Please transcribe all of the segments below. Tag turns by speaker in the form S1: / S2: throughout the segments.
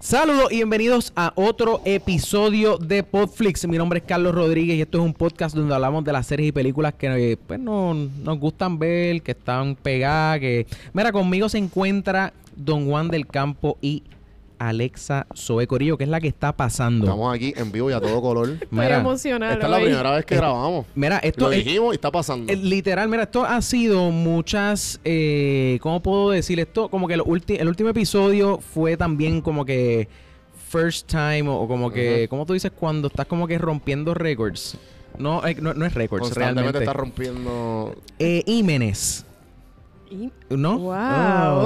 S1: Saludos y bienvenidos a otro episodio de Podflix. Mi nombre es Carlos Rodríguez y esto es un podcast donde hablamos de las series y películas que eh, pues, no, nos gustan ver, que están pegadas. Que... Mira, conmigo se encuentra Don Juan del Campo y Alexa Zoe Corillo, que es la que está pasando.
S2: Estamos aquí en vivo y a todo color.
S1: Mira,
S3: Estoy emocionada.
S2: Esta es la
S3: hoy.
S2: primera vez que
S1: Es-
S2: grabamos.
S1: mira,
S2: Lo
S1: esto es,
S2: dijimos y está pasando.
S1: Eh, Literal, mira, esto ha sido muchas. Eh, ¿Cómo puedo decir esto? Como que lo ulti- el último episodio fue también como que. First time, o, o como que.
S2: Ujú.
S1: ¿Cómo tú dices cuando estás como que rompiendo récords? No, eh, no, no es récords,
S2: Constantemente
S1: realmente.
S2: está rompiendo.
S1: Eh, Ímenes.
S3: Y-
S1: ¿No?
S3: Wow.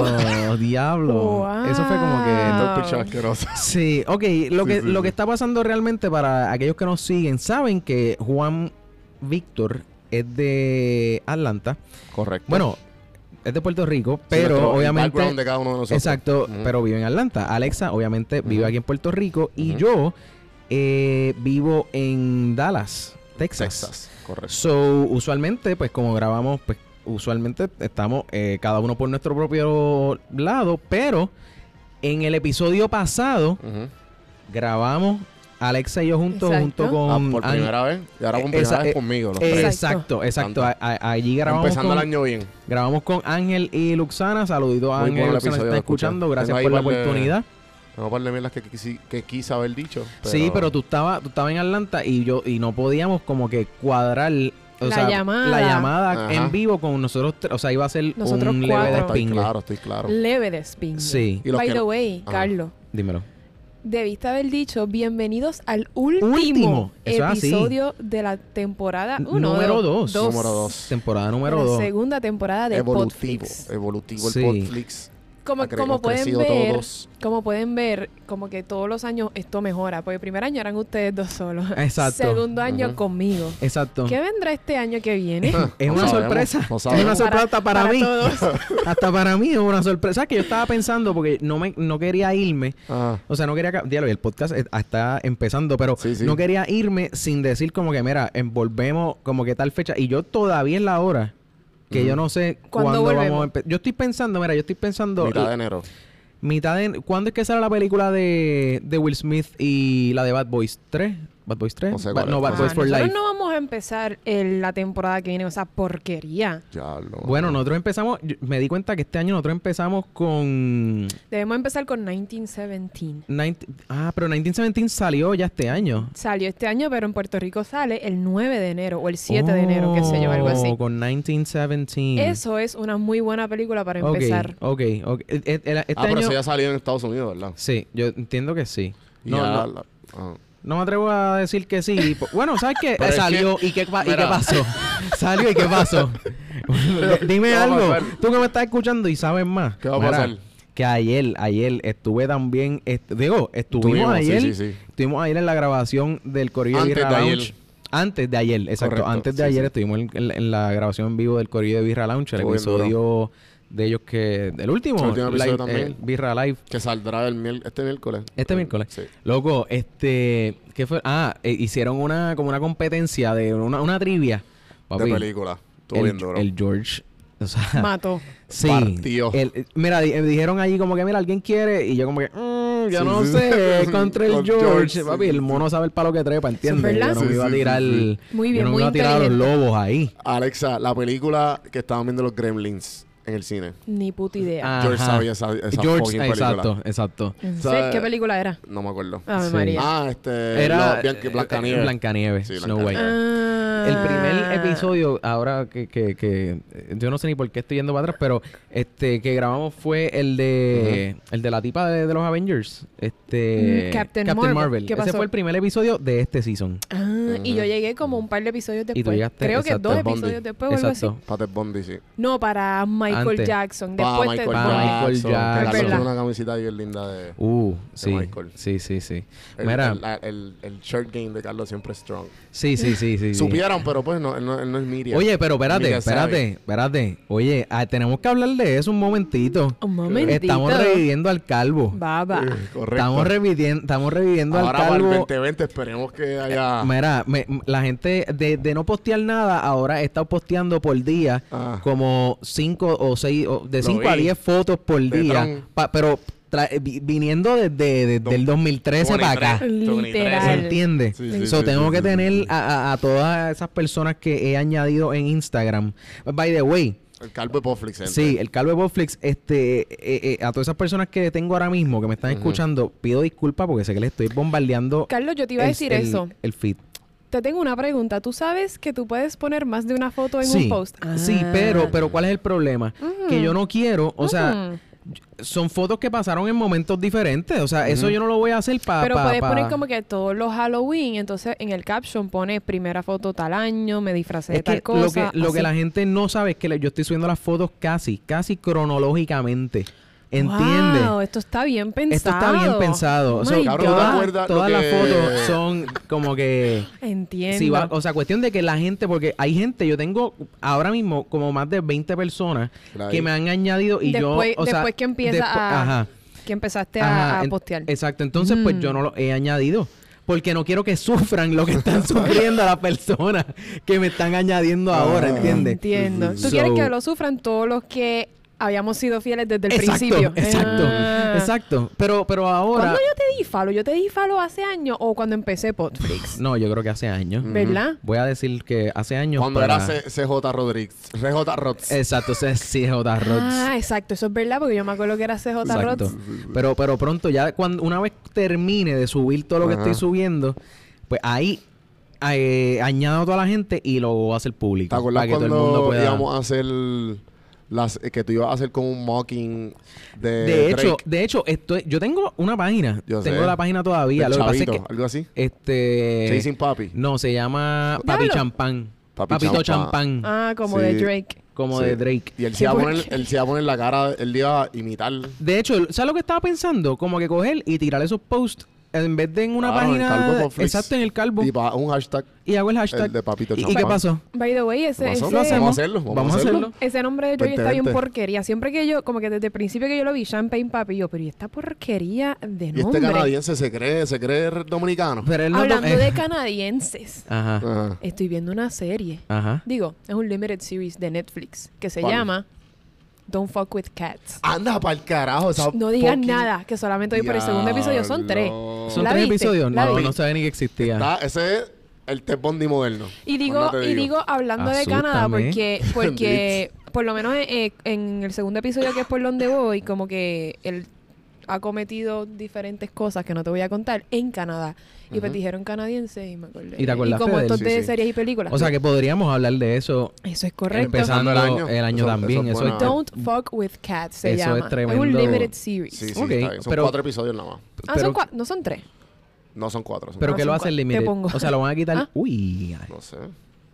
S1: Oh, diablo.
S3: Wow.
S1: Eso fue como
S3: Ah.
S1: que.
S2: Dos pictures asquerosas.
S1: Sí, ok. Lo,
S2: Sí,
S1: que,
S2: sí,
S1: lo
S2: sí.
S1: que está pasando realmente para aquellos que nos siguen, saben que Juan Víctor es de Atlanta.
S2: Correcto.
S1: Bueno, es de Puerto Rico,
S2: Sí,
S1: pero
S2: nuestro- el
S1: obviamente.
S2: background de cada uno de nosotros.
S1: Exacto,
S2: Ujú.
S1: pero vive en Atlanta. Alexa, obviamente, vive
S2: Ujú.
S1: aquí en Puerto Rico. Y
S2: Ujú.
S1: yo eh, vivo en Dallas, Texas.
S2: Texas. Correcto.
S1: So, usualmente, pues como grabamos, pues usualmente estamos eh, cada uno por nuestro propio lado. Pero en el episodio pasado
S2: Ujú.
S1: grabamos Alexa y yo juntos,
S3: Exacto.
S1: junto con.
S2: Ah, por
S1: An-
S2: primera vez. Y ahora
S1: eh,
S2: por primera
S1: esa- eh,
S2: vez conmigo. los tres.
S1: Exacto, exacto. A- a- allí grabamos.
S2: Empezando
S1: con-
S2: el año bien.
S1: Grabamos con Ángel y Luxana. Saludito a
S2: Muy
S1: Ángel
S2: bueno
S1: y
S2: el
S1: Luxana que
S2: episodio,
S1: está
S2: lo escuché.
S1: escuchando. Gracias
S2: Tengo ahí
S1: por la
S2: par de-
S1: oportunidad.
S2: Tengo un par de mierdas que, quisi- que quise haber dicho.
S1: Sí, pero tú estabas tú estaba en Atlanta y yo y no podíamos como que cuadrar o
S3: La
S1: sea,
S3: llamada.
S1: la llamada
S2: Ajá.
S1: en vivo con nosotros. tres. O sea, iba a ser
S3: Nosotros
S1: un leve
S3: cuatro.
S2: Estoy
S1: despingue.
S2: claro, estoy claro.
S3: Leve despingue.
S1: Sí.
S2: Y los
S3: By
S2: que-
S3: the way,
S2: Ajá.
S3: Carlos,
S1: Dímelo.
S3: debiste haber dicho bienvenidos al último,
S1: Último. Eso es así.
S3: episodio de la temporada
S1: N-
S3: uno,
S1: número
S3: de-
S1: dos.
S2: Número dos.
S1: Temporada número
S3: la
S1: 2.
S3: segunda temporada de
S2: evolutivo.
S3: Podflix.
S2: Evolutivo el
S1: Sí.
S2: Podflix.
S3: Como,
S2: Ha cre-
S3: como
S2: hemos
S3: pueden
S2: crecido
S3: ver,
S2: todos.
S3: como pueden ver, como que todos los años esto mejora, porque el primer año eran ustedes dos solos.
S1: Exacto.
S3: Segundo año
S2: Ujú.
S3: conmigo.
S1: Exacto.
S3: ¿Qué vendrá este año que viene?
S1: Es
S2: No
S1: una
S2: sabemos,
S1: sorpresa.
S2: no
S1: es
S2: sabemos.
S1: una sorpresa hasta para, mí.
S3: todos.
S1: Hasta para mí es una sorpresa. ¿Sabes que yo estaba pensando porque no me no quería irme.
S2: Ah,
S1: O sea, no quería... que- Diablo, y el podcast eh, está empezando, pero
S2: Sí, sí.
S1: no quería irme sin decir como que, mira, envolvemos como que tal fecha. Y yo todavía es la hora que
S2: Ujú.
S1: yo no sé
S3: ¿Cuándo
S1: cuándo vamos a
S3: volvemos?
S1: empezar. Yo estoy pensando, mira, yo estoy pensando...
S2: mitad de enero.
S1: mitad de- ¿Cuándo es que sale la película de, de Will Smith y la de Bad Boys 3? ¿Bad Boys 3?
S2: No sé
S1: Ba-
S2: cuál es,
S1: no, Bad
S2: no
S1: Boys
S2: sé.
S1: for Life.
S3: Ah, Nosotros no vamos a empezar el- la temporada que viene, o sea, porquería.
S2: Ya lo.
S1: Bueno, nosotros empezamos... yo- me di cuenta que este año nosotros empezamos con...
S3: Debemos empezar con 1917.
S1: 19 ah, pero 1917 salió ya este año.
S3: Salió este año, pero en Puerto Rico sale el 9 de enero o el 7 de enero, qué sé yo, algo así.
S1: Oh, Con 1917.
S3: Eso es una muy buena película para
S1: Ok,
S3: empezar.
S1: Ok, ok. Eh, eh, el- este
S2: ah,
S1: año...
S2: pero eso ya salió en Estados Unidos, ¿verdad?
S1: Sí, yo entiendo que sí.
S2: Y
S1: No,
S2: ya
S1: no,
S2: la- ah.
S1: no me atrevo a decir que sí. po- Bueno, ¿sabes qué?
S2: Pero
S1: Eh,
S2: es que-
S1: salió y qué, pa- y
S2: Mira.
S1: qué pasó. salió y qué pasó. D- Dime
S2: ¿Qué va a
S1: algo.
S2: pasar?
S1: Tú que me estás escuchando y sabes más.
S2: ¿Qué va a
S1: Mira,
S2: pasar?
S1: Que ayer, ayer estuve también... est- digo, estuvimos
S2: Tuvimos,
S1: ayer...
S2: Sí, sí, sí.
S1: Estuvimos ayer en la grabación del Corillo
S2: Antes
S1: de Birra
S2: de ayer.
S1: Lounge. Antes de ayer, exacto.
S2: Correcto,
S1: Antes de
S2: sí,
S1: ayer
S2: sí.
S1: estuvimos en, en la- en la grabación en vivo del Corillo de Birra Lounge, el
S2: Estuvo bien
S1: episodio de ellos que. El último,
S2: El último episodio
S1: live,
S2: también.
S1: eh, Birra Live.
S2: Que saldrá el miel- este miércoles.
S1: Este miércoles.
S2: Sí.
S1: Loco, este. ¿Qué fue? Ah, eh, hicieron una como una competencia de una, una trivia. Papi,
S2: de película. Estuvo
S1: el,
S2: bien duro.
S1: el George. O sea,
S3: Mato.
S1: Sí.
S2: Partió.
S1: El- mira, di- eh, dijeron allí como que, mira, alguien quiere. Y yo como que, mm, yo
S2: Sí,
S1: no
S2: sí,
S1: sé.
S2: sí.
S1: Contra el
S2: Con
S1: George.
S2: George, sí,
S1: papi, el
S2: sí.
S1: mono sabe el palo que trepa, ¿entiendes?
S3: ¿Verdad?
S1: Yo no
S2: Sí,
S1: me iba a
S2: sí, sí,
S1: tirar.
S2: sí.
S3: Muy bien,
S1: yo no me
S3: muy
S1: iba a tirar a los
S3: inteligente.
S1: lobos ahí.
S2: Alexa, la película que estaban viendo los Gremlins en el cine.
S3: Ni puta idea.
S1: Ah,
S2: George
S1: Ajá.
S2: sabía esa, esa
S1: George,
S2: fucking película.
S1: exacto, exacto.
S3: ¿En
S2: ¿sabes?
S3: serio? ¿Qué película era?
S2: No me acuerdo.
S3: Ave
S1: Sí.
S3: María.
S2: Ah, este.
S1: Era
S2: no, Bianca-
S1: eh,
S2: Blancanieves.
S1: eh, Blancanieves,
S2: Sí,
S1: Snow White.
S2: Blancanieves.
S3: Ah.
S1: El primer episodio, ahora que, que, que eh, yo no sé ni por qué estoy yendo para atrás, pero este que grabamos fue el de el de la tipa de, de los Avengers, este
S3: Mm, Captain Marvel. ¿Qué
S1: Ese
S3: pasó?
S1: fue el primer episodio de este season.
S3: Ah, y yo llegué como un par de episodios después.
S1: llegaste,
S3: Creo que
S1: exacto,
S3: dos
S2: Bondi.
S3: episodios después o algo así.
S1: Exacto.
S2: Pater Bondi, sí.
S3: No, para Michael
S1: Antes.
S3: Jackson.
S2: Pa,
S3: Después
S2: Michael
S3: Ted
S1: Pa,
S3: Bundy.
S2: Jackson.
S1: Michael
S2: que Carlos
S3: Jackson.
S2: tiene una camisita bien linda de.
S1: Uh, sí.
S2: Michael.
S1: Sí, sí, sí.
S2: El,
S1: Mira,
S2: el, la- el- el shirt game de Carlos siempre es strong.
S1: sí, sí, sí, sí. sí.
S2: Supieron, pero pues no, él no, él no es media.
S1: Oye, pero espérate,
S2: Mira,
S1: espérate,
S2: sabe.
S1: espérate. Oye, ah, tenemos que hablar de eso un momentito.
S3: Un momentito.
S1: Estamos reviviendo al calvo.
S3: Baba.
S2: Correcto.
S1: Estamos reviviendo, estamos reviviendo
S2: Ahora
S1: al
S2: para el
S1: calvo.
S2: 2020 esperemos que haya.
S1: Mira, me- m- la gente de, de no postear nada, ahora he estado posteando por día
S2: Ah.
S1: como 5 o 6, de
S2: Lo
S1: 5 a
S2: vi.
S1: 10 fotos por
S2: De
S1: día.
S2: Tron.
S1: Pa- pero tra- vi- viniendo desde desde el 2013 para acá.
S4: 2013,
S1: ¿Se
S3: Literal.
S1: entiende?
S2: Sí, sí,
S1: so,
S2: sí,
S1: tengo
S2: sí,
S1: que
S2: sí,
S1: tener
S2: sí.
S1: A, a- a todas esas personas que he añadido en Instagram. By the way,
S2: El calvo de Popflix. gente.
S1: sí, eh, el Calvo de Botflix, este, eh, eh, a todas esas personas que tengo ahora mismo, que me están
S2: Ujú.
S1: escuchando, pido disculpas porque sé que les estoy bombardeando.
S3: Carlos, yo te iba a
S1: el-
S3: decir
S1: el-
S3: eso.
S1: El feed.
S3: Te tengo una pregunta. ¿Tú sabes que tú puedes poner más de una foto en
S1: sí,
S3: un post?
S1: sí,
S3: Ah.
S1: pero, pero ¿cuál es el problema? Que yo no quiero, o sea,
S3: Mm.
S1: son fotos que pasaron en momentos diferentes. O sea, eso yo no lo voy a hacer para.
S3: Pero puedes poner como que todos los Halloween, entonces en el caption pone primera foto tal año, me disfracé de
S1: Es que
S3: tal cosa.
S1: lo que, lo que
S3: así.
S1: la gente no sabe es que le- yo estoy subiendo las fotos casi, casi cronológicamente. ¿Entiendes?
S3: Wow, esto está bien pensado.
S1: Esto está bien pensado.
S3: Oh
S1: So,
S3: my
S2: Cabrón, ¿tú te
S3: God.
S2: acuerdas? lo
S1: todas las
S2: que-
S1: fotos son como que...
S3: Entiendo.
S1: si va- o sea, cuestión de que la gente, porque hay gente, yo tengo ahora mismo como más de 20 personas
S2: Claro.
S1: que me han añadido y
S3: Después-
S1: yo... O sea,
S3: después que empieza
S1: despu-
S3: a-
S1: Ajá.
S3: que empezaste
S1: Ajá,
S3: a, a
S1: en-
S3: postear.
S1: Exacto, entonces pues
S3: Mm.
S1: yo no lo he añadido. Porque no quiero que sufran lo que están sufriendo las personas que me están añadiendo ahora,
S2: Ah.
S1: ¿entiendes?
S3: Entiendo.
S1: Sí,
S3: Tú
S1: sí, sí.
S3: quieres
S1: So-
S3: que lo sufran todos los que habíamos sido fieles desde el
S1: exacto,
S3: principio.
S1: Exacto,
S3: Ah.
S1: exacto. Pero, pero ahora.
S3: ¿Cuándo yo te di follow? Yo te di follow hace años o cuando empecé Podflix.
S1: No, yo creo que hace años.
S2: Mm.
S3: ¿Verdad?
S1: Voy a decir que hace años.
S2: Cuando
S1: para- Eh,
S2: era C- CJ Rodríguez. CJ Rods.
S1: Exacto, se sí, J. Rods.
S3: Ah, exacto. Eso es verdad porque yo me acuerdo que era CJ
S1: Exacto.
S3: Rods.
S1: Pero, pero pronto, ya cuando una vez termine de subir todo lo que
S2: Ajá.
S1: estoy subiendo, pues ahí eh, añado a toda la gente y lo voy a hacer público.
S2: ¿Te acuerdas
S1: para que todo el
S2: cuando
S1: mundo pueda.
S2: íbamos a hacer las eh, que tú ibas a hacer como un mocking de
S1: de hecho,
S2: eh, Drake?
S1: de hecho, estoy, yo tengo una página.
S2: Yo
S1: tengo
S2: sé.
S1: la página todavía.
S2: Del
S1: Lo que pasa es
S2: chavito,
S1: que
S2: algo así.
S1: este
S2: Chasing Papi.
S1: No, se llama Papi
S3: Diablo.
S1: Champán.
S2: Papi
S1: Papito
S2: Champán.
S1: Champán.
S3: Ah, como
S2: Sí.
S3: de Drake.
S1: Como
S2: Sí.
S1: de Drake.
S2: Y él se,
S3: ¿Qué
S2: iba a
S3: por
S2: poner,
S3: qué?
S2: él se iba a poner la cara, él iba a imitar.
S1: De hecho, ¿sabes lo que estaba pensando? Como que coger y tirar esos posts en vez de en una
S2: Claro, en el
S1: página.
S2: Calvo Conflicts.
S1: exacto, en el calvo.
S2: Y
S1: Y,
S2: va un hashtag.
S1: hago el hashtag.
S2: el de Papito
S1: ¿Y- ¿Y, qué
S2: Champán.
S1: pasó?
S3: By the way, ese,
S2: ¿Qué pasó?
S3: ese-
S2: Lo
S1: hacemos.
S2: Vamos a hacerlo, vamos, a hacerlo.
S3: ese nombre de Drake
S2: Vente,
S3: está bien
S2: vente.
S3: porquería. Siempre que yo, como que desde el principio que yo lo vi, Champagne Papi, yo, pero ¿y esta porquería de
S2: Y este
S3: nombre?
S2: canadiense se cree, se cree dominicano.
S1: Pero él no-
S3: Hablando
S1: eh,
S3: de canadienses,
S1: Ajá.
S2: Ajá.
S3: estoy viendo una serie.
S1: Ajá.
S3: Digo, es un limited series de Netflix que se
S2: ¿Cuál?
S3: llama Don't Fuck With Cats.
S2: Anda para el carajo. esa
S3: No digas
S2: fucking-
S3: nada, que solamente voy por el segundo episodio. Son tres.
S2: Diablo.
S1: ¿Son
S3: ¿La
S1: tres
S3: viste?
S1: episodios?
S3: ¿La
S1: No,
S3: viste?
S1: no sabía ni que existía.
S2: Está- ese es el Ted Bondi moderno.
S3: Y digo,
S2: Anda, Pues te
S3: y digo hablando de Canadá,
S1: Asústame.
S3: porque, porque por lo menos eh, en el segundo episodio que es por donde voy, como que él ha cometido diferentes cosas que no te voy a contar en Canadá. Y pues
S2: Ujú.
S3: dijeron canadienses y me acordé.
S1: ¿Y te acordaste
S3: como
S1: de él?
S3: estos
S2: Sí,
S3: de
S2: sí.
S3: series y películas.
S1: O sea que podríamos hablar de eso
S3: eso es correcto.
S1: empezando el año,
S2: Eso-
S1: también.
S2: eso es
S1: Eso, es-
S2: buena-
S3: Don't fuck with cats se
S1: Eso es
S3: llama.
S1: tremendo.
S3: un limited series.
S2: Sí, sí,
S1: Ok,
S2: está bien. Son
S1: pero-
S2: cuatro episodios nada más.
S3: Ah,
S1: pero-
S3: son cua- no son tres.
S2: No son cuatro. Son
S1: Pero
S3: No,
S1: que lo
S3: son
S1: hace el
S3: cuatro. Te
S1: límite.
S3: pongo.
S1: O sea, lo van a quitar.
S3: Ah.
S1: Uy, ay.
S2: No sé.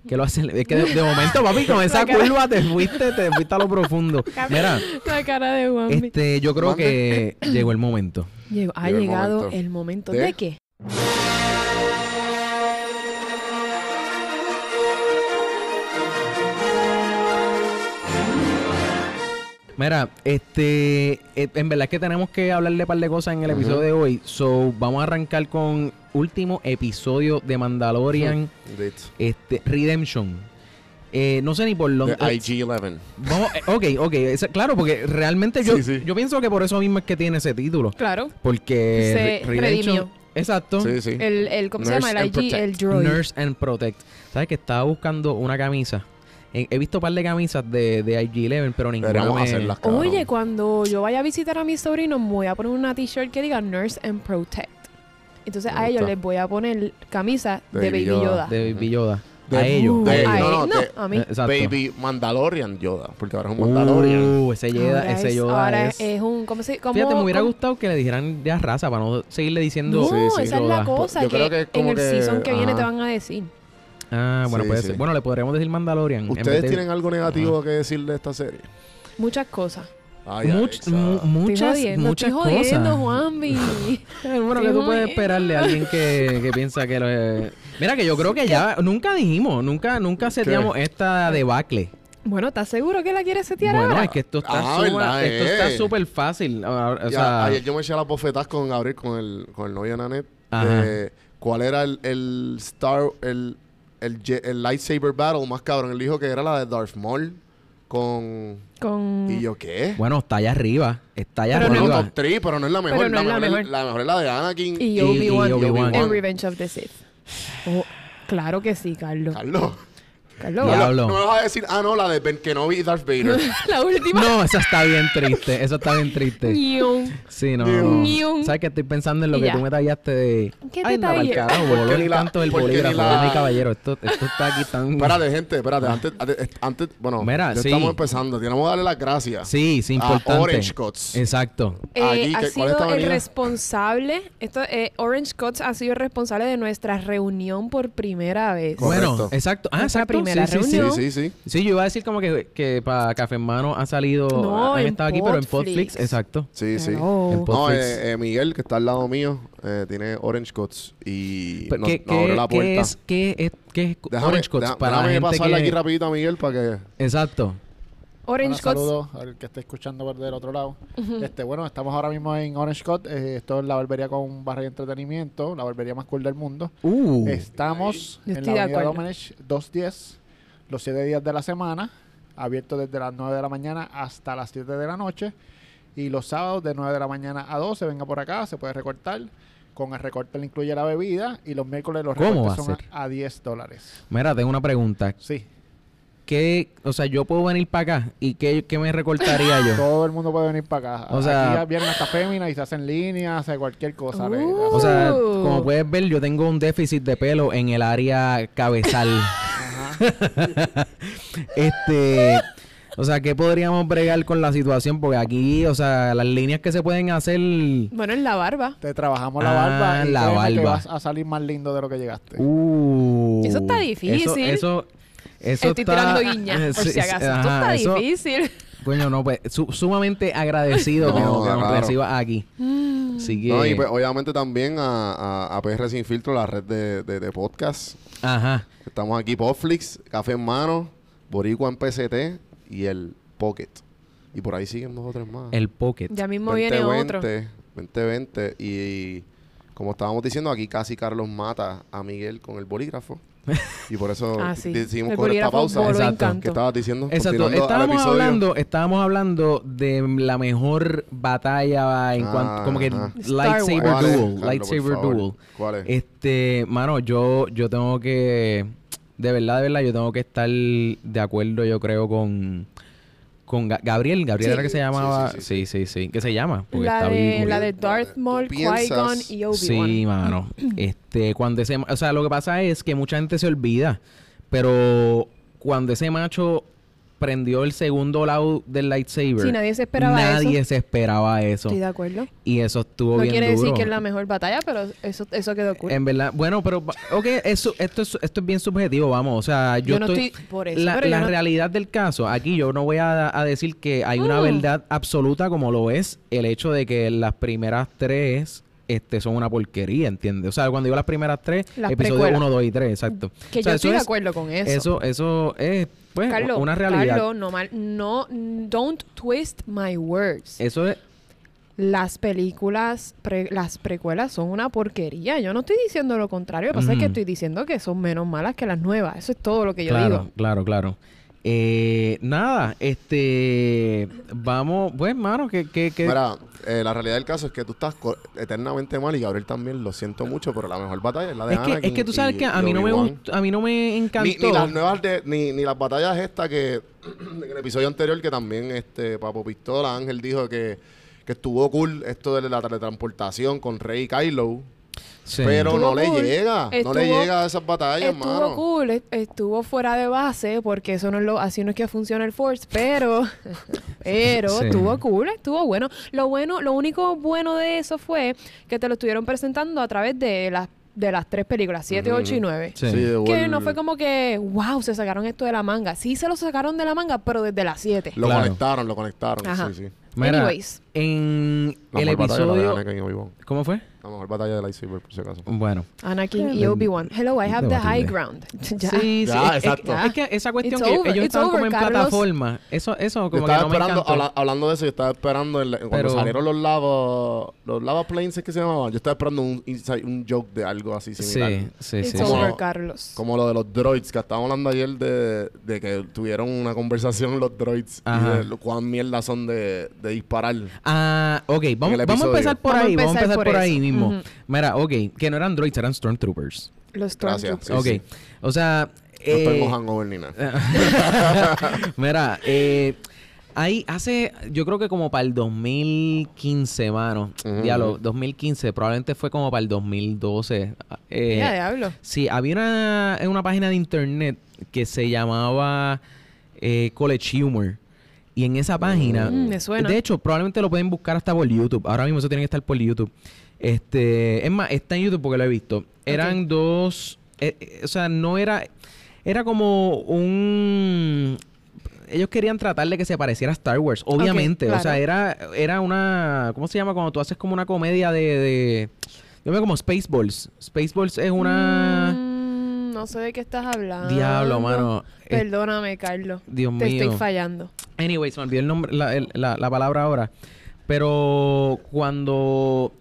S1: que lo hacen. Es que de, de momento, papi, con esa
S3: La cara.
S1: curva te fuiste, te fuiste a lo profundo. Mira,
S3: La cara de Juanmi.
S1: este, yo creo que llegó el momento.
S3: Llegó- ha
S2: Llegó el
S3: llegado
S2: momento.
S3: el momento.
S2: ¿De?
S3: ¿De, qué?
S1: Mira, este, eh, en verdad es que tenemos que hablarle un par de cosas en el episodio de hoy. So, vamos a arrancar con último episodio de Mandalorian,
S2: Indeed.
S1: este, Redemption. Eh, no sé ni por dónde.
S2: De IG-11.
S1: Vamos, eh, ok, ok. esa- claro, porque realmente yo,
S2: Sí, sí.
S1: yo pienso que por eso mismo es que tiene ese título.
S3: Claro.
S1: Porque
S3: Se
S1: Re- Redemption-
S3: redimió.
S1: Exacto.
S2: Sí, sí.
S3: El, el, ¿Cómo
S2: Nurse
S3: se
S2: and
S3: llama? El IG, el
S2: protect.
S3: droid.
S1: Nurse and Protect. ¿Sabes que estaba buscando una camisa? He, he visto un par de camisas de, de IG-11, pero ninguna
S2: Deberíamos
S1: me...
S2: hacerlas, cabrón.
S3: Oye, cuando yo vaya a visitar a mis sobrinos, me voy a poner una t-shirt que diga Nurse and Protect. Entonces
S2: Me
S3: a ellos
S2: gusta.
S3: les voy a poner camisa
S2: De
S3: de,
S2: Baby
S3: Baby
S2: Yoda.
S3: Yoda.
S1: De Baby Yoda.
S2: De-
S1: a ellos.
S2: de-
S1: a
S3: a
S1: ellos.
S2: no,
S3: ellos.
S2: no,
S3: No,
S2: de-
S3: a mí.
S1: Eh, Exacto.
S2: Baby Mandalorian Yoda. Porque ahora es un Mandalorian.
S1: Uh, ese Yoda,
S3: Ahora
S1: ese
S3: es-
S1: Yoda
S3: ahora
S1: es...
S3: es, un... ¿Cómo se como,
S1: Fíjate, me hubiera
S3: como-
S1: gustado que le dijeran ya raza para no seguirle diciendo...
S3: No,
S2: Sí, sí.
S3: esa es
S1: Yoda.
S3: la cosa.
S2: Yo
S3: que
S2: creo que es como
S3: en el
S2: que-
S3: season que viene
S2: ajá.
S3: te van a decir.
S1: Ah, bueno,
S2: Sí,
S1: puede
S2: sí.
S1: ser. Bueno, le podríamos decir Mandalorian. en vez
S2: ¿Ustedes
S1: de-
S2: tienen algo negativo que decir de esta serie?
S3: Muchas cosas.
S2: Ay,
S1: Much-
S2: Alexa.
S1: mu- muchas,
S3: estoy jodiendo,
S1: muchas
S3: estoy jodiendo,
S1: cosas.
S3: Juanvi.
S1: Eh, Bueno, que
S3: Estoy
S1: tú puedes
S3: jodiendo.
S1: esperarle a alguien que, que piensa que lo es? Mira, que yo creo que ya nunca dijimos, nunca, nunca seteamos esta debacle.
S3: bueno, ¿estás seguro que la quieres setear
S1: Bueno,
S3: ahora?
S1: es que esto está
S2: Ah,
S1: súper-
S2: verdad,
S1: esto está
S2: eh.
S1: súper fácil. ah, O
S2: Ya,
S1: sea,
S2: ayer yo me eché las bofetadas con Gabriel, con el, con el novio de Nanette.
S1: Ajá.
S2: de ¿Cuál era el, el Star, el, el, je- el lightsaber battle más cabrón? Él dijo que era la de Darth Maul con...
S3: Con...
S2: ¿Y yo qué?
S1: Bueno, está allá arriba. Está allá
S3: Pero
S2: Bueno,
S3: no-
S1: arriba.
S2: top 3, pero no es la mejor.
S3: Pero no
S2: la,
S3: es la
S2: mejor es-
S3: mejor.
S2: la mejor es la de Anakin.
S3: Y
S1: Y-
S3: Obi-Wan.
S1: y Obi-Wan.
S3: En Revenge of the Sith. Oh, claro que sí, Carlos.
S2: Carlos.
S3: Carlos.
S2: No,
S1: Ya. Diablo.
S2: no me vas a decir, ah, no, la de Ben Kenobi y Darth Vader.
S3: la última.
S1: No, esa está bien triste. Esa está bien triste.
S3: Ñiun.
S1: Sí, no.
S2: Dios.
S1: no.
S3: Ñiun.
S1: ¿Sabes que estoy pensando en lo
S3: Y
S1: que
S3: ya.
S1: tú me tallaste de.
S3: ¿Qué
S1: Ay, anda, pa'l
S3: detalle?
S1: carajo,
S2: Porque
S1: voló el
S2: ni la-
S1: canto del
S2: porque ni
S1: bolígrafo.
S2: la-
S1: Dame, caballero, esto, esto está aquí tan.
S2: espérate, gente, espérate. Antes, antes, antes- bueno,
S1: Mira,
S2: ya
S1: sí.
S2: estamos empezando. Tenemos que darle las gracias.
S1: Sí, sí,
S2: Ah,
S1: importante.
S2: Orange Cuts.
S1: Exacto.
S2: Aquí,
S3: Eh, ha
S2: ¿qué- cuál es esta
S3: sido el
S2: avenida?
S3: responsable, esto, eh, Orange Cots ha sido el responsable de nuestra reunión por primera vez.
S2: Correcto.
S1: Bueno, exacto. Ah,
S3: Nuestra
S1: exacto.
S3: primera
S1: sí, sí, sí.
S2: Sí,
S3: reunión.
S2: sí, sí.
S1: Sí, yo iba a decir como que, que para Café en Mano ha salido,
S3: No,
S1: han
S3: en
S1: estado aquí, pero en
S3: Podflix.
S1: Podflix, exacto.
S2: Sí, sí.
S3: Hello.
S1: En
S2: No,
S1: Podflix.
S2: eh, eh, Miguel, que está al lado mío, eh, tiene Orange Cuts y
S1: Pero
S2: no-
S1: ¿Qué,
S2: nos abrió
S1: qué-
S2: la
S1: qué
S2: puerta.
S1: es, qué es, qué es
S2: Déjame,
S1: Orange Cuts
S2: deja-
S1: para la
S2: déjame
S1: gente
S2: pasarle
S1: que-
S2: aquí rapidito a Miguel para que...
S1: Exacto.
S3: Orange
S4: Bueno,
S3: Cots.
S4: saludos al que esté escuchando por del otro lado. Este, bueno, estamos ahora mismo en Orange Cut. eh, esto es la barbería con barra y entretenimiento, la barbería más cool del mundo.
S1: Uh,
S4: Estamos
S3: Yo
S4: en
S3: estoy
S4: la
S3: de
S4: avenida
S3: acuerdo.
S4: Domenech 210, los 7 días de la semana, abierto desde las 9 de la mañana hasta las 7 de la noche. Y los sábados de 9 de la mañana a 12, venga por acá, se puede recortar. Con el recorte le incluye la bebida y los miércoles los
S1: ¿Cómo
S4: recortes
S1: va a
S4: son
S1: ser?
S4: a, a 10 dólares.
S1: mira, tengo una pregunta.
S4: Sí,
S1: ¿Qué, o sea, yo puedo venir para acá y qué, qué me recortaría yo?
S4: Todo el mundo puede venir para acá.
S1: O sea-
S4: Aquí ya vienen hasta féminas y se hacen líneas, hace cualquier cosa. le- le-
S1: O sea,
S3: Uh.
S1: como puedes ver, yo tengo un déficit de pelo en el área cabezal. este, o sea, ¿qué podríamos bregar con la situación? Porque aquí, o sea, las líneas que se pueden hacer... uh,
S3: Bueno, en la barba.
S4: te trabajamos la
S1: Ah,
S4: barba y
S1: la
S4: créeme que
S1: barba.
S4: vas a salir más lindo de lo que llegaste.
S1: Uh,
S3: Eso está
S1: Eso,
S3: difícil.
S1: eso, eso
S3: Estoy
S1: está- eh,
S3: tirando guiña, por
S1: Sí,
S3: si acaso. Esto
S1: ajá,
S3: está
S1: eso-
S3: difícil.
S1: Coño, no, pues su- sumamente agradecido que
S2: No,
S1: nos, que nos
S2: claro.
S1: reciba aquí.
S3: Mm.
S1: Así que.
S2: No, y pues, obviamente también a, a- a PR Sin Filtro, la red de, de, de podcast.
S1: Ajá.
S2: Estamos aquí, Popflix, Café en Mano, Boricua en PCT y el Pocket. Y por ahí siguen dos o tres más.
S1: El pocket.
S3: Ya mismo viene otro.
S2: 2020. Y, y como estábamos diciendo, aquí casi Carlos mata a Miguel con el bolígrafo. y por eso
S3: Ah, sí.
S2: decidimos
S3: El
S2: coger esta
S3: bolígrafo
S2: pausa.
S3: voló
S1: Exacto.
S3: encanto.
S2: ¿Qué estabas diciendo?
S1: Exacto.
S2: Continuando al
S1: Estábamos
S2: episodio.
S1: hablando, estábamos hablando de la mejor batalla en
S2: Ah,
S1: cuanto. Como que
S2: ajá.
S1: lightsaber
S2: ¿Cuál es,
S1: duel.
S2: Carlos, por
S1: lightsaber
S2: favor?
S1: duel.
S2: ¿Cuál es? Eh,
S1: Este, mano, yo, yo tengo que. De verdad, de verdad, yo tengo que estar de acuerdo, yo creo, con. Con Ga- Gabriel, Gabriel
S3: Sí.
S1: era que se
S2: Sí, sí,
S1: llamaba.
S2: sí,
S1: Sí,
S2: sí.
S1: sí, sí. que se llama? Porque
S3: La
S1: está
S3: de,
S1: vivo.
S3: la de
S2: ¿Tú
S3: Darth Maul, Qui-Gon
S2: piensas?
S3: y Obi-Wan.
S1: Sí, mano. Este, cuando ese, o sea, lo que pasa es que mucha gente se olvida, pero cuando ese macho prendió el segundo lado del lightsaber,
S3: Sí, nadie se esperaba
S1: nadie
S3: eso.
S1: se esperaba eso.
S3: Estoy de acuerdo.
S1: Y eso estuvo
S3: No
S1: bien
S3: quiere decir
S1: duro.
S3: que es la mejor batalla, pero eso, eso quedó cool.
S1: En verdad, bueno, pero va- ok, eso, esto es, esto es bien subjetivo, vamos. O sea, yo,
S3: Yo no
S1: estoy,
S3: estoy por eso,
S1: la,
S3: pero yo
S1: la
S3: no-
S1: realidad del caso, aquí yo no voy a, a decir que hay una
S3: Mm.
S1: verdad absoluta como lo es el hecho de que las primeras tres este, son una porquería, ¿entiendes? O sea, cuando digo las primeras tres,
S3: Las
S1: episodio
S3: precuelas.
S1: 1, 2 y 3, exacto.
S3: que
S1: O sea, eso
S3: yo estoy de
S1: es-
S3: acuerdo con eso.
S1: Eso, eso es, pues,
S3: Carlos,
S1: una realidad.
S3: Carlos, no mal, no, don't twist my words.
S1: Eso es,
S3: Las películas, pre- las precuelas son una porquería. Yo no estoy diciendo lo contrario, lo que pasa es que
S1: Ujú.
S3: estoy diciendo que son menos malas que las nuevas. Eso es todo lo que yo
S1: claro,
S3: digo.
S1: claro, claro. Eh, nada, este, vamos, pues, mano, que, que, que
S2: Mira, eh, la realidad del caso es que tú estás co- eternamente mal y Gabriel también, lo siento mucho, pero la mejor batalla es la de
S1: Es que, es
S2: Anakin
S1: que tú sabes
S2: y-
S1: que a
S2: y
S1: mí, no me
S2: Obi-Wan.
S1: gustó- a mí no me
S2: Ni,
S1: encantó.
S2: ni las nuevas de- ni, ni las batallas estas que en el episodio anterior que también este Papo Pistola Ángel dijo que, que estuvo cool esto de la teletransportación con Rey y Kylo,
S1: Sí.
S2: pero
S3: Estuvo
S2: no le
S3: cool.
S2: llega, no le
S3: Estuvo-
S2: llega a esas batallas,
S3: Estuvo
S2: mano.
S3: cool, est- estuvo fuera de base, porque eso no es lo, así no es que funciona el Force, pero, pero
S1: Sí.
S3: estuvo cool, estuvo bueno. Lo bueno, lo único bueno de eso fue que te lo estuvieron presentando a través de las de las tres películas, 7, 8 y 9.
S1: Sí.
S2: igual-
S3: Que no fue como que, wow, se sacaron esto de la manga. Sí se lo sacaron de la manga, pero desde las 7.
S2: lo
S1: Claro.
S2: conectaron, lo conectaron,
S3: Ajá.
S2: sí, sí.
S1: Mira,
S3: Anyways.
S1: en
S2: La
S1: el
S2: mejor batalla la de
S1: episodio...
S2: Anakin y Obi-Wan.
S1: ¿Cómo fue?
S2: La mejor batalla de lightsaber, por si acaso.
S1: Bueno.
S3: Anakin y
S1: Bien.
S3: Obi-Wan. Hello, I have the
S1: Debatible.
S3: high ground. ya.
S1: Sí,
S2: Ya,
S1: sí, es-
S2: exacto.
S1: Es, es que esa cuestión
S3: It's
S1: que
S3: over,
S1: ellos
S3: it's
S1: estaban como
S3: over,
S1: en
S3: Carlos.
S1: plataforma. Eso, eso
S2: Yo
S1: como que
S2: estaba
S1: no me
S2: esperando,
S1: encantó.
S2: habla- hablando de eso, yo estaba esperando el- cuando
S1: Pero-
S2: salieron los lava, los lava planes, ¿es que se llamaban? Yo estaba esperando un, inside- un joke de algo así similar.
S1: Sí, sí,
S3: It's
S1: sí.
S2: Como-
S3: over, Carlos.
S2: Como lo de los droids, que estábamos hablando ayer de, de que tuvieron una conversación los droids
S1: Ajá.
S2: y de lo- cuán mierda son de, de disparar.
S1: Ah, ok, vamos, vamos
S2: el
S1: a
S2: episodio.
S1: empezar por
S3: Vamos a
S1: ahí, vamos a
S3: empezar
S1: empezar por,
S3: por eso.
S1: ahí mismo.
S3: Ujú.
S1: Mira, ok, que no eran droids, eran stormtroopers.
S3: Los
S2: Gracias.
S3: Stormtroopers.
S2: Sí,
S1: ok,
S2: sí.
S1: o sea...
S2: No
S1: eh,
S2: tengo hangover ni nada.
S1: Mira, eh, ahí hace, yo creo que como para el 2015, mano.
S2: Ujú.
S1: Diablo, 2015, probablemente fue como para el 2012. eh,
S3: Ya, diablo.
S1: Sí, había una, en una página de internet que se llamaba eh, College Humor. Y en esa página.
S3: Mm, me suena.
S1: De hecho, probablemente lo pueden buscar hasta por YouTube. Ahora mismo eso tiene que estar por YouTube. Este, es más, está en YouTube porque lo he visto. Eran dos. eh, eh, o sea, no era. Era como un. Ellos querían tratar de que se pareciera a Star Wars, obviamente. O sea,
S3: claro.
S1: era, era una. ¿Cómo se llama? Cuando tú haces como una comedia de. de yo veo como Spaceballs. Spaceballs es una.
S3: Mm, no sé de qué estás hablando.
S1: Diablo, mano. Eh,
S3: Perdóname, Carlos.
S1: Dios
S3: Te
S1: mío.
S3: estoy fallando.
S1: Anyway, se me olvidó el nombre, la, el- la- la palabra ahora. Pero cuando.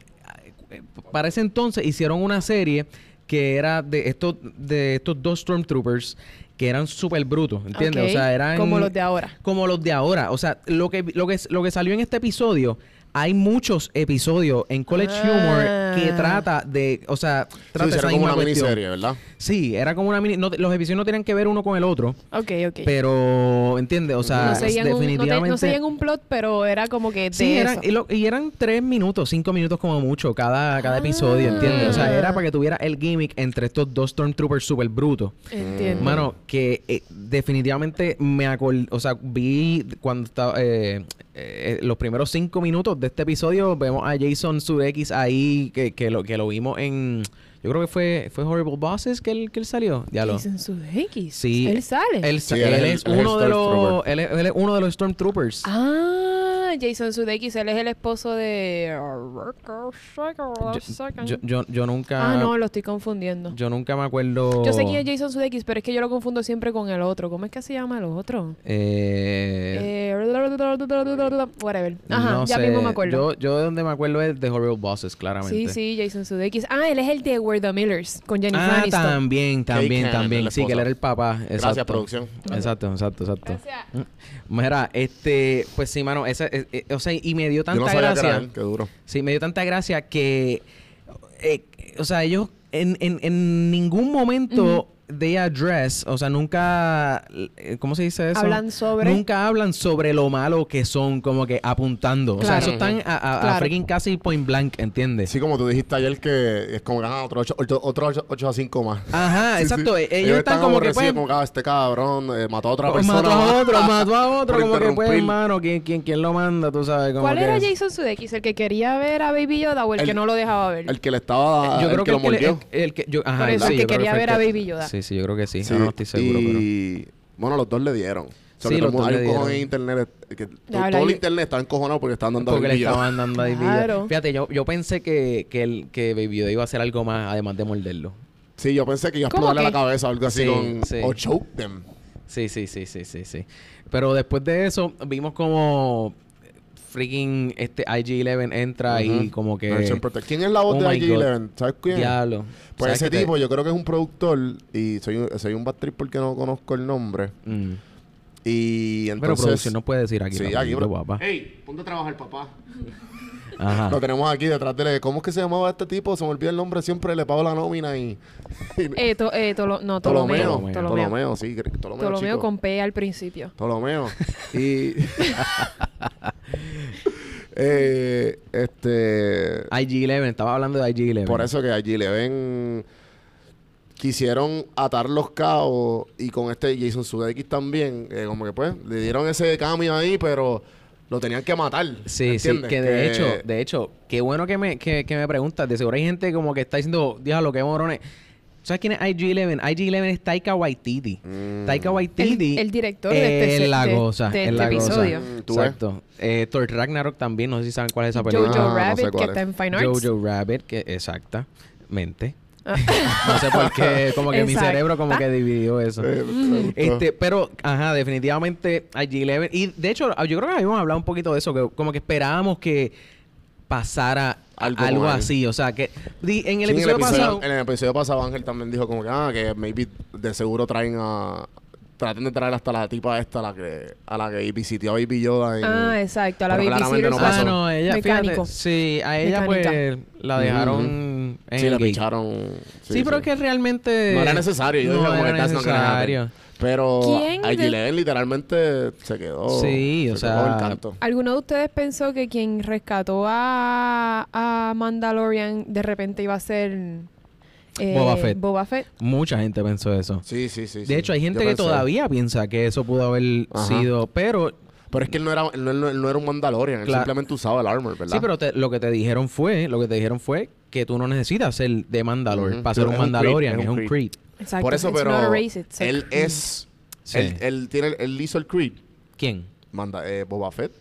S1: eh, Para ese entonces hicieron una serie que era de estos, de estos dos Stormtroopers que eran súper brutos, ¿entiendes?
S3: Ok,
S1: O sea, eran.
S3: Como los de ahora.
S1: como los de ahora. O sea, lo que, lo que, lo que salió en este episodio. Hay muchos episodios en College
S3: Ah.
S1: Humor que trata de, o sea,
S2: Sí,
S1: trata esa
S2: hicieron como
S1: misma
S2: una
S1: cuestión.
S2: miniserie, ¿verdad?
S1: Sí, era como una mini. no te- los episodios no tenían que ver uno con el otro,
S3: Ok, ok.
S1: pero entiende, o sea,
S3: no seguían, un, no, te- no
S1: definitivamente.
S3: seguían un plot, pero era como que de
S1: Sí, eran,
S3: eso.
S1: y, lo- y eran tres minutos, cinco minutos como mucho cada, cada
S3: Ah.
S1: episodio, ¿entiendes? O sea, era para que tuviera el gimmick entre estos dos Stormtroopers super brutos.
S3: Entiendo.
S1: Mano, que eh, definitivamente me acordé, o sea, vi cuando estaba, eh, eh, los primeros cinco minutos de este episodio, vemos a Jason Sudeikis ahí, que, que lo, que lo vimos en, yo creo que fue, fue Horrible Bosses que él, que él salió, ya lo...
S3: Jason Sudeikis.
S1: Sí.
S3: Él sale.
S1: Él,
S2: Sí,
S1: él
S2: él es
S1: es
S2: el- él es
S1: uno de los,
S2: Stormtrooper.
S1: él es, él es uno de los Stormtroopers.
S3: Ah, Jason Sudeikis. Él es el esposo de...
S1: Yo, yo, yo- yo nunca,
S3: Ah, no, lo estoy confundiendo.
S1: yo nunca me acuerdo.
S3: Yo sé quién es Jason Sudeikis, pero es que yo lo confundo siempre con el otro. ¿Cómo es que se llama el otro?
S1: Eh,
S3: Eh, whatever. Ajá,
S1: no
S3: ya
S1: sé.
S3: mismo me acuerdo.
S1: Yo, yo de donde me acuerdo es de Horrible Bosses, claramente.
S3: Sí, sí, Jason Sudeikis. Ah, él es el de Where the Millers con Jennifer
S1: Ah,
S3: Aniston.
S1: también, también,
S2: Khan,
S1: también.
S2: la
S1: Sí, que él
S2: esposa.
S1: era el papá. Exacto.
S2: Gracias, producción.
S1: Exacto, exacto, exacto.
S3: Gracias.
S1: Mira, este, pues sí, mano, esa, eh, eh, o sea, y me dio
S2: Yo no
S1: tanta
S2: sabía que
S1: gracia.
S2: era él, qué duro.
S1: Sí, me dio tanta gracia que, eh, o sea, ellos en, en, en ningún momento they address, o sea, nunca, eh, ¿cómo se dice eso?
S3: Hablan sobre-
S1: Nunca hablan sobre lo malo que son, como que apuntando. O sea,
S3: Claro.
S1: eso están a, a- a
S3: Claro.
S1: freaking casi point blank, ¿entiendes?
S2: Sí, como tú dijiste ayer que es como que ah, otro 8 ocho, otro ocho- ocho a 5 más.
S1: Ajá,
S2: Sí,
S1: exacto.
S2: sí.
S1: Eh, Ellos, están como que
S2: aborrecidos,
S1: pues,
S2: como ah, este cabrón eh, mató a otra
S1: Pues
S2: persona.
S1: mató a
S2: más.
S1: otro, mató a otro,
S2: Por
S1: como que pues,
S2: interrumpir.
S1: hermano, ¿quién, quién, quién lo manda? Tú sabes, como
S3: ¿Cuál
S1: que-
S3: era Jason Sudeikis? ¿El que quería ver a Baby Yoda o el,
S2: El-
S3: que no lo dejaba ver?
S2: El que le estaba.
S1: Yo creo
S2: Ah, el
S1: que
S2: que lo
S1: el que le-
S2: mordió.
S1: el- el que- yo- ajá,
S3: Por eso,
S1: sí,
S3: el
S1: yo
S3: que
S1: creo
S3: quería
S1: fue
S3: ver
S1: el
S3: a
S1: que-
S3: Baby Yoda.
S1: Sí, sí, yo creo que sí.
S2: Sí,
S1: Ahora no estoy seguro, pero...
S2: y... Bueno, los dos le dieron. O sea,
S1: Sí,
S2: que
S1: los dos
S2: todo el mundo- hay
S1: le
S2: un cojón
S1: dieron.
S2: en internet. eh, que todo
S3: habla
S2: todo el
S3: yo-
S2: internet estaba encojonado porque estaban dando
S1: Porque le
S2: billo.
S1: estaban dando ahí vida.
S3: Claro.
S1: Fíjate, yo, yo pensé que, que, el, que Baby Yoda iba a hacer algo más, además de morderlo.
S2: Sí, yo pensé que iba a
S3: ¿Cómo
S2: explotarle
S3: que?
S2: la cabeza o algo así
S1: Sí,
S2: con...
S1: sí.
S2: O choke them.
S1: Sí, sí, sí, sí, sí, sí. Pero después de eso, vimos como freaking este IG-11 entra y
S2: Ujú.
S1: como que...
S2: Merchant Protect. ¿Quién es la voz
S1: Oh
S2: de
S1: my
S2: IG-11? ¿Sabes quién?
S1: Diablo.
S2: Pues
S1: ¿Sabes que
S2: ese
S1: te-
S2: tipo, yo creo que es un productor y soy, un- soy un bad trip porque no conozco el nombre.
S1: Mm.
S2: Y
S1: Pero
S2: entonces...
S1: producción no puede decir aquí.
S2: Sí,
S1: la
S2: aquí,
S1: palabra,
S2: bro.
S1: papá.
S2: Ey, ponte a trabajar, papá.
S1: Ajá.
S2: Lo tenemos aquí detrás de... ¿Cómo es que se llamaba este tipo? Se me olvida el nombre siempre. Le pago la nómina y...
S3: Eh, to- eh, Tolo- no, Ptolomeo.
S2: Ptolomeo.
S3: Ptolomeo.
S2: Ptolomeo, sí. Ptolomeo,
S3: Ptolomeo
S2: chico.
S3: con P al principio.
S2: Ptolomeo. Y. Eh, este.
S1: IG-11, estaba hablando de IG-11.
S2: Por eso que allí le ven. Quisieron atar los cabos y con este Jason Sudeikis también, eh, como que pues, le dieron ese cambio ahí, pero lo tenían que matar.
S1: Sí, sí,
S2: ¿entiendes?
S1: que de hecho, de hecho, qué bueno que me, que, que me preguntas. De seguro hay gente como que está diciendo, diablo, qué morones. ¿Sabes quién es IG-11? IG-11 es Taika Waititi.
S2: Mm.
S1: Taika
S3: El,
S1: Waititi...
S3: el director de este,
S1: es
S3: se-
S1: la
S3: de-
S1: goza,
S3: de
S1: es
S3: este
S1: la goza.
S3: episodio.
S2: Mm, tú ves.
S1: Exacto. Eh, Thor Ragnarok también, no sé si saben cuál es esa película.
S3: Jojo
S2: Ah, no sé
S3: Rabbit, que
S2: cuál es.
S3: está en Fine Arts.
S1: Jojo Rabbit, que exactamente.
S3: Ah.
S1: No sé por qué, como que mi
S3: Exacta.
S1: cerebro como que dividió eso.
S2: Eh, me gustó.
S1: Este, pero, ajá, definitivamente IG-11. Y de hecho, ah, yo creo que habíamos hablado un poquito de eso, que como que esperábamos que pasara
S2: Algo
S1: algo,
S2: como
S1: así. O sea, que di- en el
S2: Sí,
S1: episodio pasado...
S2: en el episodio pasado Ángel también dijo como que, ah, que maybe de seguro traen a... Traten de traer hasta la tipa esta, la que, a la que visitó a Baby Yoda. en-
S3: Ah, exacto. A la
S2: Pero
S3: Baby
S2: claramente
S3: Sitter
S2: no
S3: se-
S2: pasó.
S1: Ah, no, ella,
S3: Mecánico.
S1: fíjate, sí, a ella pues
S3: Mecánica.
S1: la dejaron en
S2: sí,
S1: el
S2: la
S1: gate.
S2: picharon.
S1: Sí, pero es que realmente...
S2: No era necesario. Yo
S1: no
S2: dije como que
S1: era
S2: that's not gonna happen.
S1: necesario.
S2: Pero
S3: ¿Quién de-
S2: Aguilera literalmente se quedó.
S1: Sí, o
S2: se quedó
S1: sea,
S2: el canto.
S3: ¿Alguno de ustedes pensó que quien rescató a, a Mandalorian de repente iba a ser eh,
S1: Boba Fett.
S3: Boba Fett?
S1: Mucha gente pensó eso.
S2: Sí, sí, sí. sí.
S1: De hecho, hay gente
S2: Yo
S1: que
S2: pensé.
S1: todavía piensa que eso pudo haber
S2: Ajá.
S1: sido, pero
S2: Pero es que él no era, él no, él no- él no era un Mandalorian. Él
S1: Claro.
S2: simplemente usaba el armor, ¿verdad?
S1: sí, pero te- lo que te dijeron fue, lo que te dijeron fue que tú no necesitas ser de Mandalor
S2: Ujú.
S1: para ser
S2: Es
S1: un
S2: un Creed,
S1: Mandalorian,
S2: es
S1: es
S2: un
S1: un Creed.
S3: Exacto.
S2: Por eso,
S3: It's not a
S2: pero
S3: race, it's a-
S2: él es...
S1: Sí.
S2: Él, él tiene, él hizo el Creed.
S1: ¿Quién?
S2: Manda, eh, Boba Fett.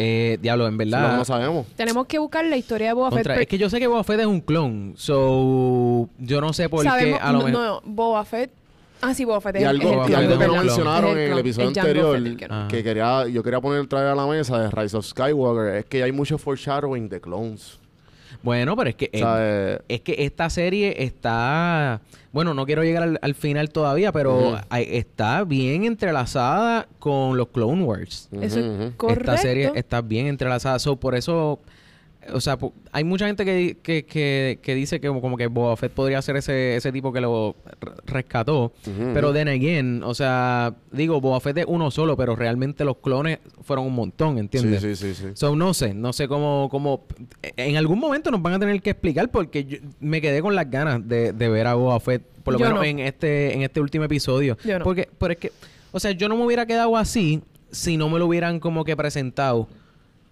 S1: Eh, diablo, en
S2: No,
S1: verdad.
S2: no sabemos.
S3: Tenemos que buscar la historia de Boba
S1: contra-
S3: Fett.
S1: es que yo sé que Boba Fett es un clon, so yo no sé por qué
S3: Sabemos-
S1: a lo
S3: no,
S1: mejor.
S3: no, Boba Fett. Ah, sí, Boba Fett. es
S2: Y
S3: el-
S2: algo,
S3: es
S1: Boba
S3: el
S2: y
S1: Fett,
S3: clon,
S2: algo
S1: es
S2: que
S1: el
S2: no
S1: clon.
S2: mencionaron
S3: Es el
S2: en el
S3: clon,
S2: episodio
S3: el Jango
S2: anterior,
S3: Fett, el que
S1: no.
S2: que
S1: Ah.
S2: quería, yo quería poner traer a la mesa de Rise of Skywalker, es que hay mucho foreshadowing de clones.
S1: Bueno, pero es que
S2: O
S1: eh,
S2: sea, eh,
S1: es que esta serie está, bueno, no quiero llegar al, al final todavía, pero
S2: Ujú.
S1: ahí está bien entrelazada con los Clone Wars.
S3: Eso
S2: ujú,
S3: es
S2: ujú.
S3: correcto.
S1: Esta serie está bien entrelazada. So, por eso, o sea, po- hay mucha gente que, que, que, que dice que como que Boba Fett podría ser ese, ese tipo que lo re- rescató.
S2: Ujú,
S1: Pero
S2: ujú.
S1: then again, o sea, digo, Boba Fett es uno solo, pero realmente los clones fueron un montón, ¿entiendes?
S2: Sí, sí, sí, sí.
S1: So, no sé, no sé cómo, cómo... En algún momento nos van a tener que explicar porque yo me quedé con las ganas de, de ver a Boba Fett, por lo
S3: Yo
S1: menos
S3: no.
S1: en, este, en este último episodio.
S3: Yo no.
S1: Porque, pero es que, o sea, yo no me hubiera quedado así si no me lo hubieran como que presentado.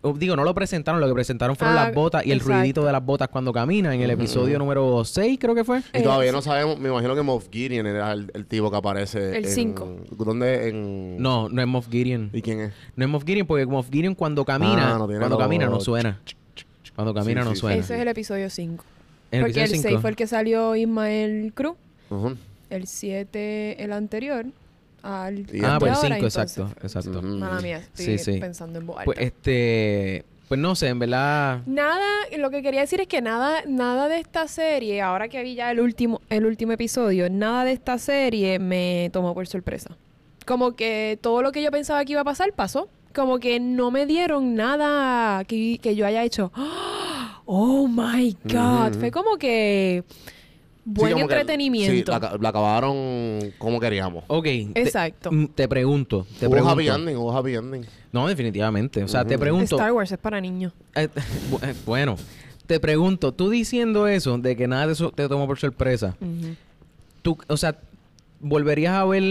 S1: O, digo, no lo presentaron, lo que presentaron fueron
S3: Ah,
S1: las botas y el
S3: exacto.
S1: ruidito de las botas cuando camina en el episodio número 6, creo que fue.
S3: Eh,
S2: Y todavía no sabemos, me imagino que Moff Gideon era el, el tipo que aparece.
S3: El
S2: en-
S3: cinco.
S2: ¿Dónde? En...
S1: No, no es Moff Gideon.
S2: ¿Y quién es?
S1: No es Moff Gideon porque Moff Gideon cuando camina,
S2: Ah, no tiene
S1: cuando
S2: los-
S1: camina no suena. Cuando camina
S2: Sí,
S1: no
S2: sí, sí.
S1: suena.
S3: Ese es el episodio 5.
S1: En el
S3: Porque el
S1: episodio
S3: 6
S1: cinco.
S3: fue el que salió Ismael Cruz.
S2: Ujú.
S3: El 7, el anterior. Al,
S2: Y
S3: al
S1: Ah,
S3: de
S1: pues el
S3: ahora,
S1: 5,
S3: entonces.
S1: exacto, exacto.
S2: Ujú.
S3: Mala mía,
S1: Sí,
S3: estoy
S1: sí.
S3: pensando en voz
S1: Pues
S3: alta.
S1: este, pues no sé, en verdad.
S3: Nada, lo que quería decir es que nada, nada de esta serie, ahora que vi ya el último, el último episodio, nada de esta serie me tomó por sorpresa. Como que todo lo que yo pensaba que iba a pasar pasó. Como que no me dieron nada que, que yo haya hecho. ¡Ah! Oh my God.
S2: Ujú.
S3: Fue como que
S2: Sí,
S3: buen
S2: como que- sí,
S3: entretenimiento.
S2: la, ca- la acabaron como queríamos.
S1: Ok. te-
S3: Exacto.
S1: mm, Te, pregunto, Oh, te
S2: Hubo happy
S1: pregunto.
S2: ending, hubo happy ending.
S1: No, definitivamente. O sea, te
S2: Ujú.
S1: pregunto.
S3: Star Wars es para niños.
S1: eh, bu- eh, bueno, te pregunto, tú diciendo eso, de que nada de eso te tomó por sorpresa,
S3: Ujú.
S1: tú, o sea, ¿volverías a ver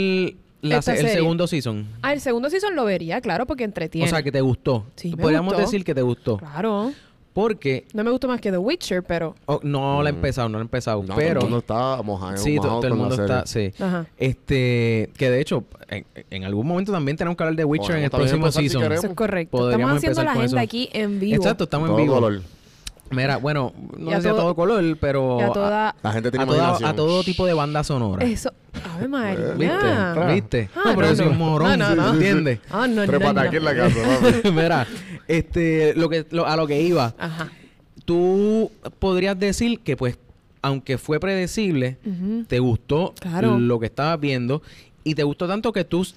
S1: la
S3: Esta
S1: se- el
S3: serie.
S1: segundo season?
S3: Ah, el segundo season lo vería, claro, porque entretiene.
S1: O sea, que te gustó.
S3: Sí, me
S1: Podríamos
S3: gustó.
S1: decir que te gustó.
S3: Claro.
S1: Porque
S3: No me gustó más que The Witcher, pero...
S1: oh, no la he empezado, no la he empezado.
S2: Mm. No,
S1: pero
S2: todo el mundo está mojado.
S1: Sí, to-
S2: mojado
S1: todo, el
S2: con la
S1: mundo
S2: serie.
S1: está, sí.
S3: Ajá.
S1: Este, que de hecho, en, en algún momento también tenemos que hablar de Witcher
S2: Podemos
S1: en el
S2: también
S1: próximo
S2: empezar pues, si
S1: season.
S2: queremos.
S3: Eso es correcto.
S1: Podríamos
S3: Estamos haciendo
S1: empezar
S3: la
S1: con
S3: gente
S1: eso.
S3: aquí en vivo.
S1: Exacto, estamos en
S2: Todo
S1: vivo.
S2: color.
S1: Mira, bueno, no
S3: Y a
S1: sé si a
S3: todo-
S1: todo color, pero
S3: Y a
S1: a-
S3: toda...
S2: La gente
S1: a,
S2: tiene
S1: todo,
S2: imaginación.
S1: a todo tipo de banda sonora.
S3: Eso...
S1: ¿Viste?
S3: Ave María.
S1: ¿Viste?
S3: Ah,
S1: no, pero
S3: no,
S1: yo soy un
S3: no.
S1: morón,
S3: No, no, no.
S1: ¿entiendes?
S3: Ah, no,
S2: Tres
S3: no,
S2: patas
S3: no.
S2: aquí en la casa, papi.
S1: Mira, este, lo que, lo- a lo que iba,
S3: Ajá.
S1: tú podrías decir que pues, aunque fue predecible,
S3: Ujú.
S1: te gustó
S3: Claro.
S1: lo que estabas viendo y te gustó tanto que tú s-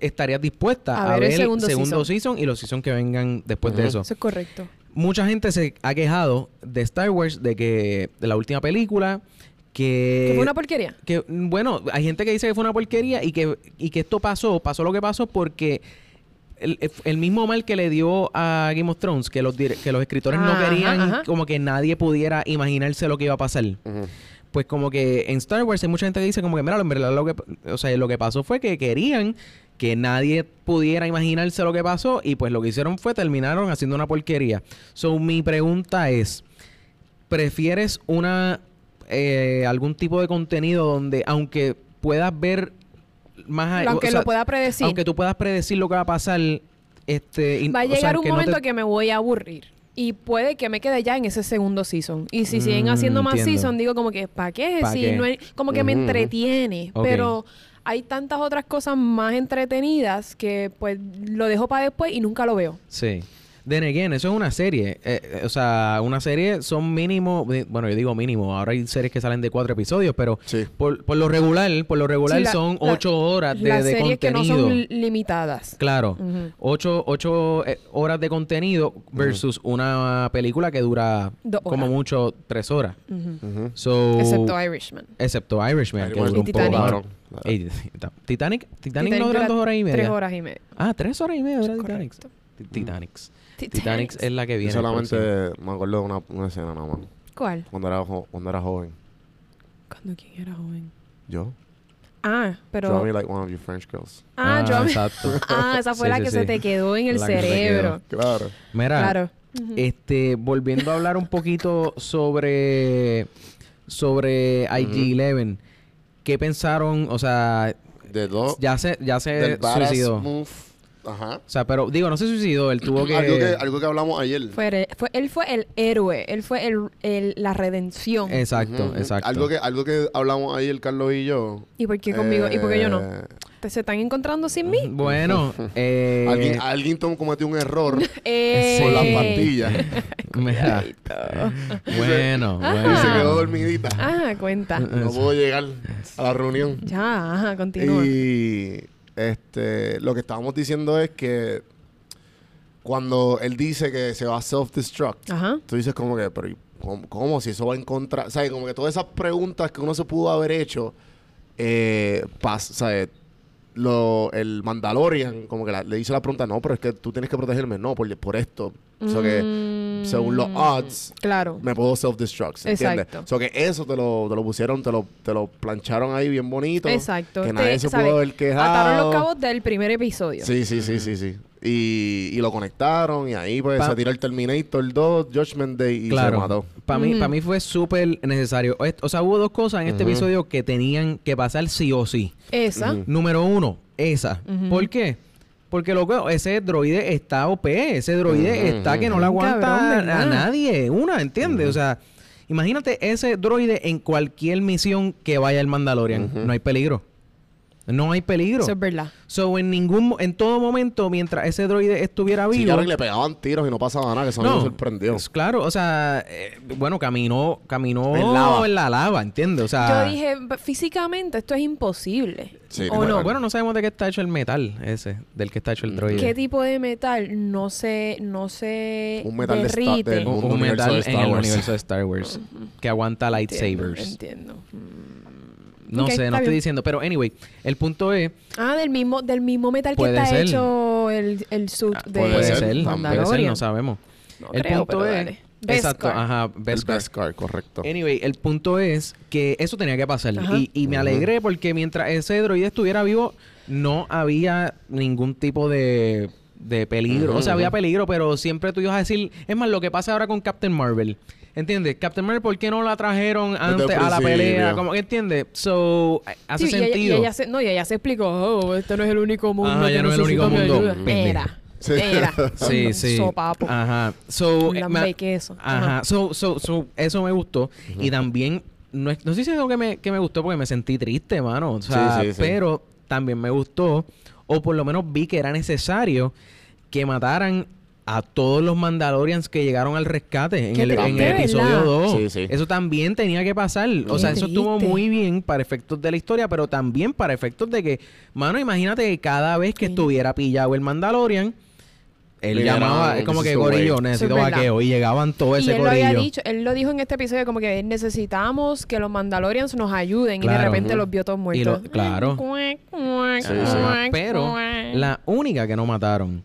S1: estarías dispuesta
S3: A
S1: a,
S3: ver el
S1: ver,
S3: segundo
S1: el segundo season. y los seasons que vengan después de
S2: Ujú.
S1: eso.
S3: Eso es correcto.
S1: Mucha gente se ha quejado de Star Wars, de que de la última película, que...
S3: ¿Que fue una porquería?
S1: que, bueno, hay gente que dice que fue una porquería y que, y que esto pasó, pasó lo que pasó porque el, el mismo mal que le dio a Game of Thrones, que los, dire- que los escritores no
S3: Ajá,
S1: querían
S3: ajá.
S1: como que nadie pudiera imaginarse lo que iba a pasar
S2: Ujú.
S1: pues como que en Star Wars hay mucha gente que dice como que mira, en verdad lo que o sea, lo que pasó fue que querían que nadie pudiera imaginarse lo que pasó y pues lo que hicieron fue terminaron haciendo una porquería. So mi pregunta es, ¿prefieres una eh, algún tipo de contenido donde, aunque puedas ver más
S3: Aunque
S1: o sea,
S3: lo pueda predecir.
S1: aunque tú puedas predecir lo que va a pasar, este, y-
S3: va a
S1: o sea,
S3: llegar
S1: no
S3: un
S1: te-
S3: momento que me voy a aburrir. Y puede que me quede ya en ese segundo season. Y si siguen
S1: Mm,
S3: haciendo más
S1: entiendo.
S3: season, digo como que, ¿para qué?
S1: ¿Pa
S3: Si
S1: qué?
S3: no hay- como que me
S2: Ujú, ujú.
S3: entretiene.
S1: Ok.
S3: Pero hay tantas otras cosas más entretenidas que pues lo dejo para después y nunca lo veo.
S1: Sí. Then again, eso es una serie. Eh, eh, o sea, una serie son mínimo, eh, bueno, yo digo mínimo, ahora hay series que salen de cuatro episodios, pero
S2: Sí.
S1: por, por lo regular, por lo regular
S3: Sí, la-
S1: son
S3: la-
S1: ocho horas de,
S3: Las
S1: de
S3: series que no
S1: contenido.
S3: son li- limitadas.
S1: Claro,
S3: Ujú.
S1: ocho, ocho, eh, horas de contenido versus una película que dura
S3: Dos
S1: como
S3: horas.
S1: mucho tres horas.
S3: Ujú.
S2: Ujú.
S1: So,
S3: Excepto Irishman.
S1: excepto Irishman, que
S2: Irishman.
S1: duró
S3: Y
S1: un poco
S3: Titanic.
S1: más.
S2: Claro.
S1: Ey, Titanic, Titanic, no
S3: dura
S1: dura dos horas y media.
S3: Tres horas y media.
S1: Ah, tres horas y media dura
S3: Es
S1: Titanic.
S3: correcto.
S1: Ti- Titanic.
S3: Titanic.
S1: Titanic es la que
S2: Yo
S1: viene. próxima.
S2: solamente me acuerdo de una, una escena nomás.
S3: ¿Cuál?
S2: Cuando era, jo- cuando era joven.
S3: Cuando quién era joven.
S2: Yo.
S3: Ah, pero...
S2: Draw me like one of your French girls.
S3: Ah, yo
S1: exacto.
S3: Ah, esa fue
S1: Sí,
S3: la
S1: sí,
S3: que
S1: sí.
S3: se te quedó en el
S1: La que se te
S3: cerebro.
S2: Claro.
S1: Mira,
S3: Claro.
S1: este, volviendo a hablar un poquito sobre sobre IG-11, ¿qué pensaron? O sea,
S2: De dos.
S1: ya se, ya se
S2: Oh, del badass
S1: suicidó. O
S2: move. Ajá.
S1: sea, pero digo, no se suicidó, él tuvo que...
S2: Algo, que, algo que hablamos ayer.
S3: Fue, re- fue- él fue el héroe, él fue el, el- la redención.
S1: Exacto,
S2: Ujú, ujú.
S1: exacto.
S2: Algo que, algo que hablamos ayer, Carlos y yo.
S3: ¿Y por qué conmigo? ¿Y por qué yo no?
S2: Eh,
S3: ¿Te- ¿Se están encontrando sin mí?
S1: Bueno, eh...
S2: alguien, alguien tom- cometió un error
S3: Eh,
S2: con las
S1: Sí.
S2: pastillas.
S1: mira, bueno,
S2: y se quedó
S1: bueno.
S2: dormidita.
S3: Ah, cuenta.
S2: No pudo llegar a la reunión.
S3: Ya, ajá, continúa.
S2: Y este, lo que estábamos diciendo es que cuando él dice que se va a self-destruct,
S3: Ajá.
S2: tú dices como que, pero ¿y ¿cómo, cómo? Si eso va en contra... ¿Sabes? Como que todas esas preguntas que uno se pudo haber hecho, eh, pas- ¿sabes? Lo, el Mandalorian, como que la- le hizo la pregunta, no, pero es que tú tienes que protegerme. No, por, por esto. O sea que,
S3: Mm,
S2: según los odds,
S3: Claro.
S2: me puedo self-destruct, ¿entiendes?
S3: Exacto.
S2: O sea que eso te lo, te lo pusieron, te lo, te lo plancharon ahí bien bonito.
S3: Exacto.
S2: Que nadie
S3: Te-
S2: se
S3: ¿sabes?
S2: pudo haber quejado.
S3: Ataron los cabos del primer episodio.
S2: Sí, sí, sí, sí, sí. Y, y lo conectaron y ahí pues
S1: Pa-
S2: se tiró el Terminator 2, Judgment Day y se mató.
S1: Para mí,
S3: Ujú.
S1: pa' mí fue súper necesario. Est- O sea, hubo dos cosas en este
S2: Ujú.
S1: episodio que tenían que pasar sí o sí.
S3: Esa.
S2: Ujú.
S1: Número uno, esa.
S3: Ujú.
S1: ¿Por qué? Porque loco, ese droide está OP, ese droide
S2: Ujú,
S1: está que no
S2: ujú.
S1: le aguanta
S3: Cabrón,
S1: a
S3: ¿verdad?
S1: nadie, una, ¿entiendes?
S2: Ujú.
S1: O sea, imagínate ese droide en cualquier misión que vaya el Mandalorian,
S2: Ujú.
S1: no hay peligro. No hay peligro.
S3: Eso es verdad.
S1: So, en ningún mo- en todo momento mientras ese droide estuviera
S2: Sí,
S1: vivo,
S2: claro que le pegaban tiros y no pasaba nada, que eso a mí me sorprendió.
S1: es claro, o sea, eh, bueno, caminó, caminó
S2: En lava.
S1: en la lava, ¿entiendes? O sea,
S3: Yo dije, "B- físicamente esto es imposible.
S2: Sí,
S3: ¿O
S1: bueno,
S3: no?
S1: bueno, no sabemos de qué está hecho el metal ese, del que está
S2: Mm.
S1: hecho el droide.
S3: ¿Qué tipo de metal no se, no se
S2: Un metal de esta-
S3: derrite?
S2: del
S1: Un-
S2: mundo
S1: un
S2: universo de
S1: metal en
S2: Star
S1: el
S2: Wars.
S1: universo de Star Wars que aguanta
S3: Entiendo,
S1: lightsabers.
S3: Entiendo.
S1: No
S3: Ok,
S1: sé, no
S3: está
S1: estoy
S3: bien.
S1: diciendo, pero anyway, el punto es,
S3: Ah, del mismo, del mismo metal que
S1: Puede
S3: está
S1: ser.
S3: hecho el, el suit de
S2: Ah, Puede
S1: puede
S2: ser,
S1: ser, puede ser,
S3: Mandalorian.
S1: no sabemos.
S3: No
S1: el
S3: creo,
S1: punto
S3: pero
S1: es,
S3: dale. Beskar.
S1: exacto, ajá, Beskar.
S2: El Beskar, correcto.
S1: Anyway, el punto es que eso tenía que pasar.
S3: Ajá.
S1: Y, y me
S2: Ujú.
S1: alegré porque mientras ese droide estuviera vivo, no había ningún tipo de, de peligro.
S2: Ujú,
S1: O sea, había
S2: ujú.
S1: peligro, pero siempre tú ibas a decir. Es más, lo que pasa ahora con Captain Marvel. ¿Entiendes? Captain Marvel, ¿por qué no la trajeron antes
S2: el
S1: a la pelea?
S2: principio.
S1: Como, que, ¿Entiendes? So, hace
S3: Sí, y ella- y
S1: sentido.
S3: ella se- no, y ella se explicó, oh, este no es el único mundo
S1: Ajá,
S3: que
S1: ya no es el único
S3: necesita mi
S1: mundo.
S3: ayuda".
S1: Picnic.
S3: Era.
S2: Sí.
S3: Era.
S1: Sí,
S3: Un
S1: sí.
S3: Sopapo.
S1: Ajá. So,
S3: Un
S1: eh,
S3: lambe
S1: me-
S3: queso.
S1: Ajá. So, so, so, eso me gustó. Y también, no, es- no sé si es algo que me, que me gustó porque me sentí triste, mano. O sea,
S2: Sí, sí, sí.
S1: pero también me gustó, o por lo menos vi que era necesario que mataran a todos los Mandalorians que llegaron al rescate en
S3: Qué
S1: el, en
S2: triste,
S1: el episodio
S3: ¿verdad?
S1: 2.
S2: Sí, sí.
S1: Eso también tenía que pasar. O sea, eso estuvo
S3: triste.
S1: muy bien para efectos de la historia, pero también para efectos de que, mano, imagínate que cada vez que
S3: Sí.
S1: estuviera pillado el Mandalorian, él
S2: Le
S1: llamaba,
S2: llamaban,
S1: es como
S2: "This
S1: que
S2: is the way".
S1: gorillo, necesito
S3: Eso es
S1: vaqueo. Y llegaban todo
S3: Y
S1: ese
S3: él lo
S1: gorillo.
S3: había dicho, él lo dijo en este episodio como que necesitamos que los Mandalorians nos ayuden y de
S1: Claro.
S3: repente
S2: Ujú.
S3: los vio todos
S1: Y lo-
S3: muertos.
S1: claro.
S3: Cuac, cuac,
S2: Sí, sí.
S1: Ajá,
S3: cuac,
S1: Pero
S3: cuac.
S1: la única que no mataron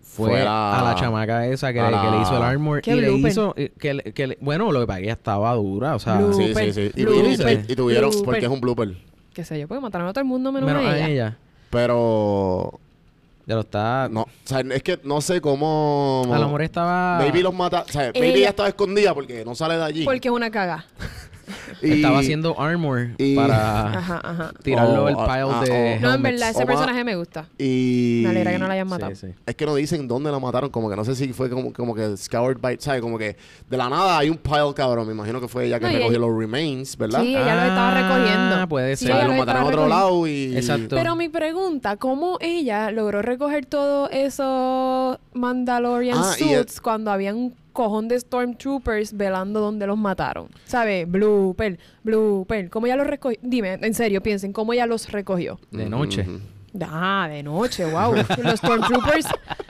S1: fue,
S2: Fue la-
S1: a la chamaca esa que,
S2: a
S1: le- que le hizo el
S2: la-
S1: armor.
S3: Qué
S1: Y le
S3: blooper.
S1: hizo. eh, Que, le- que le- bueno, lo que pagué estaba dura. O sea,
S3: Blue.
S2: Sí, sí,
S3: Blooper,
S2: sí. Y, y-
S1: blooper,
S2: y- y tuvieron,
S3: blooper.
S2: porque es un blooper.
S3: Qué sé yo, porque mataron a todo el mundo menos,
S1: menos
S3: a ella.
S2: Pero,
S1: Ya lo está.
S2: no, o sea, es que no sé cómo...
S1: A lo mejor estaba.
S2: Maybe los mata... O sea, maybe
S3: Ella-
S2: ella estaba escondida porque no sale de allí.
S3: Porque es una caga.
S2: Y-
S1: Estaba haciendo armor
S2: y-
S1: para
S3: Ajá, ajá.
S1: tirarlo
S2: Oh,
S1: del
S2: ah, ah,
S1: pile de.
S2: oh.
S3: No, en
S2: Helmets.
S3: verdad, ese
S2: Oma-
S3: personaje me gusta.
S2: Y...
S3: Me alegra que no la hayan matado.
S1: Sí, sí.
S2: Es que no dicen dónde la mataron, como que no sé si fue como, como que scoured by, ¿sabes? Como que de la nada hay un pile, cabrón. Me imagino que fue ella que
S3: No, y
S2: recogió
S3: ella-
S2: los remains, ¿verdad?
S3: Sí, ella los estaba
S1: Ah,
S3: recogiendo.
S1: puede
S2: O
S3: Sí,
S1: ser.
S2: sea,
S3: ella
S2: los
S3: los
S2: mataron a
S3: estaba
S2: otro
S3: recogiendo.
S2: lado y...
S1: Exacto.
S3: Pero mi pregunta, ¿cómo ella logró recoger todos esos Mandalorian
S2: Ah, y
S3: suits cuando había un cojón de Stormtroopers velando donde los mataron? ¿Sabes? Blooper, blooper. ¿Cómo ella los recogió? Dime, en serio, piensen, ¿cómo ella los recogió?
S1: De noche.
S2: Ujú.
S3: Ah, de noche, wow. Los Stormtroopers,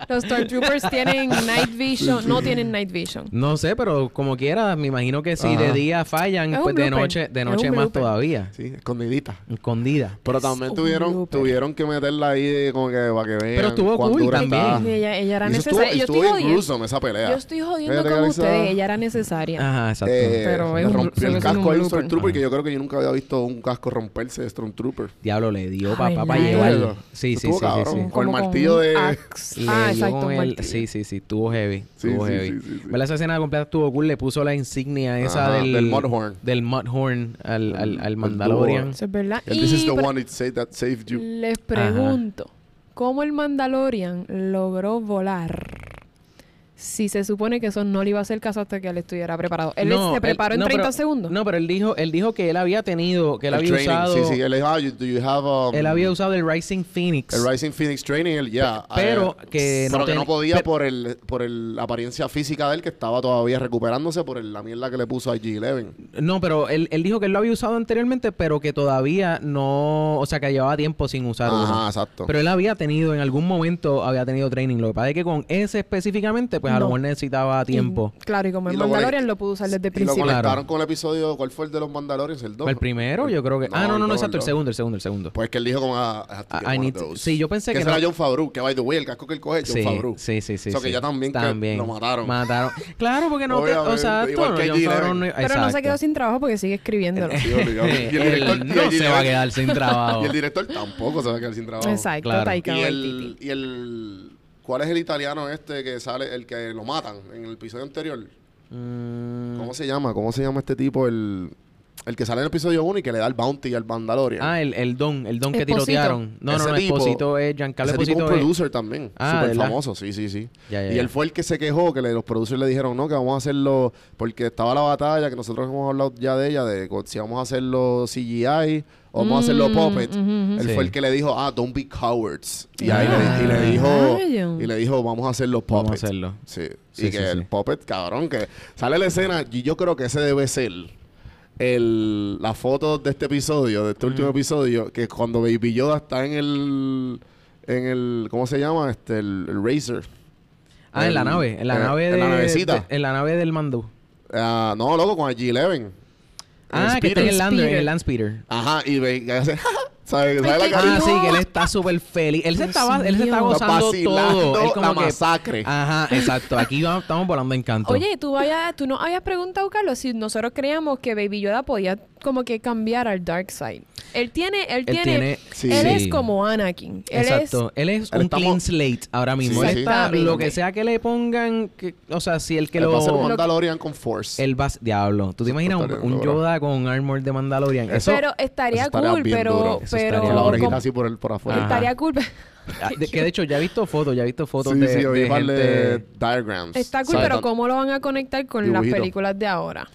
S3: los Stormtroopers tienen night vision, no tienen night vision.
S1: No sé, pero como quiera, me imagino que si
S2: Ajá.
S1: de día fallan,
S3: Es un
S1: pues de
S3: blooper.
S1: noche, de
S3: Es un
S1: noche más
S3: blooper.
S1: todavía.
S2: Sí, escondidita.
S1: Escondida.
S2: Pero
S3: Es
S2: también
S3: un
S2: tuvieron,
S3: blooper.
S2: tuvieron que meterla ahí de- como que para que vean
S1: Pero estuvo
S2: cuán
S1: cool
S2: dura
S1: también.
S2: está.
S1: Ah.
S3: Y ella, ella era
S2: Y eso estuvo,
S3: necesaria. Yo
S2: estuvo
S3: estoy
S2: bien
S3: jodiendo.
S2: gruesome esa pelea.
S3: Yo estoy jodiendo
S2: Fíjate que
S3: con
S2: esa-
S3: ustedes. Ella era necesaria.
S1: Ajá, exacto.
S2: Eh,
S3: Pero
S2: le
S3: es un- se
S2: rompió
S3: me
S2: el
S3: hizo un
S2: casco a un
S3: blooper.
S2: Stormtrooper que yo creo que yo nunca había visto un casco romperse de Stormtrooper.
S1: Diablo le dio
S3: Ay,
S1: papá para
S3: no.
S1: llevarlo. Sí, sí, sí,
S2: Estuvo
S1: sí,
S2: cabrón.
S1: sí.
S2: Con el martillo
S3: un
S2: de-
S3: axe.
S1: Le
S3: Ah,
S1: dio
S3: exacto.
S1: con
S3: un
S1: el-
S3: martillo.
S1: Sí, sí, sí, estuvo heavy.
S2: Sí,
S1: Estuvo
S2: sí,
S1: heavy.
S2: sí, sí, sí.
S1: ¿Verdad? Esa escena completa estuvo cool. Le puso la insignia esa
S2: Ajá,
S1: del,
S2: del Mudhorn.
S1: Del Mudhorn al, al, al
S2: Al
S1: Mandalorian.
S3: Eso es verdad.
S2: And this is
S3: Y
S2: the
S3: pre-
S2: one it said that saved you.
S3: les pregunto, ¿cómo el Mandalorian logró volar? Si se supone que eso no le iba a hacer caso hasta que él estuviera preparado. Él
S1: No,
S3: se preparó en
S1: no,
S3: 30
S1: pero-
S3: segundos.
S1: No, pero él dijo, él dijo que él había tenido, que él
S2: El
S1: había
S2: training,
S1: usado.
S2: Sí, sí. Él dijo, ah, you- do you have... um,
S1: Él había usado el Rising Phoenix.
S2: El Rising Phoenix Training, el ya.
S1: pero que no
S2: no, que
S1: ten-
S2: no podía
S1: pero-
S2: por el por el apariencia física de él, que estaba todavía recuperándose por el- la mierda que le puso a G11.
S1: No, pero él, él dijo que él lo había usado anteriormente, pero que todavía no. O sea, que llevaba tiempo sin usar uno.
S2: Ajá, exacto.
S1: Pero él había tenido, en algún momento, había tenido training. Lo que pasa es que con ese específicamente, pues a lo
S3: No.
S1: mejor necesitaba tiempo.
S3: Y- claro, y como el
S2: Y lo
S3: Mandalorian
S2: conect-
S3: lo pudo usar desde el
S2: y lo
S1: con
S3: principio.
S1: la-
S2: conectaron
S1: Claro.
S2: con el episodio, ¿cuál fue el de los Mandalorians? El 2.
S1: El Pues, primero, yo creo que. ah, no, no, no, exacto, el
S2: dos.
S1: segundo, el segundo, el segundo.
S2: Pues que él dijo como a...
S1: I- I need to- sí, yo pensé que
S2: será
S1: no.
S2: John Favreau, que by the way, el casco que él coge es John
S1: sí,
S2: Favreau.
S1: sí, sí, sí.
S2: O sea, que
S1: sí.
S2: ya también que lo mataron.
S1: Mataron. Claro, porque no te, o
S2: Obviamente,
S1: sea,
S2: igual
S1: tú no,
S2: que
S1: John
S2: G11.
S1: Favreau no-
S3: pero no se
S1: exacto. Eh,
S3: quedó sin trabajo porque sigue escribiéndolo.
S2: Sí, obligado. Y el
S1: Él
S2: director- y
S1: no
S2: el
S1: se va a
S2: director-
S1: quedar sin trabajo.
S2: Y el director tampoco se va a quedar sin trabajo.
S3: Exacto,
S1: Claro.
S3: Taika
S2: Y
S3: Waititi.
S2: el, y el... ¿Cuál es el italiano este que sale, el que lo matan en el episodio anterior?
S1: Mm,
S2: ¿Cómo se llama? ¿Cómo se llama este tipo? El, el que sale en el episodio 1 y que le da el bounty al Mandalorian.
S1: Ah, el, el don, el don que
S3: Esposito.
S1: tirotearon. No, no,
S2: Ese
S1: no,
S2: tipo-
S1: Esposito es Giancarlo
S2: Ese tipo es un
S1: Esposito. es-
S2: producer también.
S1: Ah,
S2: Súper
S1: ¿verdad?
S2: famoso, sí, sí, sí.
S1: Ya, ya,
S2: Y
S1: ya.
S2: él fue el que se quejó, que le- los producers le dijeron, no, que vamos a hacerlo, porque estaba la batalla, que nosotros hemos hablado ya de ella, de co- si vamos a hacerlo CGI o vamos a hacerlo
S3: Mm,
S2: puppet.
S3: ujú, ujú.
S2: Él
S1: Sí.
S2: fue el que le dijo, ah, don't be cowards. Y
S1: Ah.
S2: ahí le, y le dijo,
S3: Rayos.
S2: y le dijo, vamos a hacerlo puppet.
S1: Vamos a hacerlo.
S2: Sí.
S1: Sí,
S2: y
S1: sí,
S2: que el
S1: sí.
S2: puppet, cabrón, que sale la escena, y yo creo que ese debe ser el, la foto de este episodio, de este último episodio, que cuando Baby Yoda está en el, en el, ¿cómo se llama? Este, el, el Racer.
S1: Ah, en la
S2: El-
S1: nave. En la
S2: en-
S1: nave de.
S2: en la navecita.
S1: de- en la nave del mando.
S2: Ah, no, loco, con el G11.
S1: Ah, que está en
S2: Speeder.
S1: el Lander, en
S3: Speeder.
S1: el Land Speeder.
S2: Ajá, y ve, que hace, ¿sabes? ¿Sabe
S3: Ay,
S2: la
S3: qué
S2: cara?
S1: Ah,
S3: no.
S1: sí, que él está súper feliz. Él se
S3: Dios
S1: estaba, él se está
S3: mío.
S2: Está
S1: gozando
S2: vacilando
S1: todo. Él
S2: la
S1: como que, ah,
S2: masacre.
S1: Ajá, exacto. Aquí vamos- estamos volando en canto.
S3: Oye, tú, vaya, tú no habías preguntado, Carlos, si nosotros creíamos que Baby Yoda podía como que cambiar al Dark Side. Él tiene, él, tiene,
S2: Sí.
S3: él
S1: sí.
S3: es como Anakin. Él
S1: Exacto. Él es
S2: Él
S1: un
S2: está mo-
S1: clean slate ahora mismo.
S2: Sí,
S1: él
S2: sí.
S1: está, lo que
S3: Exactamente.
S1: sea que le pongan, que- o sea, si el que
S2: Que lo, va a hacer
S1: lo...
S2: Mandalorian con Force.
S1: El vas... Diablo. ¿Tú te
S2: Eso
S1: imaginas un,
S2: estaría
S1: un
S2: duro.
S1: Yoda con armor de Mandalorian?
S2: Eso-
S1: Eso...
S3: pero estaría
S2: eso estaría
S3: cool,
S2: bien duro.
S3: pero,
S1: Eso
S3: pero
S1: estaría
S2: con la orejita
S3: como-
S2: así por, el, por afuera.
S1: Ajá.
S3: estaría cool.
S1: Ah, de- que de hecho ya he visto fotos, ya he visto fotos
S2: sí,
S1: de,
S2: sí, oí
S1: de
S2: un par de
S1: gente...
S2: diagrams.
S3: Está cool,
S2: ¿sabes?
S3: pero ¿cómo lo van a conectar con las
S2: Dibujito.
S3: películas de ahora?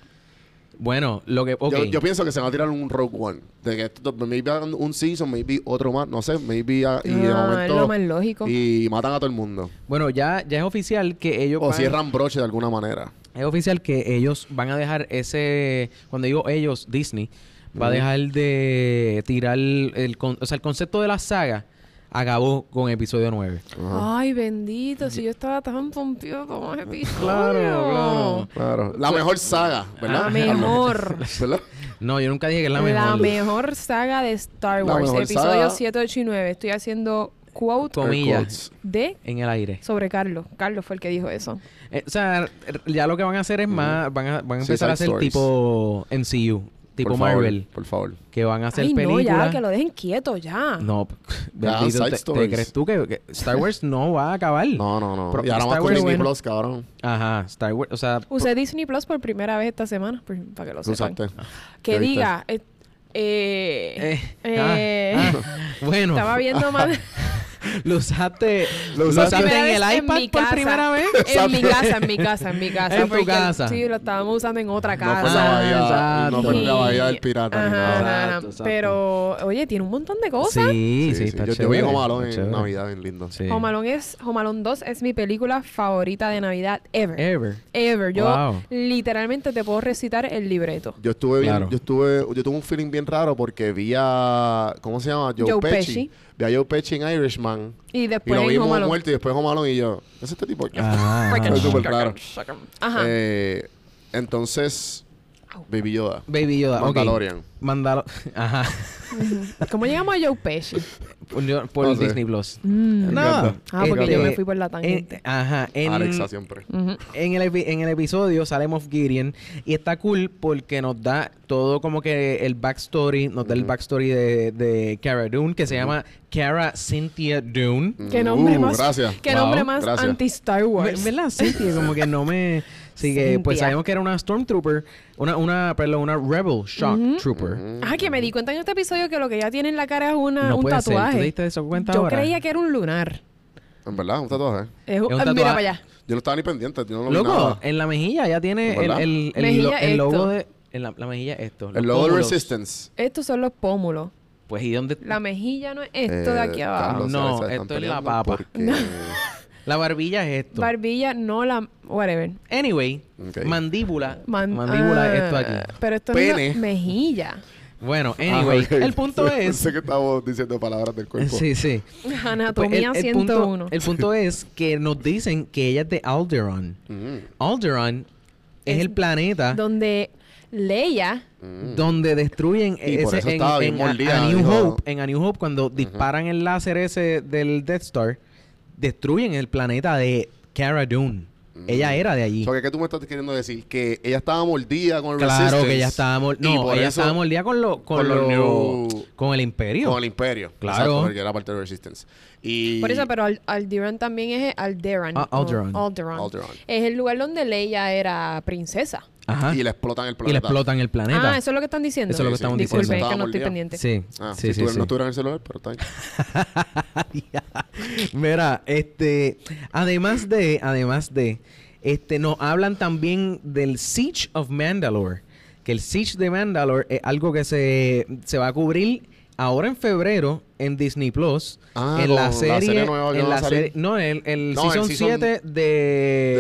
S1: Bueno, lo que... ok.
S2: Yo, yo pienso que se va a tirar un Rogue One. De que esto- maybe hagan un season, maybe otro más, no sé, maybe ah, y de
S3: Ah, es lo más
S2: momento
S3: lógico.
S2: y matan a todo el mundo.
S1: Bueno, ya, ya es oficial que ellos...
S2: O
S1: van-
S2: cierran broche de alguna manera.
S1: Es oficial que ellos van a dejar ese... Cuando digo ellos, Disney, va a dejar de tirar el... con- O sea, el concepto de la saga acabó con episodio 9.
S2: Ajá.
S3: Ay, bendito, si yo estaba tan pompido como ese episodio.
S2: Claro. La mejor saga, ¿verdad?
S3: La mejor.
S2: ¿Verdad?
S1: No, yo nunca dije que es la
S3: La
S1: mejor.
S3: mejor, saga de Star
S2: La
S3: Wars,
S2: mejor saga.
S3: episodio 7, 8 y 9. Estoy haciendo quote
S1: Con- Comillas.
S2: Air quotes.
S3: de
S1: En el aire.
S3: sobre Carlos. Carlos fue el que dijo eso.
S1: Eh, o sea, r- ya lo que van a hacer es más... Van a, van a
S2: Sí,
S1: empezar a
S2: side
S1: hacer
S2: stories.
S1: tipo MCU. tipo
S2: por favor,
S1: Marvel
S2: por favor.
S1: que van a hacer
S3: Ay, no, ya,
S1: películas.
S3: que lo dejen quieto ya.
S1: No,
S2: Ya,
S1: bendito,
S2: Ah, side
S1: te- te,
S2: stories.
S1: crees tú que, que Star Wars no va a acabar?
S2: No, no, no.
S1: Pero
S2: y ahora
S1: está
S2: más con
S1: bueno,
S2: Disney
S1: bueno.
S2: Plus, cabrón.
S3: Pues
S1: Ajá, Star Wars, o sea,
S3: Usé Disney Plus por primera vez esta semana, por- para que lo
S2: Tú
S3: sepan.
S2: usaste.
S3: Que
S2: ¿Qué viste?
S3: diga, eh, eh,
S1: Eh, ah,
S3: eh,
S1: ah, bueno,
S3: estaba viendo más...
S1: lo usaste,
S2: Lo
S1: lo usaste
S2: usaste
S1: en
S3: primera
S1: el
S3: vez
S1: iPad
S3: mi
S1: por
S3: casa.
S1: primera vez.
S3: En mi casa, en mi casa, en mi casa.
S1: En tu
S3: porque-
S1: casa.
S3: Sí, lo estábamos usando en otra
S2: No fue
S3: casa.
S2: la
S1: Ah,
S2: bahía,
S1: exacto.
S2: no fue la bahía del
S3: Y-
S2: pirata ni
S3: Ajá,
S2: nada.
S3: ajá,
S1: Exacto, exacto.
S3: Pero, oye, tiene un montón de cosas.
S1: Sí, sí,
S2: Sí, sí,
S1: está
S2: Yo, yo vi
S1: chévere,
S2: Home
S1: está
S2: Alone en
S1: chévere.
S2: Navidad bien lindo.
S1: Sí.
S3: Home Alone es, Home Alone 2 es mi película favorita de Navidad ever. Ever.
S1: Ever.
S3: Yo
S1: Wow.
S3: literalmente te puedo recitar el libreto.
S2: Yo estuve bien,
S1: Claro.
S2: yo estuve, yo tuve un feeling bien raro porque vi a, ¿cómo se llama? Joe,
S3: Joe
S2: Pesci.
S3: Pesci. Pues
S2: Vi a Joe Pesci en Irishman
S3: Y
S2: y
S3: después
S2: lo
S3: en Home
S2: vimos
S3: Alone.
S2: muerto y después Home Alone y yo, ¿es este tipo?
S1: Ah.
S2: Fue súper raro.
S3: Ajá.
S2: Eh, entonces, Baby Yoda.
S1: Baby Yoda. ok.
S2: Mandalorian.
S1: Mandalo- Ajá.
S3: ¿Cómo llegamos a Joe Pesci?
S1: Por, yo- por
S2: No sé.
S1: Disney Plus.
S3: Mm.
S2: No. Eh, encanta.
S3: Ah, porque
S1: Este,
S3: yo me fui por la
S1: en-
S3: tangente.
S1: ajá. En,
S2: Alexa siempre.
S3: Ujú.
S1: en el, epi- en el episodio sale Moff Gideon y está cool porque nos da todo como que el backstory, nos da el
S2: Ujú.
S1: backstory de, de Cara Dune que se llama Cara Cynthia Dune.
S3: Qué nombre
S2: Uh,
S3: más-
S2: Gracias.
S3: Qué
S1: Wow,
S3: nombre más
S2: gracias.
S3: anti-Star Wars.
S1: Ve- ¿Verdad? Sí, tío, como que no me... Sí, que pues
S3: Cynthia.
S1: sabemos que era una Stormtrooper, una, una, perdón, una Rebel Shock Trooper.
S2: Mm.
S3: Ah, que me di cuenta en este episodio que lo que ella tiene en la cara es una,
S1: No
S3: un
S1: puede ser.
S3: tatuaje.
S1: ¿Tú te diste eso cuenta
S3: Yo
S1: ahora?
S3: creía que era un lunar.
S2: En verdad, un tatuaje.
S3: Es un-
S1: Es un
S3: ah,
S1: tatuaje.
S3: Mira para allá.
S2: Yo no estaba ni pendiente, yo no lo vi
S1: Loco, eh,
S2: nada.
S1: en la mejilla ya tiene el,
S2: ¿Verdad?
S1: el, el
S3: Mejilla
S1: lo- el
S3: esto.
S1: logo de... En la, la mejilla esto. los
S2: El logo de
S1: pómulos.
S2: Resistance.
S3: Estos son los pómulos.
S1: Pues, ¿y dónde?
S3: La
S1: La,
S3: mejilla no es esto de
S2: Eh,
S3: aquí abajo.
S2: Carlos,
S1: No,
S2: a veces están
S1: esto es la
S2: peleando
S1: papa.
S2: porque-
S1: barbilla es esto.
S3: Barbilla, no la... Whatever.
S1: anyway,
S2: Ok.
S1: mandíbula.
S3: Man-
S1: mandíbula
S3: ah,
S1: es esto aquí.
S3: Pero esto
S2: Pene.
S3: es una mejilla.
S1: Bueno, anyway,
S2: Ah, ok.
S1: el punto es...
S2: Pensé que estábamos diciendo palabras del cuerpo.
S1: Sí, sí. Pues,
S3: Anatomía 101.
S1: Punto, el punto es que nos dicen que ella es de Alderaan.
S2: Mm,
S1: Alderaan es,
S3: Es
S1: el planeta
S3: Donde Leia...
S2: mm.
S1: donde destruyen
S2: Y por
S1: ese-
S2: eso
S1: en,
S2: estaba bien
S1: en a,
S2: mordida,
S1: a New
S2: dijo.
S1: Hope, en A New Hope cuando disparan el láser ese del Death Star, destruyen el planeta de Cara Dune. Ella era de
S2: O
S1: allí.
S2: sea, Mm. que ¿qué tú me estás queriendo decir? Que ella estaba mordida con el
S1: Claro
S2: Resistance.
S1: que ella estaba mol-
S2: y
S1: no,
S2: por
S1: ella
S2: eso-
S1: estaba mordida con lo con,
S2: con los
S1: lo-
S2: New-
S1: con el Imperio.
S2: Con el Imperio.
S1: Claro.
S2: Exacto, porque era parte de Resistance. Y...
S3: Por eso, pero Al- Alderaan también es... eh, Alderaan.
S1: Ah,
S3: no,
S1: Alderaan.
S3: Alderaan.
S2: Alderaan.
S3: Es el lugar donde Leia era princesa.
S1: Ajá.
S2: Y le explotan
S1: Ah. Y le
S2: el planeta.
S1: explotan el planeta.
S3: Ah, eso es lo que están diciendo.
S1: Eso es lo que Sí, estamos sí. diciendo.
S3: Disculpen, es que
S2: Estábamos
S3: no estoy
S2: liados.
S3: pendiente.
S1: Sí,
S2: Ah,
S1: sí,
S2: si
S1: sí.
S2: tú
S1: sí.
S2: no tuvieras el celular, pero está bien.
S1: Mira, este, además de, además de, este, nos hablan también del Siege of Mandalore, que el Siege de Mandalore es algo que se, se va a cubrir ahora en febrero en Disney Plus,
S2: Ah,
S1: en la
S2: con la serie
S1: serie,
S2: nueva que
S1: en
S2: va a
S1: la
S2: salir.
S1: serie- no, el, el
S2: No, el
S1: season
S2: season
S1: 7 de,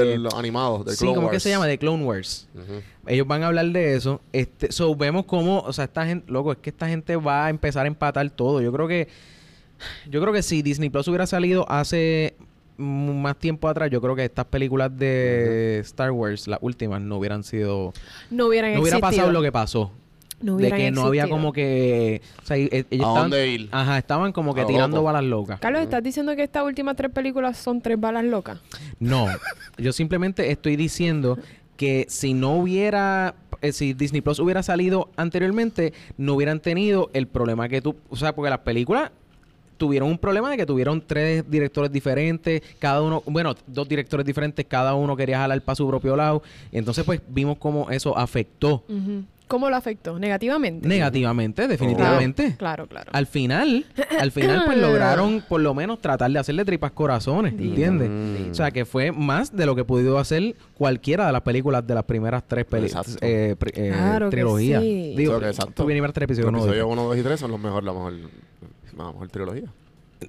S2: de los animados, del
S1: Eh, sí,
S2: Clone
S1: ¿cómo que
S2: Wars.
S1: se llama? De Clone Wars.
S2: Ujú.
S1: Ellos van a hablar de eso. Este, so vemos cómo, o sea, esta gente, loco, es que esta gente va a empezar a empatar todo. Yo creo que, yo creo que si Disney Plus hubiera salido hace m- más tiempo atrás, yo creo que estas películas de Star Wars, las últimas, no hubieran sido,
S3: No hubieran
S1: no hubiera
S3: existido.
S1: pasado lo que pasó.
S3: No
S1: de
S3: hubieran
S1: que no había
S3: existido.
S1: como que, o sea, e- ellos
S2: ¿A
S1: estaban,
S2: dónde ir?
S1: ajá, estaban como que
S2: A lo
S1: tirando
S2: loco.
S1: balas locas.
S3: Carlos, ¿estás diciendo que estas últimas tres películas son tres balas locas?
S1: No, yo simplemente estoy diciendo que si no hubiera, eh, si Disney Plus hubiera salido anteriormente, no hubieran tenido el problema que tú, o sea, porque las películas tuvieron un problema de que tuvieron tres directores diferentes, cada uno, bueno, dos directores diferentes, cada uno quería jalar para su propio lado, entonces pues vimos cómo eso afectó
S3: ¿Cómo lo afectó? ¿Negativamente?
S1: negativamente, definitivamente.
S3: Claro, claro.
S1: Al final, al final, pues lograron por lo menos tratar de hacerle tripas corazones, ¿entiendes?
S2: Mm.
S1: O sea, que fue más de lo que pudo hacer cualquiera de las películas de las primeras tres películas.
S2: Exacto.
S1: Eh, pri- eh,
S3: Claro que
S1: trilogía.
S3: sí.
S1: Digo,
S2: Creo que exacto.
S1: tú vienes a ver tres episodios. no,
S2: Episodio 1, 2 y 3 son los mejor, la mejor, la mejor trilogía.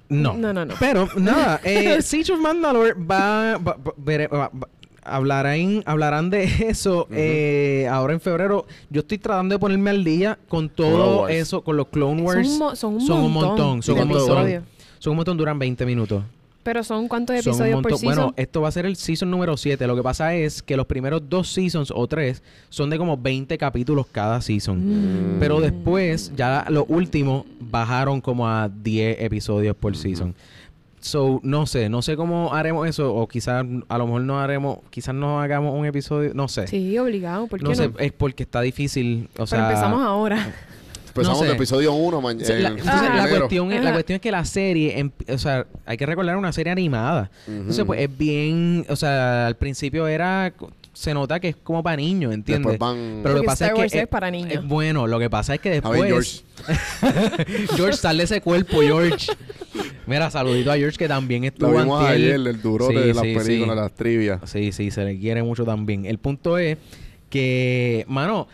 S1: no.
S3: No, no, no.
S1: Pero nada, eh, Siege of Mandalore va, va- va- vere- va- va- hablarán, hablarán de eso eh, ahora en febrero. Yo estoy tratando de ponerme al día con todo
S2: Wars.
S1: eso, con los Clone
S3: Son
S1: Wars.
S3: un, mo- son un montón.
S1: son
S3: de
S1: un montón.
S3: episodios.
S1: Son un montón, duran 20 minutos.
S3: Pero son cuántos
S1: Son un
S3: episodios por
S1: montón.
S3: season.
S1: Bueno, esto va a ser el season número 7. Lo que pasa es que los primeros dos seasons o tres son de como 20 capítulos cada season.
S3: Mm.
S1: Pero después, ya los últimos bajaron como a 10 episodios por season. So, no sé, no sé cómo haremos eso, o quizás a lo mejor no haremos, quizás no hagamos un episodio, no sé.
S3: Sí, obligado, ¿por qué
S1: este. no
S3: no?
S1: sé, es porque está difícil, o sea...
S3: Pero empezamos ahora.
S2: Empezamos
S1: No sé.
S2: el episodio 1 mañana.
S1: La, Eh, entonces,
S3: Ajá.
S1: la,
S3: Primero.
S1: cuestión es, la
S3: Ajá.
S1: cuestión es que la serie, em- o sea, hay que recordar una serie animada. Entonces, pues es bien, o sea, al principio era, se nota que es como para niños, ¿entiendes?
S2: Después van...
S1: Pero lo que
S3: Porque
S1: pasa
S3: Star
S1: es que
S3: Wars es para niños.
S1: es bueno, lo que pasa es que
S2: a
S1: después
S2: ver, George.
S1: George, sal de ese cuerpo, George. Mira, saludito a George que también
S2: Lo
S1: estuvo
S2: vimos
S1: antier.
S2: ayer, el durote
S1: Sí,
S2: de las
S1: sí,
S2: películas,
S1: sí.
S2: las trivias.
S1: Sí, sí, se le quiere mucho también. El punto es que, mano,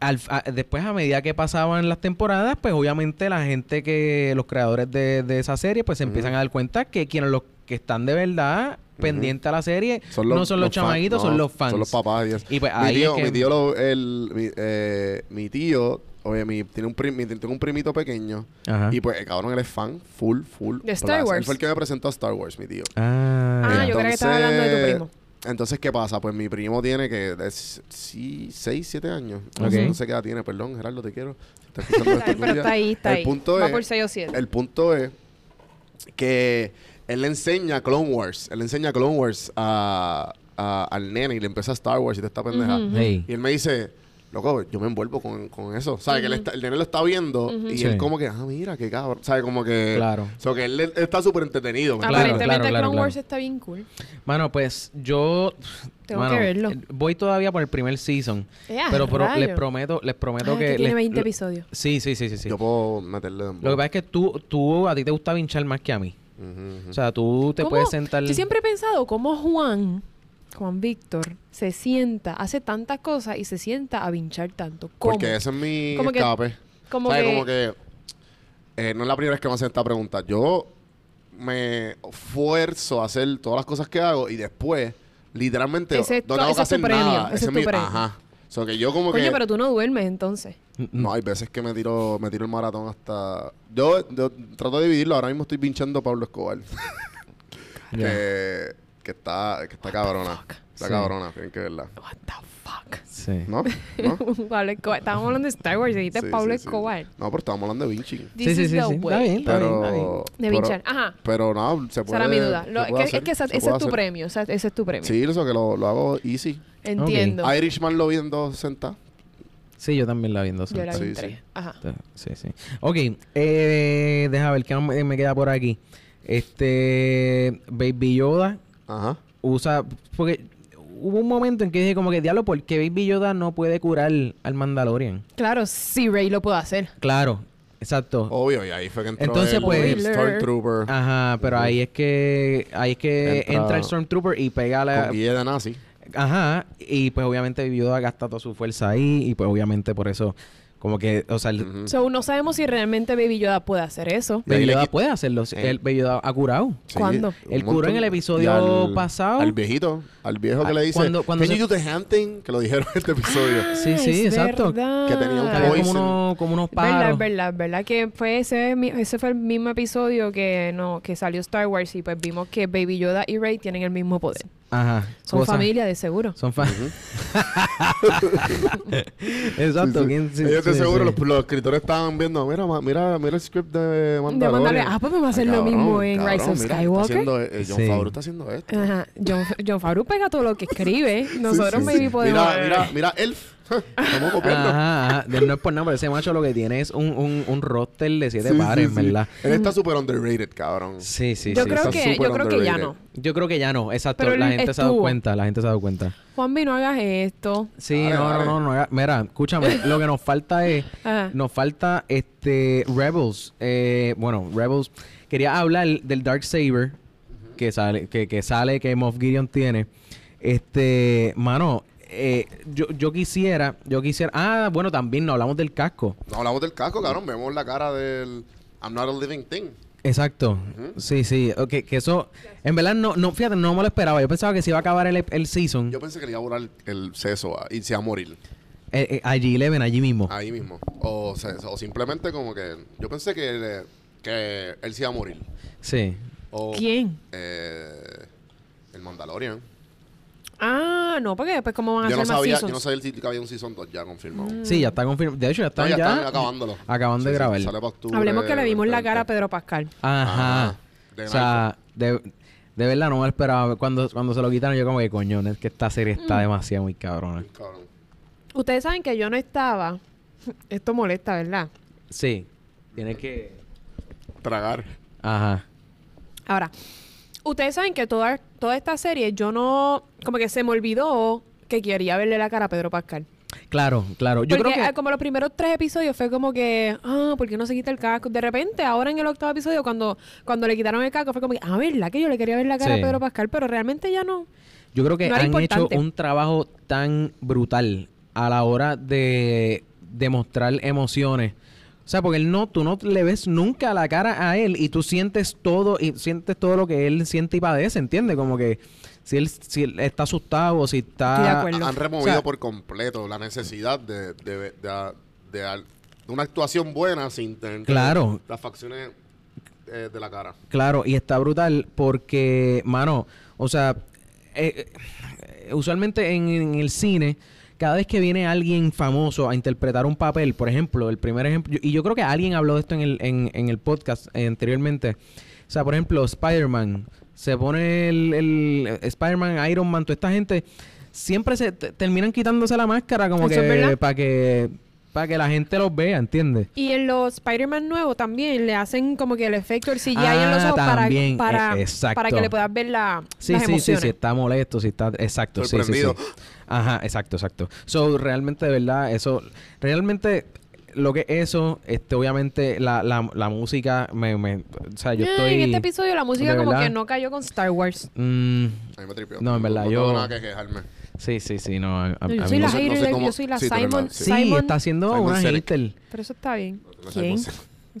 S1: al- a- después a medida que pasaban las temporadas, pues obviamente la gente que, los creadores de, de esa serie, pues se empiezan a dar cuenta que quienes los que están de verdad pendientes a la serie no son los,
S2: fan-
S1: chamaguitos,
S2: no,
S1: son los fans.
S2: Son los papás. y eso.
S1: Y pues
S2: mi
S1: ahí es
S2: tío,
S1: que-
S2: mi tío, lo- el, mi, eh, mi tío, oye, mi, tiene un prim- mi- tengo un primito pequeño.
S1: Ajá.
S2: Y pues, el cabrón, él es fan, full, full.
S3: De Star
S2: blast. Él
S3: Wars.
S2: fue el que me presentó a Star Wars, mi tío.
S1: Ah,
S3: Ah,
S1: ya.
S3: yo creo que estabas hablando de tu primo.
S2: Entonces, ¿qué pasa? Pues mi primo tiene que... es- sí, 6, 7 años. No
S1: Ok.
S2: sé- No sé qué edad tiene, perdón, Gerardo, te quiero. Está escuchando esto
S3: Pero
S2: tuya.
S3: está ahí, está
S2: el
S3: ahí.
S2: Punto
S3: Va
S2: es,
S3: por 6 o 7.
S2: el punto es que él le enseña Clone Wars. Él le enseña Clone Wars a, a- al nene y le empieza Star Wars y te está pendeja.
S3: Ujú.
S1: Hey.
S2: Y él me dice, loco, yo me envuelvo con, con eso. ¿Sabes? Que él está- el nene lo está viendo y
S1: Sí.
S2: él como que, ah, mira, qué cabrón. ¿Sabes? Como que...
S1: Claro.
S2: O sea, que él, él está súper entretenido. ¿me
S1: Claro,
S2: entiendes?
S3: Aparentemente
S1: claro, claro,
S3: Clone
S1: claro.
S3: Wars está bien cool.
S1: Mano, pues yo...
S3: Tengo
S1: mano,
S3: que verlo.
S1: eh, Voy todavía por el primer season.
S3: Eh, ah,
S1: pero pro- les
S3: rayo.
S1: prometo, les prometo
S3: Ah,
S1: que...
S3: que tiene
S1: les-
S3: 20
S1: lo-
S3: episodios.
S1: Sí, sí, sí, sí. sí.
S2: Yo puedo meterle... de
S1: Lo que pasa es que tú, tú, a ti te gusta vinchar más que a mí.
S2: Ujú, ujú.
S1: O sea, tú te
S3: ¿Cómo?
S1: puedes sentar.
S3: Yo siempre he pensado cómo Juan, Juan Víctor, se sienta, hace tantas cosas y se sienta a vinchar tanto. ¿Cómo?
S2: Porque ese es mi
S3: Como que-
S2: escape.
S3: como
S2: ¿Sabes?
S3: que-
S2: Como que... eh, no es la primera vez que me hacen esta pregunta. Yo me esfuerzo a hacer todas las cosas que hago y después, literalmente,
S3: Ese es
S2: no
S3: tu-
S2: tengo
S3: ese
S2: que
S3: es tu
S2: hacer
S3: premio,
S2: nada.
S3: ese
S2: Ese
S3: es
S2: es
S3: tu
S2: mi...
S3: premio.
S2: Ajá. O sea, que yo como que...
S3: Coño, pero tú no duermes entonces.
S2: No, hay veces que me tiro, me tiro el maratón hasta... Yo, yo trato de dividirlo. Ahora mismo estoy pinchando a Pablo Escobar.
S1: Ya.
S2: que, que está, que está cabrona. Está
S1: Sí.
S2: cabrona, tienen que verla.
S3: What the fuck.
S1: Sí.
S2: ¿No? ¿No?
S3: Pablo Escobar. Estábamos hablando de Star Wars y dijiste
S2: Sí,
S3: Pablo
S2: sí, sí.
S3: Escobar.
S2: No, pero estábamos hablando de Vinci.
S1: Sí,
S3: This
S1: sí,
S3: is
S1: sí,
S3: the
S1: sí. Está
S3: way.
S1: bien, está bien, está bien.
S2: Pero...
S3: De
S2: pero,
S3: vinchar. Ajá.
S2: pero no, se puede...
S3: Esa era mi duda.
S2: se
S3: Lo- es,
S2: puede
S3: que,
S2: hacer,
S3: es que esa-
S2: se
S3: ese
S2: puede
S3: es tu
S2: hacer.
S3: premio. o sea, ese es tu premio.
S2: Sí, eso que lo, lo hago easy.
S3: Entiendo.
S2: Irishman lo vi en dos sentadas.
S1: Sí, yo también la vi en dos.
S3: Yo la vi
S2: Sí, sí.
S3: en tres. Ajá.
S1: Sí, sí. Ok, eh, deja ver qué me me queda por aquí. Este. Baby Yoda
S2: Ajá.
S1: usa. Porque hubo un momento en que dije, como que diablo, ¿por qué Baby Yoda no puede curar al Mandalorian?
S3: Claro, sí, Rey lo puede hacer.
S1: Claro, exacto.
S2: Obvio, y ahí fue que entró
S1: Entonces,
S2: el,
S1: pues-
S2: el Stormtrooper
S1: Ajá, pero ahí es que. Ahí es que entra,
S2: Entra-
S1: el Stormtrooper y pega la.
S2: con guía de nazi.
S1: Ajá, y pues obviamente Yoda gasta toda su fuerza ahí y pues obviamente por eso como que, o sea, el
S2: Ujú.
S3: So, no sabemos si realmente Baby Yoda puede hacer eso.
S1: Baby
S2: Y ahí le
S1: Yoda
S2: quit-
S1: puede pues, hacerlo, si- el Baby Yoda ha curado.
S2: Sí,
S3: ¿Cuándo?
S2: un
S1: Él curó
S2: montón.
S1: en el episodio
S2: Y
S1: pasado.
S2: Al viejito, al viejo que
S1: Ah,
S2: le dice.
S1: cuando- cuando
S2: "Can
S1: se-
S2: you do the hand thing?" Que lo dijeron en este episodio.
S1: Sí, sí, exacto.
S2: Que tenía un
S1: Que había como
S2: Poison.
S1: unos, como unos
S3: Verdad,
S1: paros.
S3: es verdad, es verdad que fue ese, mi- ese fue el mismo episodio que no que salió Star Wars y pues vimos que Baby Yoda y Rey tienen el mismo poder.
S1: Ajá.
S3: Son
S1: cosas-
S3: familia de seguro.
S1: Son familia. Exacto. ¿quién- sí,
S2: Ellos de
S1: sí,
S2: seguro,
S1: sí.
S2: Los, los escritores estaban viendo, mira, ma- mira, mira el script de
S3: De
S2: Mandalorian.
S3: mandarle, ah, pues me va a hacer
S2: Ah,
S3: lo
S2: cabrón,
S3: mismo en
S2: cabrón,
S3: Rise of
S2: mira, está
S3: Skywalker.
S2: haciendo, eh, John
S1: Sí.
S2: Favreau está haciendo esto.
S3: Ajá. John, John Favreau pega todo lo que escribe.
S2: Sí,
S3: Nosotros
S2: sí,
S3: maybe
S2: sí.
S3: podemos.
S2: Mira, mira, mira, Elf. Estamos copiando.
S1: Ajá, ajá. De- No es por nada, pero ese macho lo que tiene es un, un, un roster de siete
S2: Sí, sí,
S1: pares,
S2: sí.
S1: ¿verdad?
S2: Él está súper underrated, cabrón.
S1: Sí, sí,
S3: yo
S1: sí.
S3: creo
S1: sí.
S2: está
S3: que,
S2: súper
S3: yo creo que ya
S2: underrated.
S3: no.
S1: Yo creo que ya no, exacto.
S3: Pero
S1: la
S3: él
S1: gente se ha dado
S3: estuvo.
S1: cuenta, la gente se ha dado cuenta.
S3: Juanvi, no hagas esto.
S1: Sí,
S2: Dale,
S1: no,
S2: dale. Ah.
S1: no, no, no, haga- Mira, escúchame, lo que nos falta es,
S3: Ajá.
S1: nos falta este Rebels. eh, bueno, Rebels. Quería hablar del Dark Saber que sale, que, que sale, que Moff Gideon tiene. Este, mano, eh, yo, yo quisiera, yo quisiera. Ah, bueno, también no hablamos del casco.
S2: No hablamos del casco, cabrón. Vemos la cara del I'm not a living thing.
S1: Exacto. Sí, sí. ok, que eso, en verdad, no, no, fíjate, no me lo esperaba. Yo pensaba que se iba a acabar el, el season.
S2: Yo pensé que le iba a volar el seso a- y se iba a morir
S1: eh, eh, allí, Eleven, allí mismo.
S2: ahí mismo. O, se- o simplemente como que. Yo pensé que, le- que él se iba a morir.
S1: Sí.
S2: O,
S3: ¿Quién?
S2: eh, el Mandalorian.
S3: Ah, no, porque después cómo van a
S2: Yo
S3: hacer
S2: no,
S3: más
S2: sabía, yo
S3: seasons? Mm.
S2: no sabía el sitio que había un Season 2 ya confirmado.
S1: Sí, ya está confirmado. De hecho, ya
S2: No,
S1: están
S2: ya,
S1: ya.
S2: están acabándolo.
S1: acaban de
S2: Sí, sí,
S1: grabar.
S2: sale para octubre,
S3: Hablemos que le vimos la cara a
S2: 20.
S3: Pedro Pascal.
S1: Ajá.
S2: Ajá. De
S1: o sea, de, de verdad no me lo esperaba. Cuando, cuando se lo quitaron, yo como que coño, es que esta serie
S3: Mm.
S1: está demasiado muy cabrona.
S2: Cabrón.
S3: Ustedes saben que yo no estaba. Esto molesta, ¿verdad?
S1: Sí. Tienes que.
S2: Tragar.
S1: Ajá.
S3: Ahora, ustedes saben que toda, toda esta serie yo no. Como que se me olvidó que quería verle la cara a Pedro Pascal.
S1: Claro, claro. Pues Yo
S3: porque
S1: creo
S3: ah,
S1: que.
S3: como los primeros tres episodios fue como que, ah, ¿por qué no se quita el casco? De repente, ahora en el octavo episodio, cuando, cuando le quitaron el casco, fue como que, ah, ¿verdad? Que yo le quería ver la cara
S1: Sí.
S3: a Pedro Pascal, pero realmente ya no.
S1: Yo creo que
S3: No era
S1: han hecho
S3: importante.
S1: un trabajo tan brutal a la hora de demostrar emociones. O sea, porque él no, tú no le ves nunca la cara a él y tú sientes todo y sientes todo lo que él siente y padece, ¿entiendes? Como que si él, si él está asustado, si está...
S3: Estoy de acuerdo.
S2: Han
S3: O sea-
S2: removido por completo la necesidad de, de- de- de al- de una actuación buena sin tener
S1: Claro.
S2: las facciones eh, de la cara.
S1: Claro, y está brutal porque, mano, o sea, eh, eh, usualmente en, en el cine, cada vez que viene alguien famoso a interpretar un papel, por ejemplo, el primer ejemplo, yo- y yo creo que alguien habló de esto en el, en, en el podcast eh, anteriormente, o sea, por ejemplo, Spider-Man, se pone el, el eh, Spider-Man, Iron Man, toda esta gente, siempre se te- terminan quitándose la máscara como
S3: Eso es
S1: que
S3: verdad.
S1: para que, para que la gente los vea, ¿entiendes?
S3: Y en los Spider-Man nuevos también le hacen como que el efecto, el CGI en los
S1: Ah,
S3: ojos para,
S1: también,
S3: para,
S1: e- exacto.
S3: para que le puedas ver la,
S1: Sí,
S3: las
S1: sí,
S3: emociones.
S1: sí, sí, está molesto, sí está, exacto, sí, sí, sí.
S2: Sorprendido.
S1: Ajá, exacto, exacto. So, realmente, de verdad, eso, realmente, lo que eso, este, obviamente, la, la, la música, me, me, o sea, yo
S3: Ah,
S1: estoy...
S3: En este episodio la música
S1: de
S3: como
S1: verdad.
S3: que no cayó con Star Wars.
S1: Mm,
S2: A mí me tripeó.
S1: No, en verdad,
S2: no
S1: yo-
S2: tengo nada que quejarme.
S1: sí, sí, sí, no, a, a- a
S3: yo, soy
S1: mí
S3: la
S2: no sé- no
S3: hater
S2: sé
S3: de-
S2: cómo-
S3: yo soy la
S2: sí, tú eres la-
S3: Simon,
S2: sí.
S1: Sí,
S3: Simon-
S1: está haciendo
S2: Simon
S1: una
S2: Sinek.
S1: hater.
S3: Pero eso está bien.
S2: No sé
S3: ¿Quién?
S2: cómo se-
S3: Simon.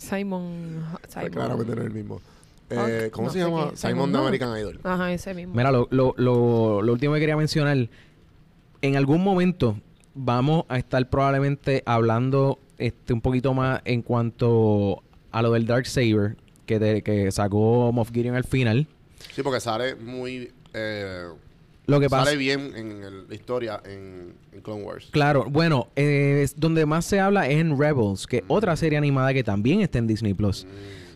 S3: Simon.
S2: Pues Claramente no es el mismo.
S3: Fuck,
S2: Eh, ¿Cómo
S3: no
S2: se
S3: sé
S2: llama?
S3: qué.
S2: Simon de
S3: No.
S2: American Idol.
S3: Ajá, ese mismo.
S1: Mira, lo, lo, lo, lo último que quería mencionar, en algún momento vamos a estar probablemente hablando este un poquito más en cuanto a lo del Dark Saber que, te- que sacó Moff Gideon al final.
S2: Sí, porque sale muy. eh,
S1: Lo que pasa
S2: sale bien en el- la historia en, en Clone Wars.
S1: Claro, bueno, eh, es donde más se habla es en Rebels,
S2: Mm.
S1: que otra serie animada que también está en Disney Plus.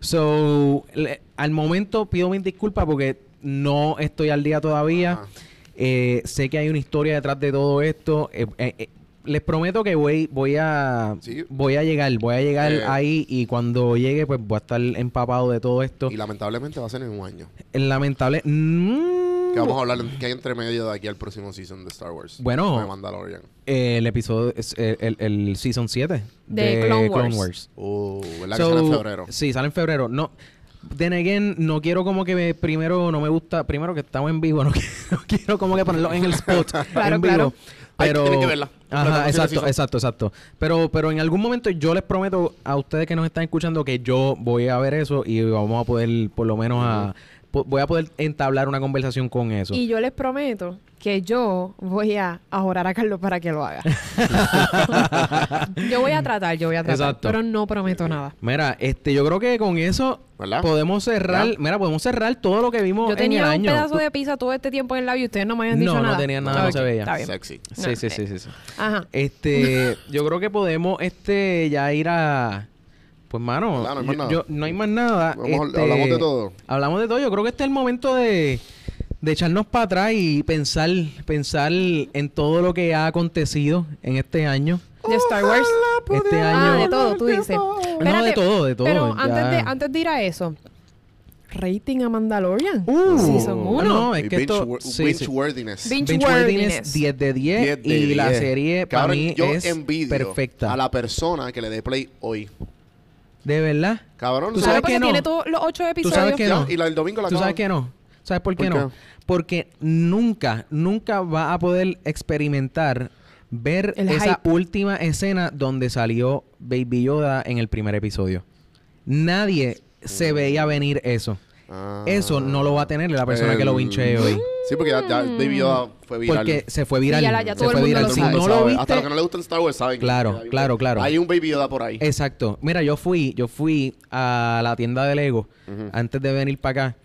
S1: So, le- al momento pido mis disculpas porque no estoy al día todavía.
S2: Ajá.
S1: Eh, sé que hay una historia detrás de todo esto. Eh, eh, eh, les prometo que voy, voy a,
S2: Sí.
S1: voy a llegar, voy a llegar
S2: Eh.
S1: ahí y cuando llegue, pues voy a estar empapado de todo esto.
S2: Y lamentablemente va a ser en un año.
S1: Lamentable. Mm,
S2: Que vamos a hablar que hay entre medio de aquí al próximo season de Star Wars.
S1: Bueno.
S2: De Mandalorian.
S1: eh, el episodio, es, eh, el, el season 7
S3: De Clone Wars.
S2: Uh, ¿verdad
S1: So,
S2: que sale en febrero?
S1: Sí, sale en febrero. No, then again, no quiero como que me- primero no me gusta, primero que estamos en vivo, no quiero, no quiero como que ponerlo en el spot
S3: Claro,
S1: en vivo.
S3: claro.
S2: Hay-
S1: Pero
S2: tienen que verla. Completa,
S1: Ajá,
S2: no sé si
S1: exacto,
S2: son-
S1: exacto, exacto. Pero pero en algún momento yo les prometo a ustedes que nos están escuchando que yo voy a ver eso y vamos a poder por lo menos a po- voy a poder entablar una conversación con eso.
S3: Y yo les prometo que yo voy a, a orar a Carlos para que lo haga. yo voy a tratar, yo voy a tratar.
S1: Exacto.
S3: Pero no prometo nada.
S1: Mira, este yo creo que con eso
S2: ¿Verdad?
S1: podemos cerrar,
S2: ¿Verdad?
S1: mira, podemos cerrar todo lo que vimos
S3: Yo tenía
S1: en el
S3: un
S1: año.
S3: pedazo
S1: Tú-
S3: de pizza todo este tiempo en el labio y ustedes no me habían dicho
S1: No, no
S3: nada. Ah,
S1: tenía
S2: nada, no
S3: Ok,
S1: se veía.
S3: Está bien.
S2: Sexy.
S1: Sí,
S3: eh.
S1: sí, sí, sí, sí.
S3: Ajá.
S1: Este, yo creo que podemos este ya ir a pues mano,
S2: Claro, no hay
S1: yo-
S2: más nada.
S1: yo- no hay más nada.
S2: Vamos a-
S1: este,
S2: hablamos de todo.
S1: Hablamos de todo. Yo creo que este es el momento de, de echarnos para atrás y pensar pensar en todo lo que ha acontecido en este año.
S3: De Star Wars.
S1: Este
S3: Ah, de
S1: año
S3: todo, tú dices. Espérate,
S1: de todo, de todo,
S3: Pero
S1: ya.
S3: antes de, antes de ir a eso, rating a Mandalorian.
S1: Uh,
S3: Season uno.
S1: No, es
S2: Y
S1: que esto
S2: binge-
S1: sí, sí.
S2: binge-worthiness.
S3: Binge-
S1: Binge-worthiness
S3: worthiness.
S1: 10 de 10,
S2: 10 de
S1: y la
S2: 10.
S1: serie para
S2: Cabrón,
S1: mí
S2: yo
S1: es
S2: envidio
S1: perfecta.
S2: a la persona que le dé play hoy.
S1: De verdad.
S2: Cabrón,
S1: Tú sabes
S2: ¿sabes?
S3: Claro,
S1: que
S3: porque
S1: no?
S3: tiene todos los ocho episodios.
S1: sabes que
S2: Ya,
S1: no?
S2: Y la, el domingo la
S1: ¿Tú sabes
S2: acaban.
S1: que no? ¿Sabes por qué
S2: ¿Por
S1: no?
S2: qué?
S1: Porque nunca, nunca va a poder experimentar ver
S3: El
S1: esa
S3: hype.
S1: última escena donde salió Baby Yoda en el primer episodio. Nadie se veía venir eso.
S2: Mm. Ah.
S1: Eso no lo va a tener la persona que lo
S2: El-
S1: vinche hoy.
S2: Sí, porque ya, ya Baby Yoda fue viral.
S1: Porque se fue viral.
S3: Sí, ya la- ya
S1: se
S3: todo Mm. el
S1: fue
S3: mundo
S1: viral.
S3: lo
S1: si
S3: sabe.
S1: no
S2: Sabe,
S1: lo
S2: Hasta los que
S1: viste.
S2: no le gusta el Star Wars saben. que
S1: Claro,
S2: hay un-
S1: claro, claro.
S2: Hay un Baby Yoda por ahí.
S1: Exacto. Mira, yo fui, yo fui a la tienda de Lego
S2: Ujú.
S1: antes de venir para acá.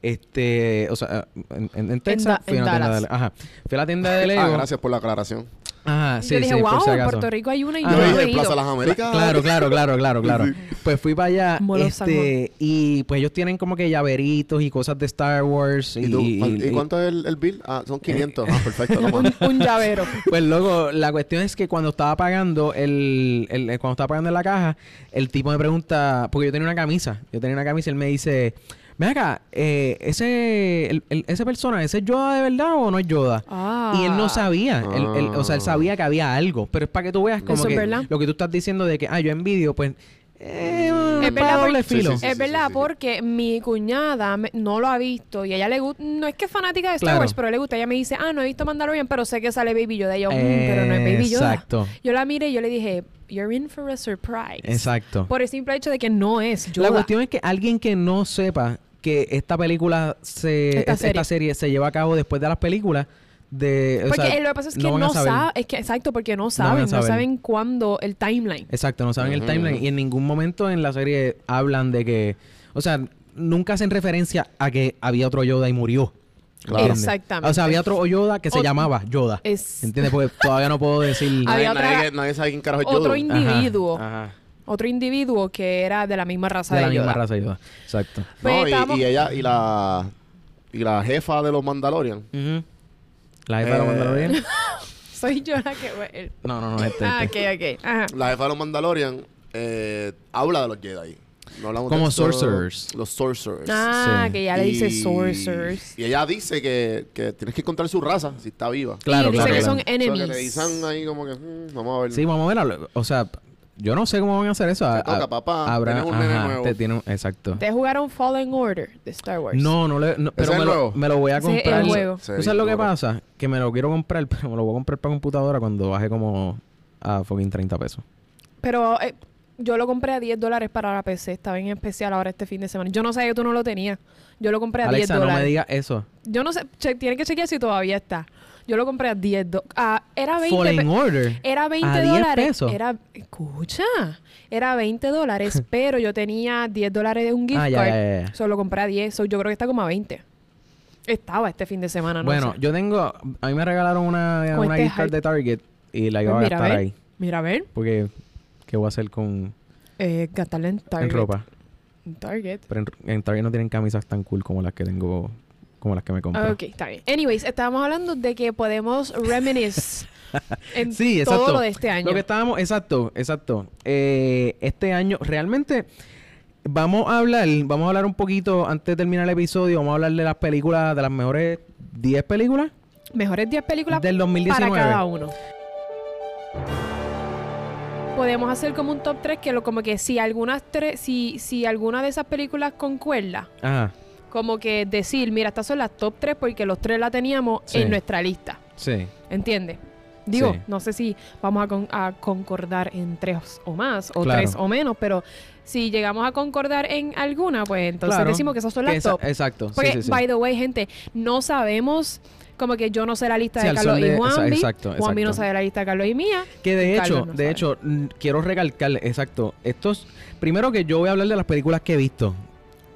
S1: Este, o sea, en, en- en Texas
S3: Da-
S1: fui a
S3: en
S1: una tienda de
S3: Dallas.
S1: Lego. Ajá. Fui a la tienda de Lego.
S2: Ah, gracias por la aclaración.
S1: Ajá,
S3: yo
S1: sí,
S3: dije,
S1: sí, por
S3: wow,
S1: si
S3: en
S1: acaso.
S3: Puerto Rico hay una y
S1: Ah,
S3: yo
S2: Yo
S3: no
S2: dije
S3: he ido.
S2: Plaza Las Américas.
S1: Claro, claro, claro, claro, claro.
S2: Sí.
S1: Pues fui para allá
S3: Molo San
S1: este, y pues ellos tienen como que llaveritos y cosas de Star Wars. Y,
S2: ¿Y, tú?
S1: y- Eh,
S2: ¿Y
S1: y-
S2: cuánto es el, el bill? Ah, son 500. Ah, perfecto. toma.
S3: un, un llavero.
S1: Pues luego, la cuestión es que cuando estaba pagando el, el- el- cuando estaba pagando en la caja, el tipo me pregunta, porque yo tenía una camisa, yo tenía una camisa y él me dice, ven acá, eh, ese, el- el- esa persona, ¿ese es Yoda de verdad o no es Yoda?
S3: Ah.
S1: Y él no sabía, él- él- o sea, él
S2: Ah.
S1: sabía que había algo, pero es para que tú veas como
S3: Eso es
S1: que
S3: verdad.
S1: lo que tú estás diciendo de que, ah, yo envidio, pues, eh,
S3: Es
S1: va a
S3: verdad
S1: doble
S2: porque-
S1: filo.
S2: Sí, sí,
S3: es
S2: sí,
S3: verdad,
S2: sí.
S3: porque mi cuñada me- no lo ha visto y a ella le gusta. No es que es fanática de Star
S1: Claro.
S3: Wars, pero le gusta. Ella me dice, ah, no he visto Mandalorian, pero sé que sale Baby Yoda. Y yo, "Mm, pero no es Baby Yoda.
S1: Exacto.
S3: Yo la miré y yo le dije, you're in for a surprise.
S1: Exacto.
S3: Por el simple hecho de que no es Yoda.
S1: La cuestión es que alguien que no sepa que esta película se es-
S3: Esta
S1: esta,
S3: serie.
S1: serie. se lleva a cabo después de las películas de o
S3: porque
S1: sea,
S3: eh, lo que pasa es que
S1: van
S3: no,
S1: a saber.
S3: saben, es que exacto, porque no
S1: van a
S3: saben, no
S1: saber.
S3: saben cuándo el timeline.
S1: Exacto, no saben el
S2: Ujú,
S1: timeline
S2: ujú.
S1: y en ningún momento en la serie hablan de que, o sea, nunca hacen referencia a que había otro Yoda y murió.
S2: Claro.
S1: ¿Entiendes?
S3: Exactamente.
S1: O sea, había otro Yoda que se
S3: Ot-
S1: llamaba Yoda.
S3: Es
S1: ¿Entiendes? Porque todavía no puedo decir
S3: Había
S2: Nadie,
S3: otra-
S2: nadie- nadie sabe quién carajo es
S3: otro
S2: Yoda.
S3: individuo,
S2: Ajá.
S3: otro individuo que era de la misma raza
S1: de
S3: de,
S1: la misma
S3: Yoda.
S1: raza de Yoda. Exacto.
S3: Pues
S2: No,
S3: estábamos-
S2: y, y ella, y la, y la jefa de los Mandalorian.
S1: La jefa de la
S2: Eh,
S1: Mandalorian.
S3: Soy yo la que... el-
S1: No, no, no, este.
S3: Ah,
S1: este.
S3: ok, ok. Ajá.
S2: La jefa de los Mandalorian eh, habla de los Jedi. No hablamos
S1: Como
S2: de esto-
S1: sorcerers.
S2: Los sorcerers.
S3: Ah,
S1: Sí.
S3: que ya le dice
S2: Y-
S3: sorcerers.
S2: Y ella dice que, que tienes que encontrar su raza si está viva.
S1: Claro,
S3: y dice
S1: claro,
S3: que
S1: claro.
S3: son
S2: O sea,
S3: enemies.
S2: que te dicen ahí como que, mm, vamos a ver.
S1: Sí, vamos a verlo. O sea, yo no sé cómo van a hacer eso. A-
S2: toca,
S1: a-
S2: papá. Tienes un
S1: ajá,
S2: nene nuevo. Pues.
S1: Te tiene un, exacto.
S3: Ustedes jugaron Fallen Order de Star Wars.
S1: No, no le. no, pero
S2: es
S1: me lo,
S2: nuevo?
S1: me lo voy a
S3: Ese es el
S1: comprar.
S3: juego.
S1: ¿Tú sabes lo que pasa? Que me lo quiero comprar, pero me lo voy a comprar para computadora cuando baje como a fucking 30 pesos.
S3: Pero eh, yo lo compré a 10 dólares para la PC. Estaba en especial ahora este fin de semana. Yo no sabía que tú no lo tenías. Yo lo compré a 10
S1: Alexa, no me
S3: dólares.
S1: digas eso.
S3: Yo no sé. che- tiene que chequear si todavía está. Yo lo compré a 10 dólares. era 20
S1: Fallen
S3: pe-
S1: Order.
S3: Era 20
S1: ¿A 10
S3: dólares.
S1: pesos?
S3: Era, escucha, era 20 dólares, pero yo tenía 10 dólares de un gift
S1: Ah, ya,
S3: card.
S1: ya, ya.
S3: Solo compré a 10. so yo creo que está como a 20. Estaba este fin de semana, no
S1: bueno,
S3: sé.
S1: yo tengo. A mí me regalaron una,
S3: Con
S1: una
S3: este
S1: gift card
S3: hype.
S1: de Target y la
S3: Pues
S1: iba a
S3: mira, a
S1: gastar
S3: ver,
S1: ahí.
S3: mira, a ver,
S1: Porque, ¿qué voy a hacer con
S3: eh, gastarla en Target.
S1: en ropa?
S3: En Target.
S1: Pero en, en Target no tienen camisas tan cool como las que tengo, como las que me compré.
S3: Ah, Ok, está bien. Anyways, estábamos hablando de que podemos reminisce en
S1: Sí, exacto.
S3: todo lo de este año.
S1: Lo que estábamos, exacto, exacto. Eh, este año, realmente, vamos a hablar, vamos a hablar un poquito, antes de terminar el episodio, vamos a hablar de las películas, de las mejores 10 películas
S3: Mejores 10 películas
S1: del 2019.
S3: para cada uno. Podemos hacer como un top 3 que lo como que si algunas tres si si alguna de esas películas concuerda,
S1: Ajá,
S3: como que decir, mira, estas son las top 3 porque los tres la teníamos
S1: Sí.
S3: en nuestra lista,
S1: sí.
S3: ¿entiendes? Digo,
S1: Sí.
S3: no sé si vamos a, con- a concordar en tres o más, o
S1: Claro.
S3: tres o menos, pero si llegamos a concordar en alguna, pues entonces
S1: Claro.
S3: decimos que esas son
S1: Que
S3: las
S1: esa-
S3: top.
S1: exacto, sí,
S3: Porque,
S1: sí, sí.
S3: by the way, gente, no sabemos, como que yo no sé la lista
S1: Sí,
S3: de
S1: al
S3: Carlos
S1: son
S3: y
S1: de-
S3: Juanvi.
S1: esa- exacto,
S3: Juanvi no
S1: exacto.
S3: sabe la lista de Carlos y mía.
S1: Que de
S3: Carlos
S1: hecho,
S3: no
S1: de
S3: sabe.
S1: hecho, mm, quiero recalcarle, exacto, estos, primero que yo voy a hablar de las películas que he visto.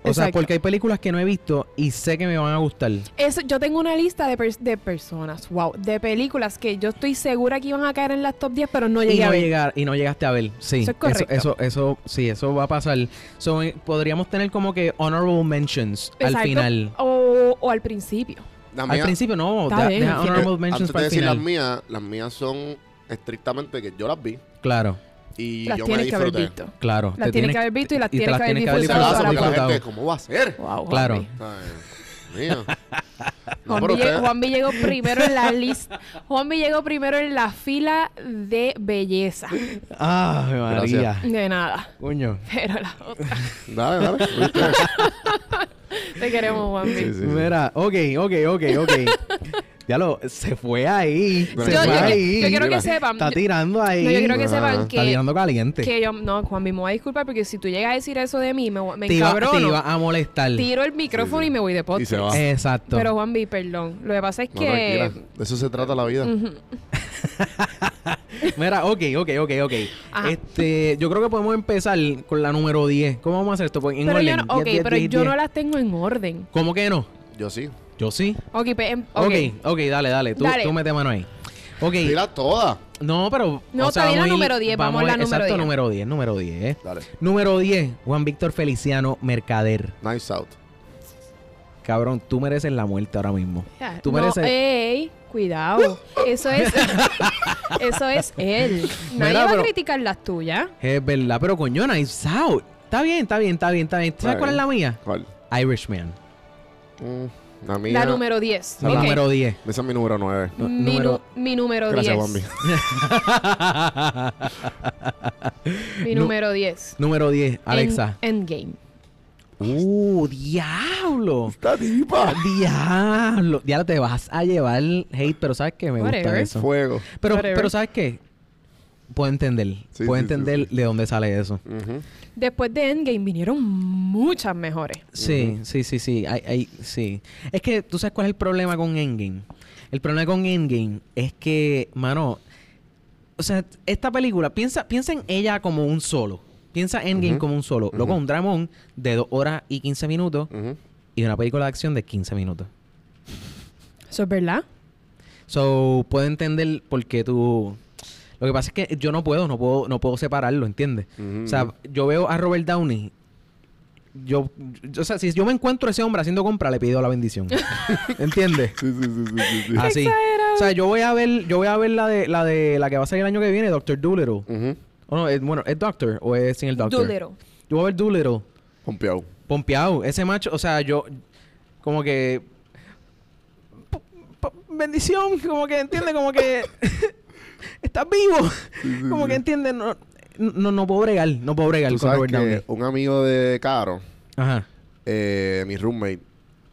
S1: O sea,
S3: Exacto.
S1: porque hay películas que no he visto y sé que me van a gustar.
S3: Eso, yo tengo una lista de, pers- de personas, wow, de películas que yo estoy segura que iban a caer en las top 10, pero no
S1: y
S3: llegué a
S1: no
S3: ver.
S1: llegar y no llegaste a ver sí
S3: Eso es correcto.
S1: eso eso sí eso va a pasar So, eh, podríamos tener como que honorable mentions al
S3: Exacto.
S1: final
S3: O, o al principio.
S2: La
S1: al
S2: mía-
S1: principio no
S3: Está
S1: da-
S3: bien,
S1: deja
S3: al final.
S1: honorable mentions
S2: eh, antes de
S1: para el
S2: decir
S1: final
S2: las mías, las mías son estrictamente que yo las vi
S1: claro
S2: y
S3: las
S2: yo me
S3: tienes que haber
S2: disfruté.
S3: visto. Pues
S1: claro
S3: Las
S1: te
S3: tienes que haber visto y las
S1: te
S3: tienes que haber
S2: O
S3: disfrutado
S2: sea,
S3: Disfrutado.
S2: eso porque la
S1: disfrutado.
S2: gente, ¿cómo va a ser?
S3: Wow, Juanvi.
S1: Claro.
S2: Ay, Dios mío. No, pero
S3: Juanvi llegó-
S2: ustedes-
S3: Juanvi llegó primero en la lista. Juanvi llegó primero en la fila de belleza.
S1: ah María
S2: Gracias.
S3: De nada.
S1: coño
S3: Pero la otra.
S2: Dale, dale. ustedes.
S3: Te queremos, Juanvi.
S2: Sí, sí, sí.
S1: mira ok ok ok ok ya lo se fue ahí
S2: Yo-
S1: se
S3: yo,
S1: fue
S3: yo-
S1: ahí
S3: yo quiero que
S2: Mira,
S3: sepan.
S1: está
S3: yo-
S1: tirando ahí Ah,
S3: no, yo quiero que
S2: Ajá.
S3: sepan
S1: está
S3: que,
S1: tirando caliente
S3: que yo. No, Juan, me voy a disculpar porque si tú llegas a decir eso de mí, me, voy- me
S1: te iba, te
S3: encabrono.
S1: iba a molestar
S3: Tiro el micrófono
S2: Sí, sí.
S3: y me voy de
S2: Y
S3: podcast.
S2: se va.
S1: exacto
S3: Pero Juan B, perdón. Lo que pasa es
S2: No,
S3: que.
S2: tranquila. De eso se trata la vida.
S1: Mira, ok, ok, ok, ok.
S3: Ajá.
S1: Este, yo creo que podemos empezar con la número 10. ¿Cómo vamos a hacer esto? Pues, en
S3: pero
S1: orden.
S3: yo no, ok,
S1: 10, 10,
S3: pero
S1: 10,
S3: yo
S1: 10.
S3: no las tengo en orden.
S1: ¿Cómo que no?
S2: Yo sí.
S1: Yo sí.
S3: Ok, pues, em-
S1: Ok,
S3: ok.
S1: ok, dale, dale. Tú,
S3: Dale.
S1: tú mete mano ahí. Ok.
S2: Dila toda.
S1: No, pero.
S3: No, está bien la
S1: vamos a ir-
S3: número 10, vamos a la número
S1: Exacto,
S3: 10.
S1: número 10, número 10.
S2: Dale.
S1: Número 10, Juan Víctor Feliciano Mercader.
S2: Nice out.
S1: Cabrón, tú mereces la muerte ahora mismo.
S3: Ya,
S1: Tú
S3: no,
S1: mereces.
S3: ey, cuidado. Eso es. eso es él. Nadie
S1: Mira,
S3: va
S1: pero-
S3: a criticar las tuyas.
S1: Es verdad, pero coño, nice out. Está bien, está bien, está bien, está bien. ¿Sabes
S2: Está
S1: cuál es la
S2: bien.
S1: mía?
S2: ¿Cuál?
S1: Irishman.
S2: Mm, la mía.
S3: La número 10.
S1: La
S3: Ok.
S1: número 10.
S2: Esa es mi número 9.
S1: nu-
S3: Mi,
S1: número-
S3: nu- mi número
S2: Gracias,
S3: 10.
S2: Bambi.
S3: Mi
S1: Nu-
S3: número 10.
S1: número 10, Alexa.
S3: En- Endgame.
S1: ¡Uh, diablo!
S2: Esta tipa.
S1: Diablo, diablo, te vas a llevar hate, pero sabes que me gusta
S3: Whatever.
S1: eso.
S2: Fuego.
S1: Pero,
S3: Whatever.
S1: pero sabes qué, puedo entender,
S2: Sí,
S1: puedo
S2: sí,
S1: entender de dónde sale eso.
S2: Ujú.
S3: Después de Endgame vinieron muchas mejores.
S1: Sí, sí, sí, sí, hay- hay- sí. Es que tú sabes cuál es el problema con Endgame. El problema con Endgame es que, mano, o sea, esta película, piensa, piensa en ella como un solo. Piensa Endgame
S2: Ujú.
S1: como un solo. Luego
S2: Ujú.
S1: un dramón de 2 horas y 15 minutos
S2: Ujú.
S1: y una película de acción de 15 minutos.
S3: Eso es verdad.
S1: So, puedo entender por qué tú... Lo que pasa es que yo no puedo, no puedo, no puedo separarlo, ¿entiendes?
S2: Ujú.
S1: O sea, yo veo a Robert Downey. Yo, yo- o sea, si yo me encuentro a ese hombre haciendo compra, le pido la bendición. ¿Entiendes?
S2: Sí, sí, sí, sí, sí, sí.
S3: Ah.
S1: Así.
S3: Exagerado.
S1: O sea, yo voy a ver, yo voy a ver la de la de la que va a salir el año que viene, Doctor Doolittle.
S2: Ujú.
S1: O no, es- bueno, ¿es Doctor o es sin el Doctor?
S3: Doolittle.
S1: Yo voy a ver Doolittle.
S2: Pompeado.
S1: Pompeado. Ese macho, o sea, yo como que p- p- bendición, como que entiende, como que estás vivo. Como que entiende, no, no, no puedo bregar, no puedo bregar
S2: Tú
S1: con
S2: sabes
S1: Robert Downey.
S2: que un amigo de Caro,
S1: Ajá.
S2: eh, mi roommate,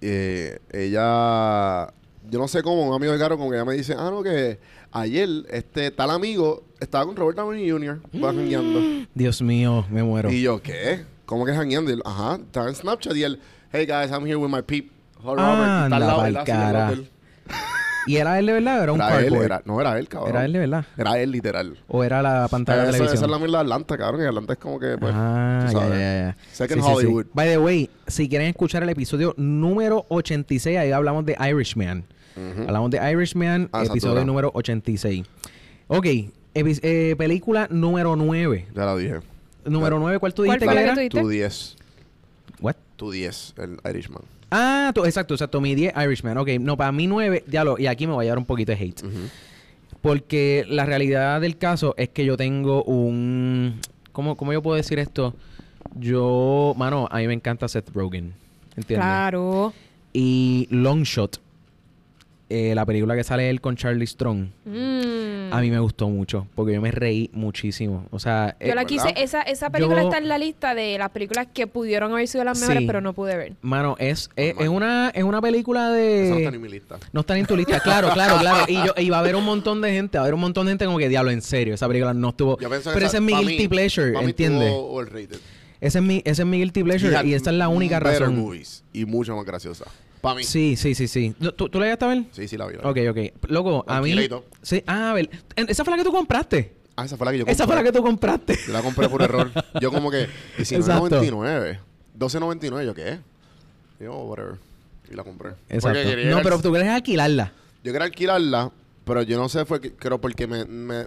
S2: eh, ella, yo no sé cómo, un amigo de Caro como que ella me dice, ah, no, que ayer este tal amigo estaba con Robert Downey Jr. va jangueando.
S1: Dios mío, me muero.
S2: Y yo, ¿qué? ¿Cómo que jangueando? Y él, ajá, estaba en Snapchat y él, hey guys, I'm here with my peep. Robert,
S1: Ah,
S2: y está al
S1: anda
S2: lado,
S1: pa'l
S2: él así, al lado
S1: cara.
S2: de él.
S1: ¿Y era él de verdad o era un
S2: Era él,
S1: cardboard?
S2: era- no era él, cabrón.
S1: Era él de verdad.
S2: Era él, literal.
S1: ¿O era la pantalla de
S2: Esa, esa
S1: televisión?
S2: es la mierda de Atlanta, cabrón. Y Atlanta es como que, pues,
S1: ah,
S2: tú
S1: ya,
S2: sabes.
S1: ya, ya.
S2: Second Hollywood.
S1: By the way, si quieren escuchar el episodio número 86, ahí hablamos de Irishman.
S2: Ujú.
S1: Hablamos de Irishman,
S2: Ah,
S1: episodio
S2: saturado.
S1: número 86. Ok, epi- eh, película número 9.
S2: Ya lo dije.
S1: Número 9, ¿cuál tú
S3: ¿Cuál
S1: dijiste que
S3: fue la que
S1: era?
S3: tú dijiste?
S2: Tú 10.
S1: What?
S2: Tú 10, el Irishman.
S1: Ah, tú- exacto, exacto. Mi 10, Irishman. Ok, no, para mí 9, diablo, y aquí me voy a llevar un poquito de hate.
S2: Ujú.
S1: Porque la realidad del caso es que yo tengo un... ¿Cómo, cómo yo puedo decir esto? Yo, mano, a mí me encanta Seth Rogen. ¿Entiendes?
S3: Claro.
S1: Y Longshot, eh, la película que sale él con Charlie Strong,
S3: Mm.
S1: a mí me gustó mucho. Porque yo me reí muchísimo. O sea... eh,
S3: Yo la
S2: ¿verdad?
S3: quise, esa, esa película
S1: Yo-
S3: está en la lista de las películas que pudieron haber sido las
S1: Sí.
S3: mejores, pero no pude ver.
S1: Mano, es, es,
S2: Normal.
S1: es una, es una película
S2: Esa no está ni
S1: de...
S2: en mi lista.
S1: No está en tu lista, claro, claro, claro. Y, yo, y va a haber un montón de gente, va a haber un montón de gente como que, diablo, en serio, esa película no estuvo...
S2: Yo pienso que
S1: Pero ese
S2: esa-
S1: es mi
S2: pa' mí-
S1: guilty pleasure,
S2: pa' mí
S1: ¿entiendes?
S2: estuvo overrated.
S1: Ese es mi, ese es mi guilty
S2: had
S1: pleasure y esa es la única
S2: better
S1: razón.
S2: movies y mucho más graciosa. Para mí. Sí.
S1: Sí, sí, sí, sí. ¿Tú, tú- tú la llegaste a ver?
S2: sí, la vi. la vi.
S1: Ok, ok. Loco, a mí...
S2: Alquilito.
S1: Sí, ah, a ver. en- Esa fue la que tú compraste.
S2: Ah, esa fue la que yo compré.
S1: Esa fue la que tú compraste.
S2: Yo la compré por error. Yo como que 19.99. 12.99, yo qué? Yo, whatever. Y la compré.
S1: Exacto.
S2: Porque quería
S1: No,
S2: ir
S1: pero
S2: al-
S1: tú querías alquilarla.
S2: Yo quería alquilarla, pero yo no sé, fue que, creo porque me, me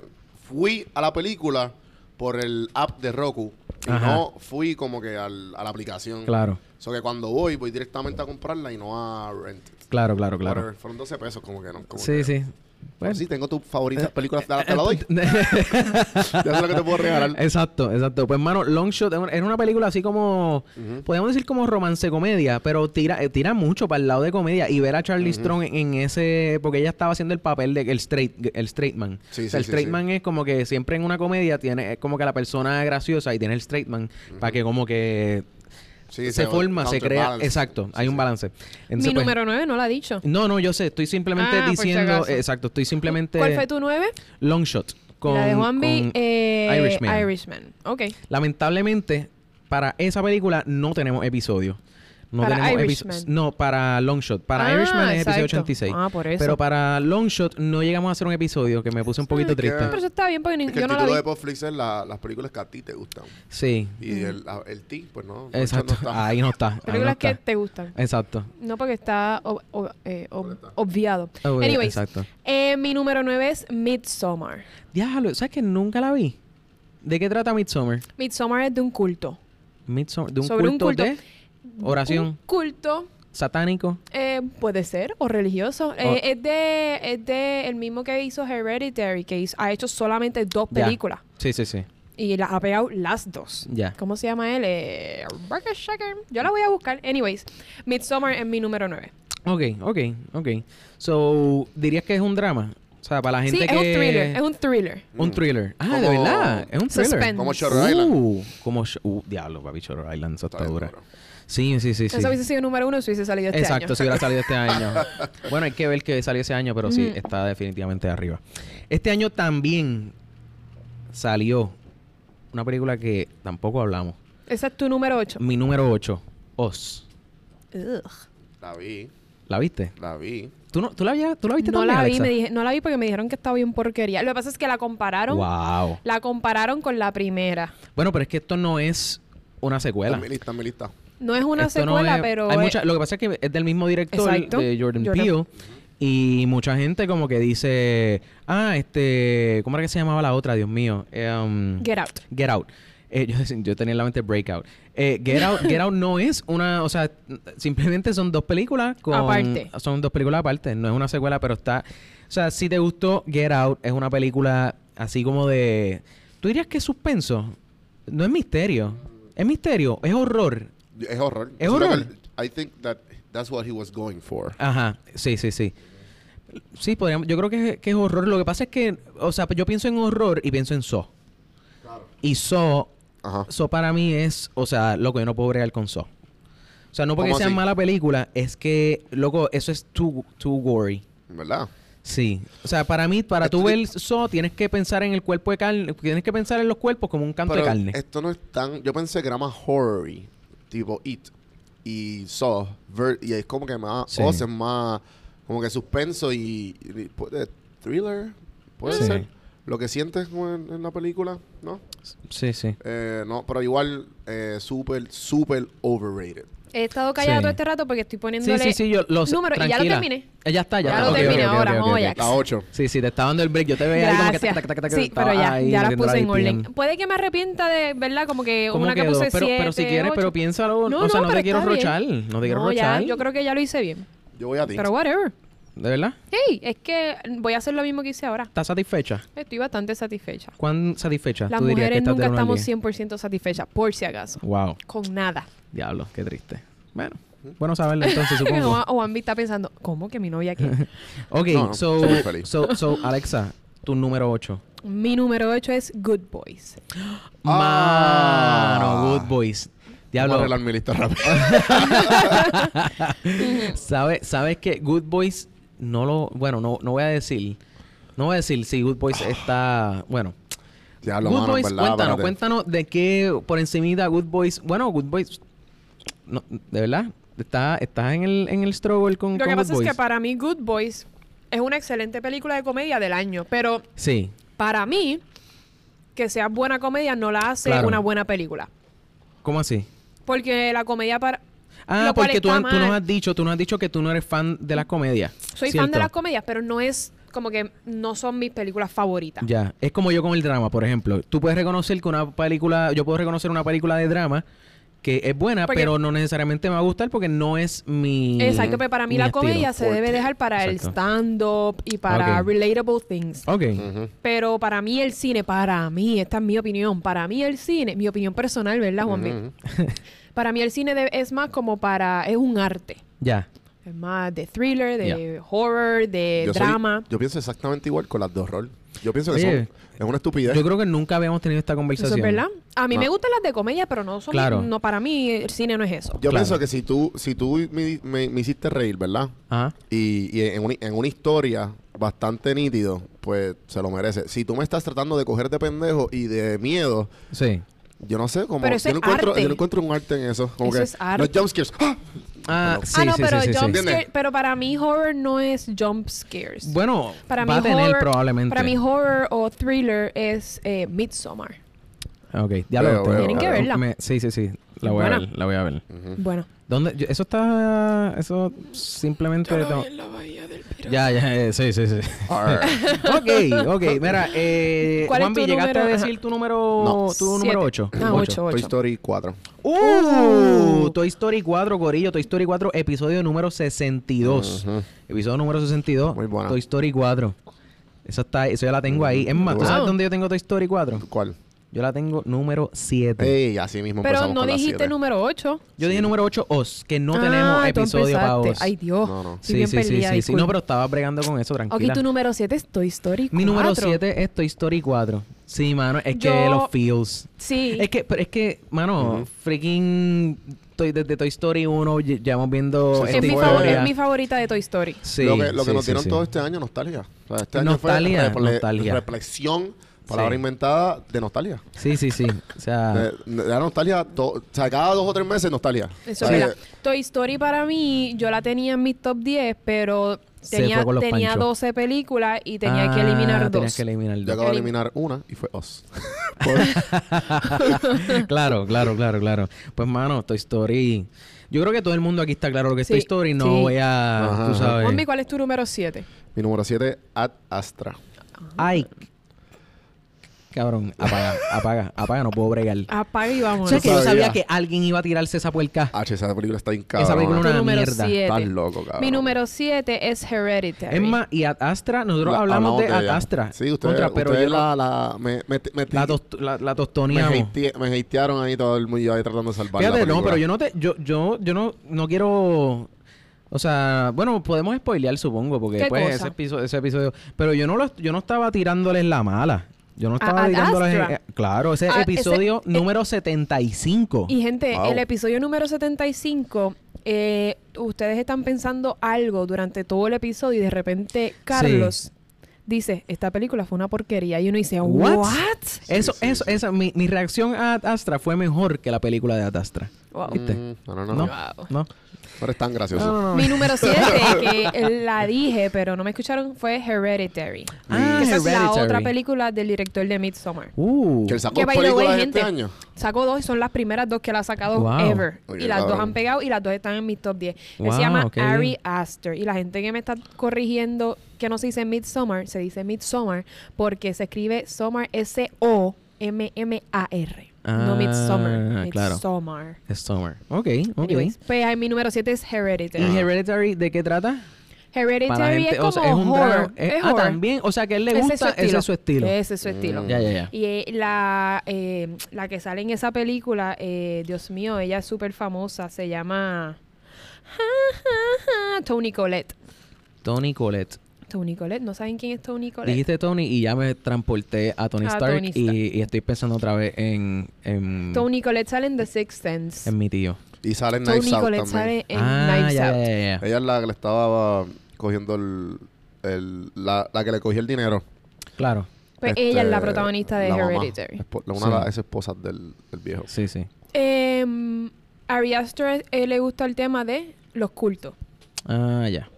S2: fui a la película por el app de Roku. Y
S1: Ajá.
S2: no fui como que al- a la aplicación.
S1: Claro,
S2: So que cuando voy, voy directamente a comprarla y no a rent.
S1: claro, claro, Pues claro.
S2: Whatever. Fueron 12 pesos, como que no. Como
S1: Sí, pues.
S2: que-
S1: sí.
S2: Pero
S1: Bueno.
S2: sí, tengo tus favoritas películas. Te la, te la doy. Ya sé lo que te puedo
S1: Eh,
S2: regalar.
S1: exacto, exacto. Pues, mano, Longshot es una- es una película así como...
S2: Ujú.
S1: Podemos decir como romance-comedia, pero tira, eh, tira mucho para el lado de comedia. Y ver a Charlie Strong en, en ese... Porque ella estaba haciendo el papel de el straight, el straight man.
S2: Sí,
S1: O sea,
S2: sí,
S1: el
S2: sí,
S1: straight
S2: sí.
S1: man es como que siempre en una comedia tiene... Es como que la persona graciosa y tiene el straight man para que como que
S2: Sí,
S1: se
S2: va-
S1: forma, se crea...
S2: counterbalance.
S1: Exacto,
S2: Sí,
S1: hay un
S2: sí.
S1: balance.
S3: Mi
S1: Entonces, pues,
S3: número 9 no la ha dicho.
S1: No, no, yo sé. Estoy simplemente
S3: Ah, por si
S1: diciendo...
S3: acaso.
S1: eh, exacto, estoy simplemente...
S3: ¿Cuál fue tu 9?
S1: Long shot. Con,
S3: la de Juan B. eh,
S1: con- Irishman.
S3: Irishman. Ok.
S1: Lamentablemente, para esa película no tenemos episodio. No
S3: Para
S1: tenemos episo-
S3: Irishman.
S1: No, para Longshot. Para
S3: Ah,
S1: Irishman es
S3: exacto.
S1: episodio 86.
S3: Ah, por eso.
S1: Pero para Longshot no llegamos a hacer un episodio que me puse un poquito
S2: que-
S1: triste.
S3: Pero eso está bien porque ni-
S2: Es que
S3: yo
S2: el
S3: no la
S2: título
S3: vi.
S2: de Popflix es la- las películas que a ti te gustan.
S1: Sí,
S2: Y el, la- el ti, pues no. no,
S1: exacto.
S2: eso no está.
S1: Ahí no está. Ahí no
S3: Películas que
S1: está.
S3: te gustan.
S1: Exacto.
S3: No porque está ob- o- eh, ob- obviado.
S1: Ah, bueno,
S3: Anyways,
S1: Exacto.
S3: eh, mi número 9 es Midsommar.
S1: Diablo, ¿sabes que nunca la vi? ¿De qué trata Midsommar?
S3: Midsommar es de un culto.
S1: Midsommar, de un,
S3: Sobre
S1: culto,
S3: un culto.
S1: de
S3: Un
S1: oración
S3: culto
S1: satánico.
S3: eh, puede ser o religioso. Eh, es de es de el mismo que hizo Hereditary, que hizo- ha hecho solamente dos
S1: Ya.
S3: películas
S1: Sí, sí, sí.
S3: y las ha pegado las dos.
S1: Ya.
S3: ¿Cómo se llama él? Eh, Rebecca Shaker. Yo la voy a buscar. Anyways, Midsommar es mi número 9.
S1: Ok, ok, ok. So, dirías que es un drama. O sea, para la
S3: Sí,
S1: gente
S3: es
S1: que.
S3: un thriller, es un thriller.
S1: Un thriller. Ah, de
S2: Mm. Como-
S1: verdad. Es un thriller.
S3: Suspense.
S2: Como Short Island.
S1: Uh, como. sh- Uh, diablo, papi, Chorro Island, eso está
S2: Está
S1: dura.
S2: duro.
S1: Sí, sí, sí. sí.
S3: Eso hubiese sido número uno si hubiese salido este
S1: Exacto,
S3: año.
S1: si hubiera salido este año. bueno, hay que ver que salió ese año, pero sí,
S3: Ujú.
S1: está definitivamente arriba. Este año también salió una película que tampoco hablamos.
S3: Esa es tu número 8.
S1: Mi número 8, Oz.
S2: La vi,
S1: ¿La viste?
S2: la vi.
S1: ¿Tú, no, tú, la, habías- tú la viste
S3: No
S1: también,
S3: la vi,
S1: Alexa?
S3: me dije, no la vi porque me dijeron que estaba bien porquería. Lo que pasa es que la compararon,
S1: Wow.
S3: la compararon con la primera.
S1: Bueno, pero es que esto no es una
S2: Está
S1: secuela.
S2: en mi lista, en mi lista.
S3: No es una
S1: Esto no
S3: secuela,
S1: es-
S3: pero
S1: hay
S3: eh,
S1: mucha- lo que pasa es que es del mismo director
S3: Exacto.
S1: de Jordan,
S3: Jordan.
S1: Peele y mucha gente como que dice, ah, este, ¿cómo era que se llamaba la otra? Dios mío. Eh, um,
S3: Get Out.
S1: Get Out. Eh, yo, decía- yo tenía en la mente Breakout. Eh, Get Out, Get Out no es una, o sea, simplemente son dos películas con,
S3: Aparte.
S1: son dos películas aparte, no es una secuela, pero está, o sea, si te gustó Get Out es una película así como de, ¿tú dirías que es suspenso? No es misterio, es misterio, es horror.
S2: Es horror.
S1: Es
S2: Yo creo
S1: horror.
S2: que el- I think that that's what he was going for.
S1: Ajá, sí, sí, sí. Sí, podríamos, yo creo que, que es horror. Lo que pasa es que, o sea, yo pienso en horror y pienso en So. Y So
S2: Ajá.
S1: So para mí es, o sea, loco, yo no puedo bregar con So. O sea, no porque
S2: ¿Cómo
S1: sea
S2: así?
S1: mala película, es que, loco, eso es too, too gory.
S2: ¿Verdad?
S1: Sí. O sea, para mí, para tú ver So, tienes que pensar en el cuerpo de carne, tienes que pensar en los cuerpos como un canto
S2: Pero
S1: de carne.
S2: esto no es tan... Yo pensé que era más horror tipo It y Saw. ver- y es como que más...
S1: Sí.
S2: Oz es más... Como que suspenso y... y pu- eh, thriller, puede
S1: Sí.
S2: ser. Lo que sientes como en, en la película, ¿no?
S1: Sí, sí.
S2: Eh, no, pero igual eh, súper, súper overrated.
S3: He estado callada
S1: Sí.
S3: todo este rato porque estoy poniéndole...
S1: Sí, sí, sí, yo lo sé.
S3: Número, y ya lo
S1: tranquila.
S3: terminé.
S1: Eh, Ya está, ya,
S2: Ya
S1: está.
S2: lo
S1: Ok, ok,
S2: terminé
S1: ok,
S3: ahora,
S1: ok,
S3: vamos
S1: ok.
S3: allá.
S2: La 8.
S1: Sí, sí, te estaba dando el break. Yo te veía ahí como que...
S3: Gracias.
S1: tac, tac, tac, tac,
S3: sí,
S1: estaba
S3: pero ya,
S1: ahí
S3: ya las
S1: metiendo la
S3: puse en
S1: VPN.
S3: orden. Puede que me arrepienta de, ¿verdad? Como que
S1: ¿Cómo
S3: una que
S1: quedó?
S3: puse
S1: Pero, pero si
S3: siete,
S1: quieres, pero
S3: ocho.
S1: piénsalo. o sea, no, te
S3: pero
S1: quiero
S3: está bien.
S1: rochar. No te quiero
S3: No, ya,
S1: rochar.
S3: yo creo que ya lo hice bien.
S2: Yo voy a ti.
S3: Pero whatever.
S1: ¿De verdad?
S3: Hey, es que voy a hacer lo mismo que hice ahora.
S1: ¿Estás satisfecha?
S3: Estoy bastante satisfecha.
S1: ¿Cuán satisfecha
S3: Las
S1: tú dirías que
S3: mujeres
S1: estás
S3: nunca
S1: de uno al
S3: estamos
S1: diez?
S3: 100% satisfechas, por si acaso.
S1: Wow,
S3: Con nada.
S1: diablo, qué triste. Bueno, bueno saberlo entonces,
S3: o
S1: supongo.
S3: Juanvi está pensando, ¿cómo que mi novia qué?
S1: Ok,
S2: No, no,
S1: so,
S2: soy muy feliz.
S1: so, so, Alexa, tu número 8.
S3: mi número 8 es Good Boys.
S2: Ah.
S1: Mano, Good Boys.
S2: Vamos a
S1: Diablo,
S2: arreglar mi lista rápido.
S1: ¿sabes sabes que Good Boys no lo... Bueno, no, no voy a decir... No voy a decir si Good Boys está... Bueno,
S2: Diablo,
S1: Good
S2: Ah, mano,
S1: Boys,
S2: ¿verdad?
S1: cuéntanos,
S2: Espérate.
S1: cuéntanos de qué por encimita Good Boys... Bueno, Good Boys... no, de verdad, estás está en, el, en el struggle con, con
S3: Lo que
S1: Good
S3: pasa es
S1: Boys.
S3: que para mí Good Boys es una excelente película de comedia del año, pero
S1: Sí,
S3: para mí que sea buena comedia no la hace
S1: Claro.
S3: una buena película,
S1: ¿cómo así?
S3: porque la comedia para
S1: Ah,
S3: Lo cual
S1: porque tú,
S3: está
S1: tú nos
S3: mal.
S1: has dicho, tú nos has dicho que tú no eres fan de las comedias.
S3: soy fan de las comedias, pero no es como que no son mis películas favoritas.
S1: Ya, es como yo con el drama, por ejemplo. Tú puedes reconocer que una película, yo puedo reconocer una película de drama que es buena,
S3: Porque-
S1: pero no necesariamente me va a gustar porque no es mi
S3: Exacto, pero para mí
S1: mi
S3: la
S1: estilo.
S3: comedia se debe
S2: Fuerte.
S3: dejar para el
S1: Exacto.
S3: stand-up y para
S1: Ok.
S3: relatable things.
S1: Ok.
S2: Ujú.
S3: Pero para mí el cine, para mí, esta es mi opinión, para mí el cine, mi opinión personal, ¿verdad, Juan B?
S1: Mm.
S2: Ujú.
S3: Para mí el cine de- es más como para, es un arte.
S1: Ya.
S3: Es más de thriller, de horror,
S1: Eh,
S3: de
S2: Yo soy-
S3: drama.
S2: yo pienso exactamente igual con las de horror. Yo pienso que
S1: Oye,
S2: son, es una estupidez.
S1: Yo creo que nunca habíamos tenido esta
S3: Eso
S1: conversación.
S3: es verdad. A mí
S2: No.
S3: me gustan las de comedia, pero no son,
S1: Claro.
S3: no, para mí el cine no es eso.
S2: Yo
S1: Claro.
S2: pienso que si tú, si tú me, me- me hiciste reír, ¿verdad?
S1: Ajá.
S2: Y, y en, una, en una historia bastante nítido, pues se lo merece. Si tú me estás tratando de coger de pendejo y de miedo,
S1: Sí.
S2: Yo no sé cómo.
S3: Pero eso
S2: yo, no
S3: es
S2: encuentro,
S3: arte.
S2: yo no encuentro un arte en eso. Como
S3: Eso
S2: que
S3: es arte.
S2: Los jump scares. ¡Ah!
S1: Ah,
S2: Ah,
S1: sí,
S3: ah, no,
S1: sí,
S3: pero,
S1: sí, sí,
S3: jump
S1: sí.
S2: ¿Entiendes?
S3: scare- pero para mí horror no es jump scares.
S1: Bueno,
S3: para
S1: va a
S3: mí
S1: tener
S3: horror-
S1: probablemente.
S3: Para mí horror o thriller es eh, Midsommar.
S1: Ok, ya
S2: Veo,
S1: lo tengo.
S2: veo, Tienen
S3: que veo. verla.
S1: Me- sí, sí, sí. La voy a
S3: Buena.
S1: ver, la voy a ver.
S2: Mm.
S3: Bueno.
S1: ¿Dónde? Yo- eso está... Eso simplemente... tengo-
S3: la bahía del
S1: Ya, ya, eh, sí, sí, sí.
S2: Arr.
S1: ok, ok. Mira, eh,
S3: ¿Cuál es
S1: Juanvi,
S3: tu
S1: llegaste
S3: número?
S1: a decir tu número...
S2: No.
S1: Tu número 8.
S3: Ah,
S2: Ocho.
S3: 8,
S2: Toy Story 4.
S1: ¡Uh! Toy Story 4, Corillo. Toy Story 4, episodio número 62.
S2: Ujú.
S1: Episodio número 62.
S2: Muy buena.
S1: Toy Story 4. Eso está, eso ya la tengo ahí. Es más, ¿tú
S2: Wow.
S1: sabes dónde yo tengo Toy Story 4?
S2: ¿Cuál?
S1: Yo la tengo número 7.
S2: Ey, así mismo
S3: Pero
S2: empezamos
S3: no
S2: con la
S3: dijiste
S2: siete.
S3: número 8.
S1: Yo dije número 8 Oz, que no tenemos episodio para Oz.
S3: Ah, Ay, Dios.
S2: No, no.
S3: Estoy bien perdida,
S1: sí, sí. No,
S3: disculpa.
S1: pero estaba bregando con eso, tranquila.
S3: Ok, tu número 7 es Toy Story 4.
S1: Mi número 7 es Toy Story 4. Sí, mano, es que
S3: Yo-
S1: los feels.
S3: Sí.
S1: Es que, pero es que, mano,
S2: Ujú.
S1: freaking Toy- desde Toy Story 1 ll- llevamos viendo
S2: Sí,
S1: esta
S3: es, mi
S2: fue-
S1: Pues historia.
S3: favor- es mi favorita de Toy Story.
S1: Sí,
S2: lo que, lo que
S1: sí,
S2: nos
S1: sí,
S2: dieron
S1: sí.
S2: todo este año, nostalgia. O sea, este
S1: Nostalgia,
S2: año fue refle-
S1: nostalgia.
S2: reflexión, palabra
S1: Sí. Ah.
S2: inventada de nostalgia.
S1: Sí, sí, sí. O sea,
S2: De, de la nostalgia, to- o sea, cada dos o tres meses nostalgia.
S3: Eso,
S2: O sea,
S3: mira, Toy Story para mí, yo la tenía en mi top 10, pero
S1: Se
S3: tenía,
S1: fue con los
S3: tenía
S1: panchos.
S3: 12 películas y tenía que
S1: ah,
S3: eliminar
S1: Tenías
S3: dos.
S1: que eliminar
S2: Yo
S1: dos.
S2: acabo de
S3: Elim-
S2: eliminar una y fue Oz.
S1: claro, claro, claro, claro. Pues, mano, Toy Story. Yo creo que todo el mundo aquí está claro lo que es
S3: Sí,
S1: Toy Story. No
S3: sí.
S1: voy a.
S2: Ajá,
S1: tú
S2: ajá.
S1: sabes.
S3: Mami, ¿cuál es tu número 7?
S2: Mi número 7, Ad Astra.
S1: Ay. Cabrón, apaga, apaga, apaga, no puedo bregar.
S3: Apaga y vámonos.
S1: ¿Sabes que yo
S2: sabía.
S1: sabía que alguien iba a tirarse esa puerca?
S2: H, esa película está incada.
S1: Esa película es
S3: Tu
S1: una
S3: Este número
S1: mierda.
S3: siete.
S2: Estás loco, cabrón.
S3: Mi número 7 es Hereditary.
S1: Es más, y Ad Astra, nosotros
S2: La-
S1: hablamos, de, Ad
S2: ella.
S1: Astra.
S2: Sí, ustedes,
S1: Contra, pero
S2: ustedes
S1: yo la,
S2: la, la, me, me, me,
S1: la, tost- la- la
S2: me,
S1: tostoneamos.
S2: hatea- me hatearon ahí todo el mundo y yo ahí tratando de salvar la
S1: Fíjate, no,
S2: película.
S1: pero yo no te, yo, yo, yo no, no quiero, o sea, bueno, podemos spoilear supongo, porque
S3: ¿Qué
S1: pues
S3: cosa?
S1: ese episodio, ese episodio, pero yo no lo, yo no estaba tirándoles la mala. Yo no
S3: A-
S1: estaba
S3: Ad
S1: tirándoles,
S3: Astra.
S1: eh, claro, ese
S3: Ah, ese-
S1: episodio
S3: eh,
S1: número 75.
S3: Y gente,
S2: Wow.
S3: el episodio número 75, eh, ustedes están pensando algo durante todo el episodio y de repente Carlos dice, esta película fue una porquería. Y uno dice,
S1: What?
S3: ¿what?
S1: eso,
S2: sí,
S1: eso,
S2: sí.
S1: esa, mi, mi reacción a Ad Astra fue mejor que la película de Ad Astra.
S3: Wow.
S1: ¿Viste?
S2: Mm, No, no, no.
S1: No,
S3: Wow.
S1: no,
S2: Pero es tan gracioso.
S1: no, no, no.
S3: Mi número 7, que la dije, pero no me escucharon, fue Hereditary.
S1: Ah,
S3: Esa es la
S1: Hereditary.
S3: otra película del director de Midsommar.
S1: Uh,
S2: Que él sacó
S3: Que by the way,
S2: películas este
S3: gente.
S2: año.
S3: Sacó dos y son las primeras dos que él ha sacado
S1: Wow.
S3: ever.
S2: Oye,
S3: y las
S2: cabrón.
S3: dos han pegado y las dos están en mi top 10. Él
S1: Wow,
S3: se llama
S1: qué
S3: Ari
S1: bien.
S3: Aster. Y la gente que me está corrigiendo que no se dice Midsommar, se dice Midsommar porque se escribe Summer S-O-M-M-A-R.
S1: Ah,
S3: no Midsommar.
S1: claro.
S3: Midsommar.
S1: es Summer. Ok, ok.
S3: Anyways, pues ahí mi número 7 es
S1: ¿Y
S2: Ah.
S3: Hereditary.
S1: Hereditary de qué trata? Para
S3: Hereditary
S1: gente-
S3: es como
S1: o sea, es un
S3: horror.
S1: drama- es-
S3: es
S1: ah,
S3: horror.
S1: también. O sea, que a él le gusta, ese es su estilo. Mm.
S3: Ese es su estilo.
S1: Ya, ya, ya.
S3: Y eh, la, eh, la que sale en esa película, eh, Dios mío, ella es súper famosa, se llama Tony Colette.
S1: Tony Colette.
S3: Tony Colette, ¿no saben quién es Tony Colette?
S1: Dijiste Tony y ya me transporté a Tony
S3: A
S1: Stark,
S3: Tony
S1: y-
S3: Stark.
S1: Y, estoy pensando otra vez en, en,
S3: Tony Colette sale en The Sixth Sense.
S1: en mi tío.
S2: Y sale en
S3: Tony
S2: Knives Out
S3: Colette
S2: también.
S3: sale en
S1: ah,
S3: Knives
S1: ya,
S3: Out.
S1: ya, ya, ya.
S2: Ella es la que le estaba uh, cogiendo el... el- la, la que le cogió el dinero.
S1: Claro.
S3: Pues ella es la
S2: Este,
S3: protagonista de
S2: la mamá.
S3: Hereditary.
S2: Espo- la- una de
S1: Sí.
S2: las esposas del, del viejo.
S1: Sí, sí.
S3: Eh, Ari Aster eh, le gusta el tema de los cultos.
S1: Ah, ya.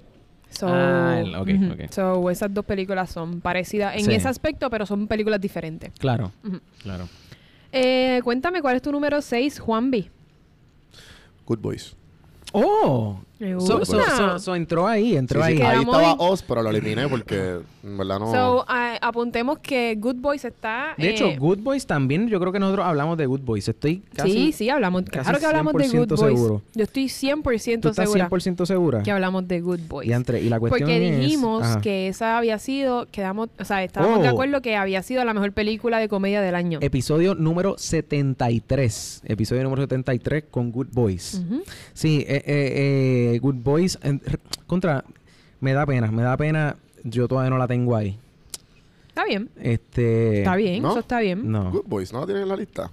S3: So,
S1: Ah, el- ok,
S3: ujú.
S1: ok.
S3: So, esas dos películas son parecidas en
S1: Sí.
S3: ese aspecto, pero son películas diferentes.
S1: Claro.
S3: Ujú.
S1: Claro.
S3: Eh, cuéntame, ¿cuál es tu número 6, Juan B?
S2: Good Boys.
S1: ¡Oh!
S3: Me
S1: So, so-
S3: gusta.
S1: so- so entró ahí, entró
S2: Sí, sí,
S1: ahí.
S3: que-
S2: Ahí
S3: Quedamos
S2: estaba
S3: en-
S2: Oz, pero lo eliminé porque en verdad no...
S3: So, a- apuntemos que Good Boys está...
S1: De hecho,
S3: eh,
S1: Good Boys también, yo creo que nosotros hablamos de Good Boys. Estoy casi...
S3: Sí, sí, hablamos.
S1: casi
S3: Claro que hablamos de Good
S1: 100%
S3: Boys.
S1: seguro.
S3: Yo estoy 100%
S1: ¿Tú estás
S3: segura
S1: 100% segura?
S3: que hablamos de Good Boys.
S1: Y, entre, y la cuestión
S3: Porque
S1: es-
S3: dijimos
S1: ajá.
S3: que esa había sido, quedamos, o sea, estábamos de
S1: Oh.
S3: acuerdo que había sido la mejor película de comedia del año.
S1: Episodio número 73. Episodio número 73 con Good Boys.
S3: Ujú.
S1: Sí, eh, eh, eh, Good Boys. en- r- contra, me da pena, me da pena. Yo todavía no la tengo ahí.
S3: Está bien,
S1: Este.
S3: está bien,
S2: ¿no?
S3: eso está bien.
S1: No.
S2: Good Boys, ¿no la tienen en la lista?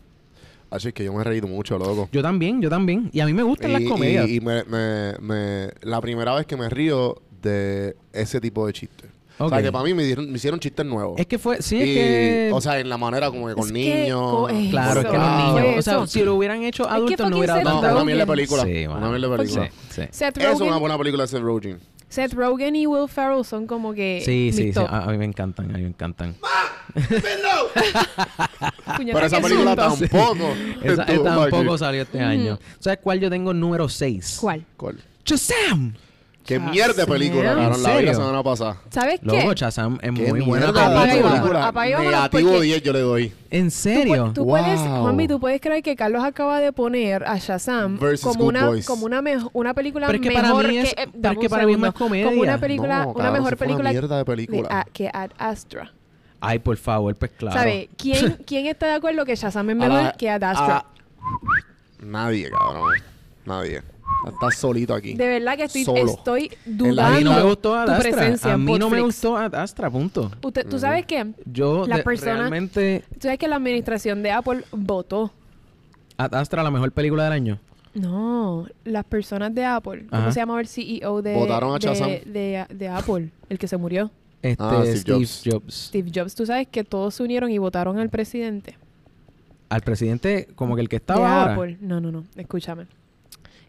S2: Así es que yo me he reído mucho, loco.
S1: Yo también, yo también. Y a mí me gustan las
S2: Y-
S1: comedias.
S2: Y, y me, me- me- la primera vez que me río de ese tipo de chiste. O sea,
S1: Ok.
S2: que para mí me, dieron- me hicieron chistes nuevos.
S1: Es que fue, sí, es
S2: Y,
S1: que...
S2: O sea, en la manera como que con
S3: Es que-
S2: niños.
S3: co- es
S1: claro, es que los
S2: Wow.
S3: Fue
S1: niños... O sea,
S3: eso.
S1: si lo hubieran hecho adultos no
S3: fucking
S1: hubiera
S3: ser
S2: No,
S1: tanta-
S2: una
S3: Rogen.
S2: mierda de película.
S1: Sí,
S2: una
S1: mano.
S2: mierda de película.
S1: Sí, sí.
S3: Seth
S2: Es una
S3: Rogen,
S2: buena película de Seth Rogen.
S3: Seth Rogen y Will Ferrell son como que
S1: Sí,
S3: mis
S1: sí, Ah, sí.
S3: top.
S1: A, a mí me encantan, a mí me encantan.
S3: Puñeta,
S1: ah,
S2: Pero esa
S3: qué
S2: película
S3: susto.
S1: Sí.
S2: tampoco.
S1: Esa,
S2: estuvo
S1: tampoco
S2: aquí.
S1: salió este año. ¿Sabes cuál yo tengo número 6?
S3: ¿Cuál?
S2: ¿Cuál?
S1: ¡Shazam!
S2: Qué
S3: Shazam.
S2: mierda de película,
S3: ¿En
S2: cabrón. La vi la
S1: serio?
S2: semana pasada.
S3: ¿Sabes
S1: Luego,
S3: qué?
S1: Shazam es
S2: Qué
S1: muy buena
S2: mierda de
S3: Apaga y
S1: película.
S3: vámonos, apaga y vámonos,
S2: Negativo
S3: porque-
S2: 10 yo le doy.
S1: ¿En serio?
S3: Tú, pu- tú puedes,
S2: Wow.
S3: Juanmi, tú puedes creer que Carlos acaba de poner a Shazam
S2: Versus
S3: como
S2: Good
S3: una,
S2: Boys.
S3: como una, mejo- una película
S1: Pero es que para
S3: mejor
S1: mí es-
S3: que, eh,
S1: pero
S3: dame
S1: es que
S3: un
S1: para mí es más
S3: segundo.
S1: comedia.
S3: Como una película,
S2: No,
S3: una
S2: cabrón,
S3: mejor
S2: eso fue
S3: película
S2: Una mierda de
S3: de ah,
S2: película.
S3: a- que Ad Astra.
S1: Ay, por favor, pues claro.
S3: ¿Sabes? ¿Quién, ¿Quién está de acuerdo que Shazam es
S2: A
S3: mejor
S2: la-
S3: que Ad
S2: a
S3: Astra?
S2: la- Nadie, cabrón. Nadie. Estás solito aquí.
S3: De verdad que estoy,
S2: Solo.
S3: estoy
S1: a mí no me
S3: dudando
S1: gustó Ad
S3: tu
S1: Astra.
S3: presencia
S1: A
S3: en
S1: mí no me
S3: Podflix.
S1: gustó Ad Astra, punto.
S3: Usted-
S2: Mm.
S3: ¿Tú sabes qué?
S1: Yo
S3: La
S1: de-
S3: persona-
S1: realmente
S3: ¿Tú sabes que la administración de Apple votó?
S1: Ad Astra la mejor película del año.
S3: No, las personas de Apple. ¿Cómo
S1: Ajá.
S3: se llamaba el CEO de,
S2: Votaron a
S3: de,
S2: Shazam.
S3: de- de Apple? El que se murió.
S1: Este
S2: Ah, Steve
S1: Steve,
S2: Jobs.
S1: Jobs.
S3: Steve Jobs. Tú sabes que todos se unieron y votaron al presidente
S1: Al presidente como que el que
S3: de
S1: estaba ahora.
S3: Apple. No, no, no. Escúchame.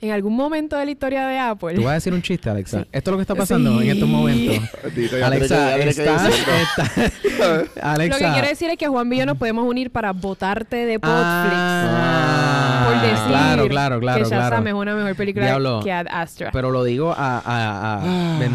S3: En algún momento de la historia de Apple.
S1: Tú vas a decir un chiste, Alexa.
S3: Sí.
S1: Esto es lo que está pasando en estos
S3: Sí.
S1: momentos.
S2: Bendito, ya
S1: Alexa,
S2: tiene que- ya tiene
S1: está,
S2: que decirlo.
S1: está- Alexa.
S3: Lo que quiero decir es que Juan Villa nos podemos unir para votarte de Podflix.
S1: Ah,
S3: por decir
S1: Claro, claro, claro,
S3: que Shazam
S1: claro.
S3: es una mejor película
S1: Diablo.
S3: que Ad Astra.
S1: Pero lo digo a, a- a- bendito.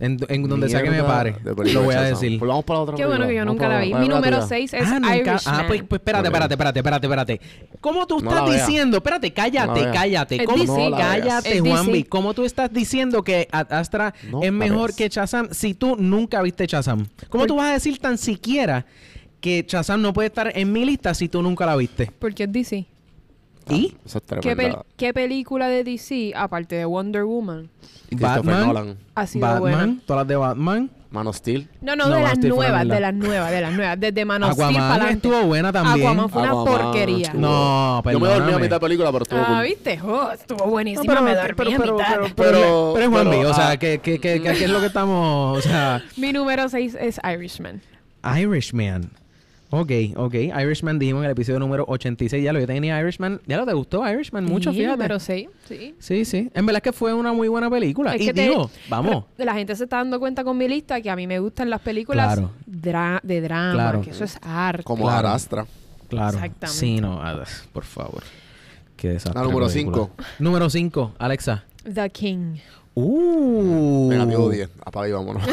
S1: En, en donde sea que me
S2: Mierda
S1: pare.
S2: de película
S1: Lo voy a
S2: de Shazam.
S1: decir.
S2: Pues vamos para la otra
S3: Qué bueno
S2: película,
S3: que yo
S2: vamos
S3: nunca
S2: para
S3: la vi. Mi
S2: vamos para
S3: número
S2: la
S3: 6 es
S1: nunca-
S3: Irishman.
S1: ah, pues, pues espérate,
S2: Muy bien.
S1: espérate, espérate, espérate, espérate. ¿Cómo tú
S2: No
S1: estás
S2: la vea.
S1: diciendo? Espérate, cállate,
S2: No la vea.
S1: cállate.
S3: Es
S1: ¿Cómo,
S3: DC. No la veas.
S1: cállate,
S3: Es
S1: Juanvi.
S3: DC.
S1: ¿Cómo tú estás diciendo que Ad Astra
S2: No
S1: es
S2: la
S1: mejor
S2: veas.
S1: que Chazam si tú nunca viste Chazam? ¿Cómo
S3: Por-
S1: tú vas a decir tan siquiera que Chazam no puede estar en mi lista si tú nunca la viste?
S3: Porque es DC.
S1: ¿Y?
S2: Esa es
S3: ¿Qué, pel-
S2: tremenda.
S3: qué película de DC, aparte de Wonder Woman,
S2: Christopher
S1: Batman,
S2: Nolan,
S3: ha sido buena?
S1: Batman, todas las de Batman.
S2: Man of Steel.
S3: No, no,
S1: No,
S3: de
S1: Man of
S3: las
S1: Steel fue una
S3: nuevas, de
S1: mierda.
S3: las nuevas, de las nuevas. Desde Man of Steel para
S1: Aquaman
S3: adelante.
S1: estuvo buena también.
S3: Aquaman fue una
S2: Aquaman,
S3: porquería.
S2: estuvo-
S1: No,
S2: Yo me dormí a
S1: perdóname.
S2: mitad de película, pero estuvo
S3: Ah,
S2: cool.
S3: ¿viste? Oh, estuvo buenísima,
S1: No,
S3: me dormí a mitad.
S1: pero, pero, pero es Juan
S2: pero,
S1: B, o
S2: ah.
S1: sea, ¿qué, qué, qué, qué- qué es lo que estamos...? O sea,
S3: Mi número 6 es Irishman.
S1: Irishman. Ok, ok. Irishman dijimos en el episodio número 86. Ya lo yo tenía Irishman. Ya lo te gustó Irishman mucho,
S3: Mi
S1: fíjate.
S3: número 6, sí.
S1: Sí, sí. En verdad es que fue una muy buena película.
S3: Es
S1: y
S3: que te-
S1: digo, vamos.
S3: Pero La gente se está dando cuenta con mi lista que a mí me gustan las películas
S1: Claro.
S3: dra- de drama,
S1: Claro.
S3: que eso es arte.
S2: Como
S1: Claro.
S2: Arastra.
S1: Claro.
S3: Exactamente.
S1: Sí, no, ah, por favor. Qué desastre.
S2: La número
S1: de película.
S2: cinco.
S1: Número 5, Alexa.
S3: The King.
S1: Uh.
S2: Negativo 10. Apaga y vámonos.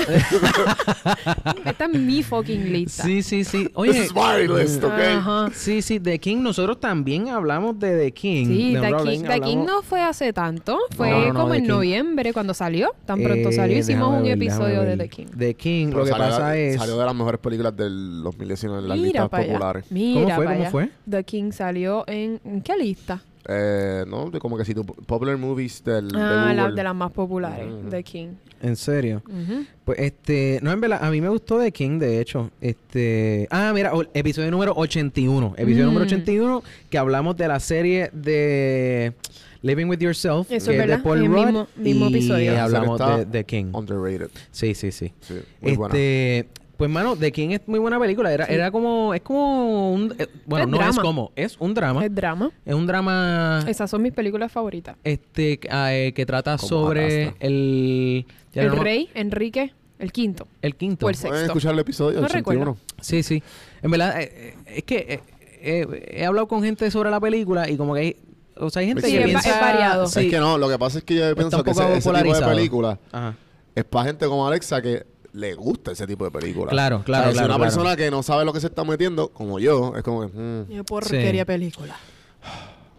S3: Esta es mi fucking lista.
S1: Sí, sí, sí.
S2: This
S1: Oye,
S2: is my list, ¿ok?
S3: Ajá.
S1: sí, sí, The King. Nosotros también hablamos de The King.
S3: Sí,
S1: de
S3: The
S1: Rowling,
S3: King, The
S1: hablamos-
S3: King no fue hace tanto, fue
S1: no, no,
S3: como
S1: The
S3: en
S1: King.
S3: noviembre cuando salió, tan pronto
S1: Eh,
S3: salió, hicimos
S1: déjame
S3: un
S1: ver,
S3: episodio
S1: déjame
S3: de
S1: ver.
S3: The King.
S1: The King,
S2: Pero
S1: lo que
S2: salió-
S1: pasa es...
S2: Salió de las mejores películas del 2019 en las
S3: Mira
S2: listas
S3: para allá.
S2: populares.
S3: Mira
S1: ¿Cómo fue?
S3: pa'
S1: ¿Cómo
S3: allá.
S1: fue?
S3: The King salió en, ¿en qué lista?
S2: Eh, no, de como que si tu popular movies del de
S3: ah, la-
S2: Google. Mm.
S3: de las más populares,
S2: Ujú.
S3: The King.
S1: En serio.
S3: Ujú.
S1: Pues este, no en verdad, a mí me gustó The King, de hecho. Este, ah, mira, o- episodio número 81, episodio
S3: Mm.
S1: número 81 que hablamos de la serie de Living with Yourself,
S3: Eso es
S1: que es de
S3: verdad,
S1: Paul
S3: es el
S1: Rudd,
S3: mismo- mismo
S1: y
S3: episodio.
S2: La serie
S1: hablamos
S2: está
S1: de The King.
S2: Underrated.
S1: Sí, sí, sí.
S2: Sí, muy buena.
S1: Este, pues mano, The King es muy buena película, era
S3: Sí.
S1: era como es como un eh, bueno,
S3: Es
S1: no es
S3: drama.
S1: como, es un drama, Ah.
S3: Es drama.
S1: es un drama
S3: Esas son mis películas favoritas.
S1: este que- ah, eh, que trata
S2: Como
S1: sobre
S2: Arrastra.
S1: el ya
S3: El
S1: no me-
S3: rey, Enrique, el quinto.
S1: el quinto.
S3: o el sexto.
S2: Pueden escuchar el episodio
S3: No
S2: 81.
S1: Sí, sí. En verdad, eh, eh, es que eh, eh, he hablado con gente sobre la película y como que hay, o sea, hay gente
S2: Sí,
S1: que
S2: es va-
S1: piensa...
S3: es variado.
S1: Sí.
S2: Es que no, lo que pasa es que yo pienso
S1: un
S2: que ese,
S1: poco
S2: ese tipo de
S1: polarizado.
S2: película
S1: Ajá.
S2: es para gente como Alexa que le gusta ese tipo de película.
S1: Claro, claro,
S2: O sea, si
S1: claro,
S2: una
S1: claro.
S2: persona que no sabe lo que se está metiendo, como yo, es como que... mm,
S3: Qué
S1: porquería Sí.
S3: película.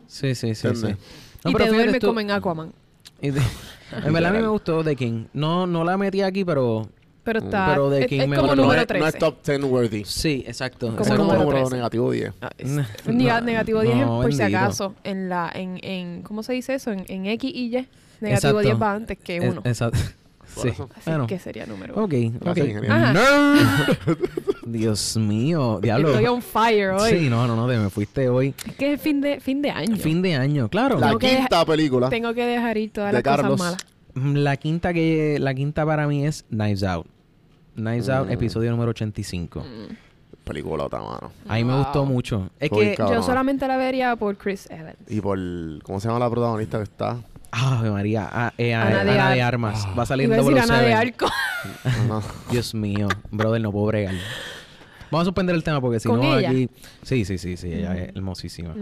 S1: Sí, sí, sí, sí.
S2: ¿Entiendes?
S1: No,
S3: y
S1: pero
S3: te
S1: fíjate
S3: duerme
S1: tú-
S3: como en Aquaman.
S1: y te- en verdad a mí me gustó The King. No, no la metí aquí, pero
S3: Pero está.
S1: Pero The
S3: es-
S1: King
S3: es,
S1: me
S3: como
S1: gustó.
S2: no,
S3: número
S2: es, no
S3: 13.
S2: es top 10 worthy. Es
S1: sí, exacto.
S3: Como
S2: como
S1: exacto.
S3: número
S2: número
S3: 13.
S2: negativo 10.
S3: Ah, es-
S1: No,
S3: un nega-
S1: no,
S3: negativo 10 en-
S1: no,
S3: por si
S1: bendito.
S3: acaso. En la, en, en, ¿cómo se dice eso? En, en X y Y. Negativo
S1: Exacto.
S3: 10 va antes que
S1: Es-
S3: 1.
S1: Exacto.
S2: Por
S1: Sí.
S2: eso.
S3: Así
S1: Bueno.
S3: que sería número 1.
S1: Ok, ok.
S2: Gracias, ingeniero.
S3: Ajá.
S1: Dios mío, diablo.
S3: Estoy on fire hoy.
S1: Sí, no, no, no, te me fuiste hoy.
S3: Es que es fin de, fin de año.
S1: Fin de año, claro.
S2: La
S3: Tengo que
S2: quinta película.
S3: Tengo que dejar ir todas
S2: De
S3: las cosas
S2: Carlos.
S3: malas.
S1: Mm, La quinta que la quinta para mí es Knives Out. Knives Out, episodio número 85.
S2: Película otra mano.
S1: A mí me
S3: Wow.
S1: gustó mucho. Es
S2: Uy,
S1: que.
S2: cabrón.
S3: Eh, Yo solamente la vería por Chris Evans.
S2: Y por. ¿Cómo se llama la protagonista que está?
S1: Ave María. ah, eh, ah, Ana,
S3: Ana de
S1: de,
S3: Ar-
S1: Armas. Va a salir
S3: Iba a
S1: en
S3: decir
S1: Double
S3: Ana de
S1: Seven.
S3: Arco.
S2: No.
S1: Dios mío, brother, no puedo bregar. Vamos a suspender el tema porque si
S3: ¿Con
S1: no
S3: ella?
S1: aquí. Sí, sí, sí, sí, ella es hermosísima.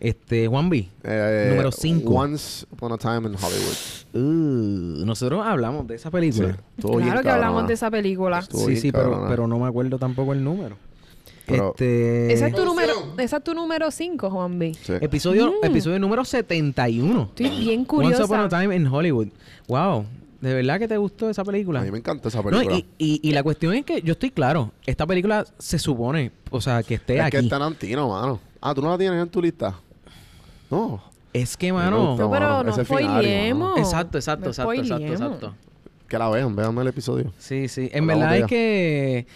S1: Este, Juan B.
S2: Eh,
S1: Número cinco.
S2: Once Upon a Time in Hollywood.
S1: Uh, nosotros hablamos de esa
S2: Sí.
S1: película.
S2: Estuvo bien
S3: Claro que hablamos
S2: cabrona.
S3: de esa película.
S2: Estuvo
S1: Sí,
S2: bien
S1: sí, pero,
S2: cabrona.
S1: pero no me acuerdo tampoco el número.
S2: Pero-
S1: este.
S3: Esa es tu número, esa es tu número 5, Juan B.
S2: Sí.
S1: Episodio,
S3: Mm.
S1: episodio número 71.
S3: Estoy bien
S1: Once
S3: curiosa.
S1: Upon a Time in Hollywood. Wow. ¿De verdad que te gustó esa película?
S2: A mí me encanta esa
S1: No,
S2: película.
S1: y, y- y la cuestión es que yo estoy claro. Esta película se supone, o sea, que esté
S2: es
S1: aquí.
S2: que es Tarantino, mano. Ah, tú no la tienes en tu lista. No.
S1: Es que,
S2: Me
S1: mano.
S2: gusta.
S3: No, pero
S2: mano,
S3: no
S2: ese final,
S3: spoileemos.
S1: Exacto, exacto,
S3: No
S1: exacto, exacto,
S3: spoileemos.
S1: exacto.
S2: Que la vean, véanme el episodio.
S1: Sí, sí. En
S2: Con la
S1: verdad es
S2: botella.
S1: que.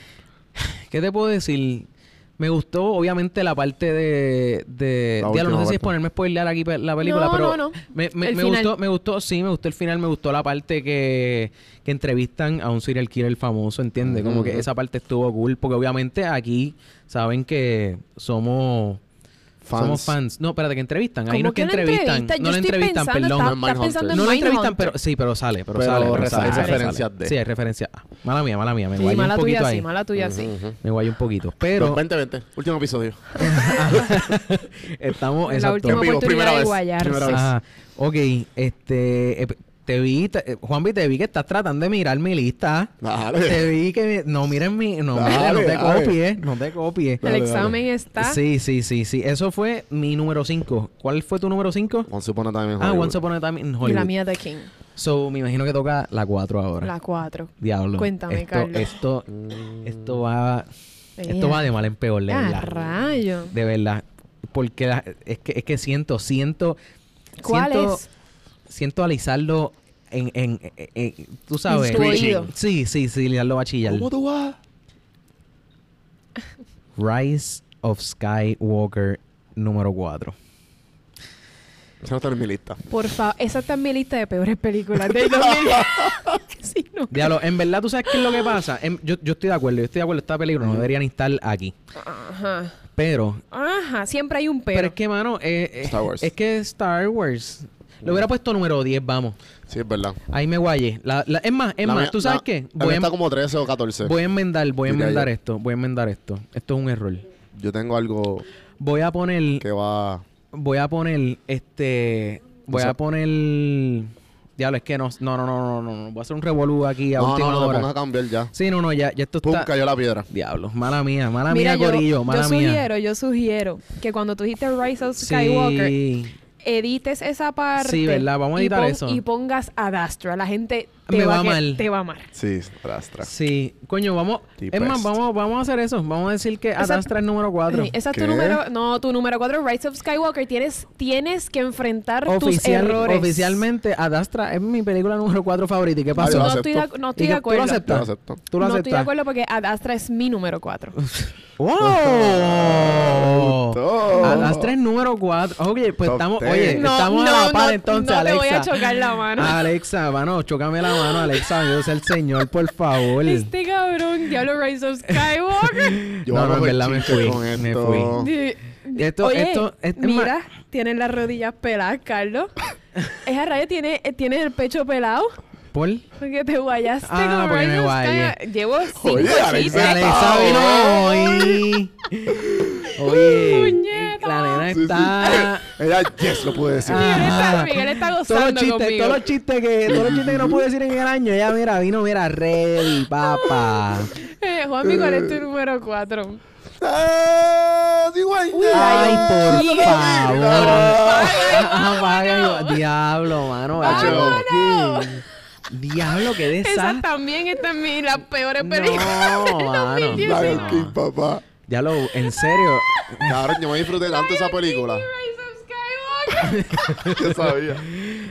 S1: ¿Qué te puedo decir? Me gustó, obviamente, la parte de. de
S2: La
S1: diablo, no
S2: última
S1: sé si es
S2: parte.
S1: ponerme a spoilear aquí pe- la película,
S3: No,
S1: pero.
S3: no, no.
S1: Me, me-
S3: El
S1: me
S3: final.
S1: gustó, me gustó, sí, me gustó el final, me gustó la parte que, que entrevistan a un serial killer famoso, ¿entiendes? Como que
S2: Ujú.
S1: esa parte estuvo cool, porque obviamente aquí saben que somos.
S2: Fans.
S1: Somos fans. No, espérate, que entrevistan. Ahí
S3: ¿Cómo
S1: no es que
S3: la
S1: entrevistan.
S3: entrevista? Yo
S1: no la
S3: estoy
S1: entrevistan,
S3: pensando,
S1: perdón.
S3: está-
S2: No,
S3: está
S2: Mindhunter.
S3: pensando en
S1: No la entrevistan,
S3: Mindhunter.
S1: pero sí, pero sale, pero,
S2: Pero
S1: sale.
S2: reza-
S1: sale,
S2: hay
S1: sale,
S2: referencias
S1: sale.
S2: de.
S1: Sí, hay referencias. Ah, mala mía, mala mía. Me
S3: Sí,
S1: guayé un
S3: mala
S1: poquito
S3: tuya
S1: ahí.
S3: sí, mala tuya sí.
S2: Ujú, ujú.
S1: Me guayé un poquito. Pero
S2: 20, 20. Último episodio.
S1: estamos.
S3: la
S1: exacto.
S3: última
S2: En vivo, primera
S3: oportunidad de
S2: vez,
S3: guayarse.
S2: primera vez.
S1: Ajá. Ok, este. eh, Te vi, te- eh, Juanvi, te vi que estás tratando de mirar mi lista.
S2: Dale.
S1: Te vi que. mi- No, miren mi. No,
S2: Dale,
S1: mira, no te
S2: dale.
S1: copies. No te copies.
S3: El examen está.
S1: Sí, sí, sí, sí. Eso fue mi número 5. ¿Cuál fue tu número 5?
S2: Once Upon a Time in
S1: Ah,
S2: Hollywood.
S1: Once Upon a Time in
S3: Y
S1: Hollywood.
S3: la mía de King.
S1: So, me imagino que toca la 4 ahora.
S3: La 4.
S1: Diablo.
S3: Cuéntame,
S1: esto,
S3: Carlos.
S1: Esto,
S2: Mm.
S1: esto va. Esto va de mal en peor, de
S3: Ah,
S1: verdad.
S3: rayo.
S1: De verdad. Porque la- es, que, es que siento, siento.
S3: ¿Cuál
S1: siento,
S3: es?
S1: Siento a Lizardo en, en, en- en- Tú sabes.
S3: tu oído.
S1: Sí, sí, sí, Lizardo va a chillar.
S2: ¿Cómo tú vas?
S1: Rise of Skywalker número 4.
S2: Esa no está en mi lista.
S3: Por favor, esa está en mi lista de peores películas del 2000. sí, no.
S1: Diablo, en verdad, ¿tú sabes qué es lo que pasa? En- yo, yo estoy de acuerdo, yo estoy de acuerdo, esta película no deberían estar aquí.
S3: Ajá.
S1: Pero
S3: Ajá, siempre hay un
S1: Pero,
S3: pero.
S1: es que, mano, eh, eh,
S2: Star Wars.
S1: es que Star Wars. Lo hubiera puesto número 10, vamos.
S2: Sí, es verdad.
S1: Ahí me guayé. La- la- es más, es
S2: La
S1: más,
S2: mía-
S1: ¿tú sabes
S2: la-
S1: qué?
S2: La mía
S1: Voy a,
S2: está como 13 o 14.
S1: voy a enmendar, voy a
S2: Diría
S1: enmendar
S2: yo.
S1: esto, voy a enmendar esto. Esto es un error.
S2: Yo tengo algo
S1: Voy a poner,
S2: que va...
S1: voy a poner, este, voy
S2: O sea-
S1: a poner... Diablo, es que no, no, no, no, no, no, no. voy a hacer un revolú aquí a
S2: No,
S1: última
S2: no, no, te
S1: hora.
S2: pongas a cambiar ya.
S1: Sí, no, no, ya, ya esto
S2: Pum,
S1: está...
S2: cayó la piedra.
S1: Diablo, mala mía, mala
S3: Mira,
S1: mía,
S3: yo,
S1: Corillo,
S3: yo
S1: mala mía.
S3: sugiero, yo sugiero que cuando tú dijiste Rise of Skywalker,
S1: Sí.
S3: edites esa parte.
S1: Sí, ¿verdad? Vamos a
S3: y
S1: editar
S3: pon-
S1: eso.
S3: Y pongas Adastra. La gente te
S1: Me
S3: va,
S1: va
S3: a que-
S1: mal.
S3: Te va a amar.
S2: Sí, arrastra.
S1: Sí, coño, vamos.
S2: The
S1: es más,
S2: best.
S1: vamos, vamos a hacer eso. Vamos a decir que
S3: Esa-
S1: Adastra es número 4.
S3: Sí, Eh, Esa es tu
S2: ¿Qué?
S3: número. No, tu número 4, Rise of Skywalker. Tienes, tienes que enfrentar tus
S1: Oficial,
S3: errores.
S1: oficialmente, Adastra es mi película número 4 favorita. ¿Y qué
S3: No,
S1: pasó?
S2: Yo lo
S3: estoy de,
S2: acepto.
S3: ac- no estoy
S1: ¿Y
S3: de
S1: que- tú lo
S3: acuerdo.
S1: aceptas?
S2: Yo lo acepto.
S1: Tú lo
S3: no estoy de
S1: aceptas.
S3: acuerdo porque Adastra es mi número 4.
S1: ¡Oh!
S2: gustó.
S1: Adastra es número 4. Oye, pues
S2: Top
S1: estamos,
S2: ten.
S1: oye,
S2: No,
S1: estamos a la par entonces,
S3: no
S1: Alexa. Ah,
S3: te voy a chocar la mano.
S1: Alexa, mano, chócame la mano, Alexa. Yo soy el señor, por favor.
S3: Este cabrón, Diablo Rise of Skywalker.
S2: Yo
S1: No,
S2: hago
S1: no, en
S2: el
S1: verdad me
S2: chiste
S1: fui,
S2: con
S1: me
S2: esto.
S1: fui.
S3: Di-
S1: Esto-
S3: Oye,
S1: esto- es- es
S3: mira, tienes las rodillas peladas, Carlos. Esa raya tiene, eh, tiene el pecho pelado.
S1: Paul.
S3: Porque te guayaste
S1: Ah,
S3: con
S1: porque me
S3: Rise of
S1: guayé.
S3: Skywalker. Llevo cinco
S2: Alexa,
S3: chistes.
S1: Alexa vino hoy. Oye,
S3: Puñeta.
S1: la nena
S2: Sí, sí.
S1: está.
S2: Ella, yes, lo pude decir.
S1: Ah.
S3: Miguel está, Miguel está
S1: Todos
S3: gozando
S1: los chistes,
S3: conmigo.
S1: todos los chistes que, todos los chistes que no pude decir en el año, ya mira, vino, mira, ready, papá.
S3: Eh, Juanmi, ¿cuál es tu número 4?
S2: Ah, sí, güey.
S1: Ay, por
S3: Miguel.
S1: favor. Apaga, mi- diablo, mano.
S2: Hacho,
S1: hacho. Diablo, qué
S3: Esa
S1: desastre.
S3: también está en mi, las peores películas.
S1: No, mano.
S2: mm, Lion King,
S1: no.
S2: papá.
S1: Diablo, en serio.
S2: Cabrón, yo me disfruté tanto esa película.
S3: Rise of Skywalker.
S2: Yo sabía.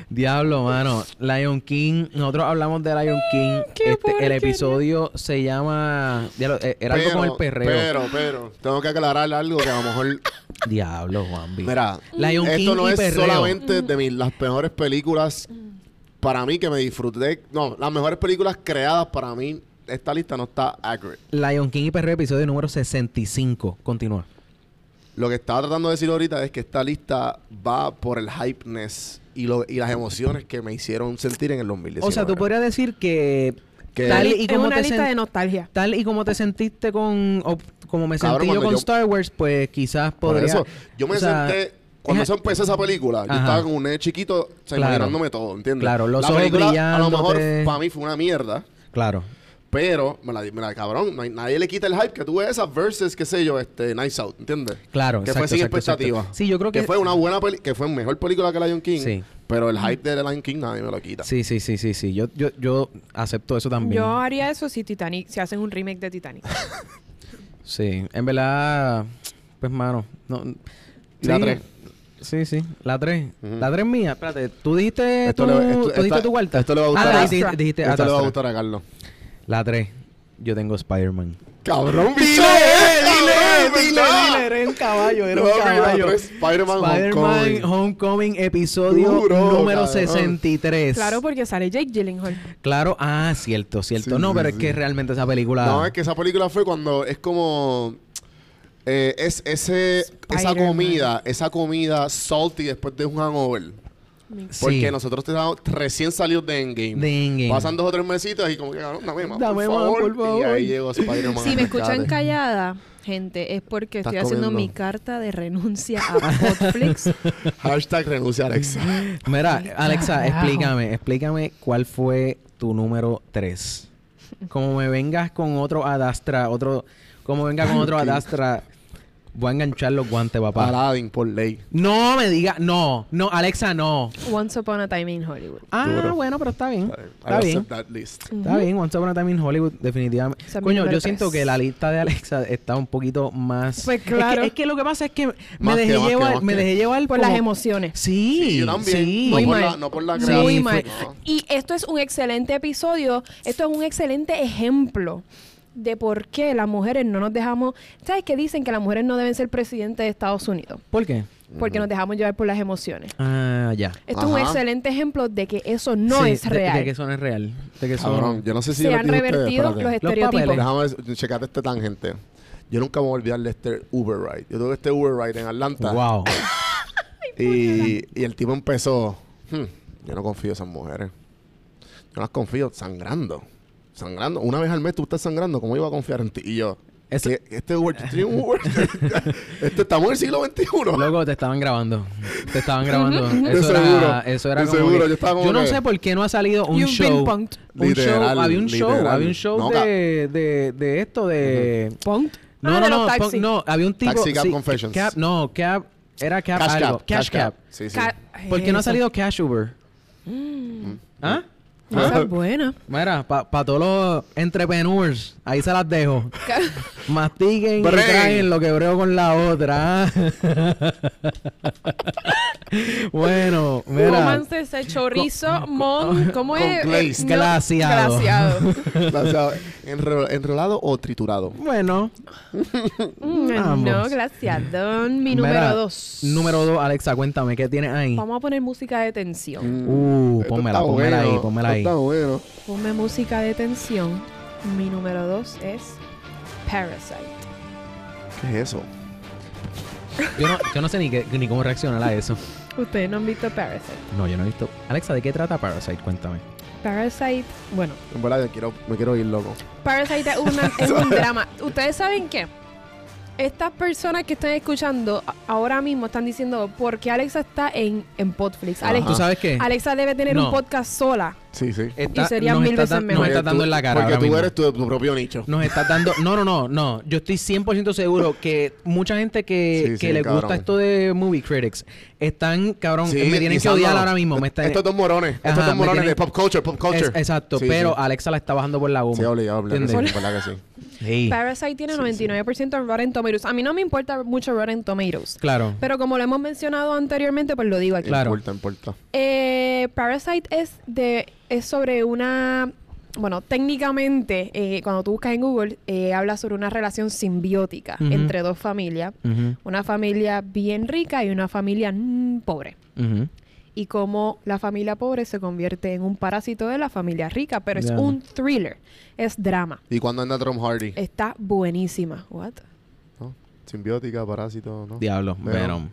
S1: Diablo, mano. Lion King. Nosotros hablamos de Lion King. Este,
S3: qué
S1: el
S3: porquería.
S1: episodio se llama. Diablo, eh, era algo con el perreo.
S2: Pero, pero, tengo que aclarar algo que a lo mejor.
S1: Diablo, Juanvi.
S2: Mira,
S1: Lion King
S2: esto no
S1: y
S2: es
S1: perreo.
S2: solamente de mis, las mejores películas para mí que me disfruté. No, las mejores películas creadas para mí esta lista no está accurate.
S1: Lion King y Perro, episodio número 65. Continúa.
S2: Lo que estaba tratando de decir ahorita es que esta lista va por el hypeness y, lo, y las emociones que me hicieron sentir en el 2019.
S1: O sea, tú podrías decir que...
S2: Que-
S1: tal
S3: Es
S1: y como
S3: una
S1: te
S3: lista
S1: sen-
S3: de nostalgia.
S1: Tal y como te sentiste con... o como me
S2: Cabrón,
S1: sentí yo
S2: cuando
S1: con
S2: yo-
S1: Star Wars, pues quizás
S2: Por
S1: podría...
S2: eso, yo me
S1: o sea,
S2: senté... Cuando
S1: es-
S2: se empezó esa película, yo
S1: Ajá.
S2: estaba con un nene chiquito, o sea,
S1: Claro.
S2: imaginándome todo, ¿entiendes?
S1: Claro, los
S2: La
S1: ojos
S2: película, a lo mejor,
S1: brillándote.
S2: para mí fue una mierda.
S1: Claro.
S2: Pero, me la, me la cabrón, no hay- nadie le quita el hype que tuve esa versus, qué sé yo, este, Nice Out, ¿entiendes?
S1: Claro,
S2: Que
S1: exacto,
S2: fue sin
S1: exacto, exacto.
S2: expectativa.
S1: Sí, yo creo que-
S2: fue una buena peli que fue mejor película que Lion King.
S1: Sí.
S2: Pero el hype de Lion King nadie me lo quita.
S1: Sí, sí, sí, sí, sí. Yo, yo, yo acepto eso también.
S3: Yo haría eso si Titanic, si hacen un remake de Titanic.
S1: Sí, en verdad, pues mano, no-
S2: La
S1: sí,
S2: tres.
S1: Sí, sí, la 3.
S2: Ujú.
S1: La 3 mía, espérate, tú dijiste
S2: Esto
S1: tu,
S2: le- esto-
S1: tú dijiste
S2: esta-
S1: tu vuelta.
S2: esto le va a gustar
S1: Ah,
S3: a-
S1: dijiste- dijiste, dijiste-
S2: Esto
S1: ah,
S2: le va a
S1: Astra.
S2: gustar a Carlos.
S1: La 3. Yo tengo Spider-Man.
S2: ¡Cabrón, bicho!
S1: Era un caballo,
S2: No, mira, tres, Spider-Man
S1: Spider-Man
S2: Homecoming.
S1: Homecoming, episodio
S2: Duro,
S1: número
S2: cabrón.
S1: 63.
S3: claro, pues. porque sale Jake Gyllenhaal.
S1: Claro, ah, cierto, cierto.
S2: Sí,
S1: no,
S2: sí,
S1: pero
S2: sí.
S1: es que realmente esa película.
S2: No, es que esa película fue cuando es como. eh, es ese, esa
S3: Spider-Man.
S2: comida, esa comida salty después de un hangover. Porque
S1: Sí.
S2: nosotros estábamos recién salidos de Endgame.
S1: De Endgame.
S2: Pasan dos o tres mesitos y como que cabrón, dame más,
S1: Dame
S2: por,
S1: más,
S2: favor.
S1: por favor.
S2: Y ahí llegó Spider-Man.
S3: Si me
S2: al
S3: escuchan
S2: rescate.
S3: callada, gente, es porque
S2: Estás
S3: estoy haciendo
S2: comiendo.
S3: mi carta de renuncia a Netflix.
S2: Hashtag renuncia Alexa.
S1: Mira, Alexa,
S3: carajo.
S1: explícame, explícame cuál fue tu número 3. Como me vengas con otro Adastra, otro, como venga con otro
S2: Ok.
S1: Adastra, voy a enganchar los guantes, papá.
S2: Aladdin por ley.
S1: No me diga, no, no, Alexa, no.
S3: Once Upon a Time in Hollywood.
S1: Ah,
S2: Duro.
S1: bueno, pero está bien.
S2: I
S1: Está
S2: accept
S1: bien.
S2: that list.
S1: Está bien, Once Upon a Time in Hollywood, definitivamente.
S3: Esa es mi
S1: Coño,
S3: número
S1: yo siento
S3: tres.
S1: que la lista de Alexa está un poquito más.
S3: Pues
S1: Es que-
S3: claro.
S1: Es que, lo que pasa es que me
S2: Más que,
S1: dejé
S2: más que,
S1: llevar,
S2: más
S1: me
S2: que.
S1: dejé llevar
S3: Por las
S1: como-
S3: emociones.
S1: Sí,
S2: Sí, yo también.
S1: sí.
S2: No,
S3: Muy
S2: por
S3: mal.
S2: la, no por la
S3: Muy
S2: creación.
S3: mal.
S2: No.
S3: Y esto es un excelente episodio. Esto es un excelente ejemplo de por qué las mujeres no nos dejamos. ¿Sabes qué dicen? Que las mujeres no deben ser presidentes de Estados Unidos
S1: ¿Por qué?
S3: porque nos dejamos llevar por las emociones.
S1: Ah, ya.
S3: Esto es un
S2: Ajá.
S3: excelente ejemplo de que eso no
S1: Sí,
S3: es
S1: de-
S3: real.
S1: De, que eso no es real. De que eso
S2: Cabrón, yo no sé si
S3: Se
S2: yo
S3: han
S2: les dije a ustedes,
S3: revertido
S2: espérate.
S3: los
S1: papeles.
S3: estereotipos.
S1: Pero-
S2: Déjame checarte este tangente. Yo nunca me voy a olvidar de este Uber Ride. Yo tuve este Uber Ride en Atlanta.
S1: Wow.
S2: Y, y el tipo empezó. "Hmm, yo no confío en esas mujeres. Yo no las confío sangrando. Sangrando. Una vez al mes tú estás sangrando. ¿Cómo iba a confiar en ti? Y yo.
S1: Eso-
S2: "¿Qué? Este Uber, yo tenía un Uber. este, estamos en el siglo XXI.
S1: Luego te estaban grabando. Te estaban grabando.
S2: De
S1: eso,
S2: seguro.
S1: era, eso era
S2: De
S1: como
S2: seguro,
S1: que-
S2: yo estaba como
S1: no
S2: que-
S1: sé por qué no ha salido un
S3: You've
S1: show.
S3: been punked.
S1: Un
S2: Literal,
S1: show, había un show,
S2: literal.
S1: había un show
S2: No, ca-
S1: de, de, de esto, de...
S3: Punked.
S1: No,
S3: Ah,
S1: no,
S3: de los
S1: no, punk-
S3: taxis.
S1: no, había un tipo...
S2: Taxi Cab Confessions.
S1: Cab- no, Cab... Era Cab
S2: Cash
S1: algo.
S2: Cab. Cash Cab. Sí, sí.
S3: Ca-
S1: ¿Por qué no ha
S3: Eso. Mm.
S1: salido Cash Uber? ¿Ah?
S3: Esa es buena.
S1: Mira, para todos los entrepreneurs, ahí se las dejo. Mastiquen y
S2: Bren.
S1: traen lo que brego con la otra. bueno, mira.
S3: Cómanse ese chorizo mon... ¿Cómo
S2: con
S3: es? Eh,
S2: glaze.
S3: No,
S1: Glaseado.
S3: glaseado.
S2: O sea, enro- enrolado o triturado.
S1: Bueno,
S3: Mm,
S1: Vamos.
S3: no, glaseado.
S1: mira,
S3: Mi número dos.
S1: Número dos, Alexa, cuéntame, ¿qué tienes ahí?
S3: Vamos a poner música de tensión.
S1: Uh,
S2: Esto
S1: pónmela,
S2: está
S1: pónmela ahí,
S2: bueno,
S1: pónmela
S2: esto
S1: ahí.
S2: Está bueno.
S3: Ponme música de tensión. Mi número dos es Parasite.
S2: ¿Qué es eso?
S1: Yo no, yo no sé ni, qué- ni cómo reaccionar a eso.
S3: Ustedes no han visto Parasite.
S1: No, yo no he visto. Alexa, ¿de qué trata Parasite? Cuéntame.
S3: Parasite, bueno,
S2: En verdad, yo quiero, me quiero ir loco.
S3: Parasite es, una- es un drama. ¿Ustedes saben qué? Estas personas que están escuchando a- ahora mismo están diciendo por qué Alexa está en, en Podflix.
S2: Ajá.
S3: Alex-
S1: ¿Tú sabes qué?
S3: Alexa debe tener
S1: No.
S3: un podcast sola.
S2: Sí, sí.
S1: Está-
S3: Ah. y sería
S1: nos
S3: mil
S1: está
S3: veces
S1: dan-
S3: mejor.
S1: Nos
S2: Porque
S1: está
S2: tú-
S1: dando en la cara
S2: Porque
S1: ahora
S2: tú
S1: mismo.
S2: eres tu, tu propio nicho.
S1: Nos estás dando. No, no, no, no. Yo estoy 100% seguro que mucha gente que,
S2: Sí, sí,
S1: que le
S2: cabrón.
S1: gusta esto de movie critics están, cabrón,
S2: Sí,
S1: me tienen que
S2: guisando.
S1: odiar ahora mismo. Me están-
S2: Estos dos morones. estos
S1: Ajá,
S2: dos
S1: me
S2: morones
S1: tienen-
S2: de pop culture, pop culture.
S1: Es- exacto,
S2: Sí,
S1: pero
S2: sí.
S1: Alexa la está bajando por la goma.
S2: Sí, obligado, obligado.
S1: ¿Entiendes?
S2: Sí, verdad que sí.
S1: Sí,
S3: Parasite tiene
S2: Sí,
S3: 99% en Rotten Tomatoes. A mí no me importa mucho Rotten Tomatoes.
S1: claro.
S3: Pero como lo hemos mencionado anteriormente, pues lo digo aquí.
S1: Claro.
S2: Importa, importa.
S3: Eh, Parasite es de es sobre una bueno técnicamente eh, cuando tú buscas en Google eh, habla sobre una relación simbiótica
S1: Ujú.
S3: entre dos familias
S1: Ujú,
S3: una familia bien rica y una familia mm, pobre
S1: ujú.
S3: y cómo la familia pobre se convierte en un parásito de la familia rica, pero es
S1: Ya.
S3: un thriller, es drama.
S2: ¿Y cuando anda Tom Hardy?
S3: Está buenísima. What?
S2: ¿No? Simbiótica, parásito, ¿no?
S1: Diablo,
S2: Venom.
S1: Venom.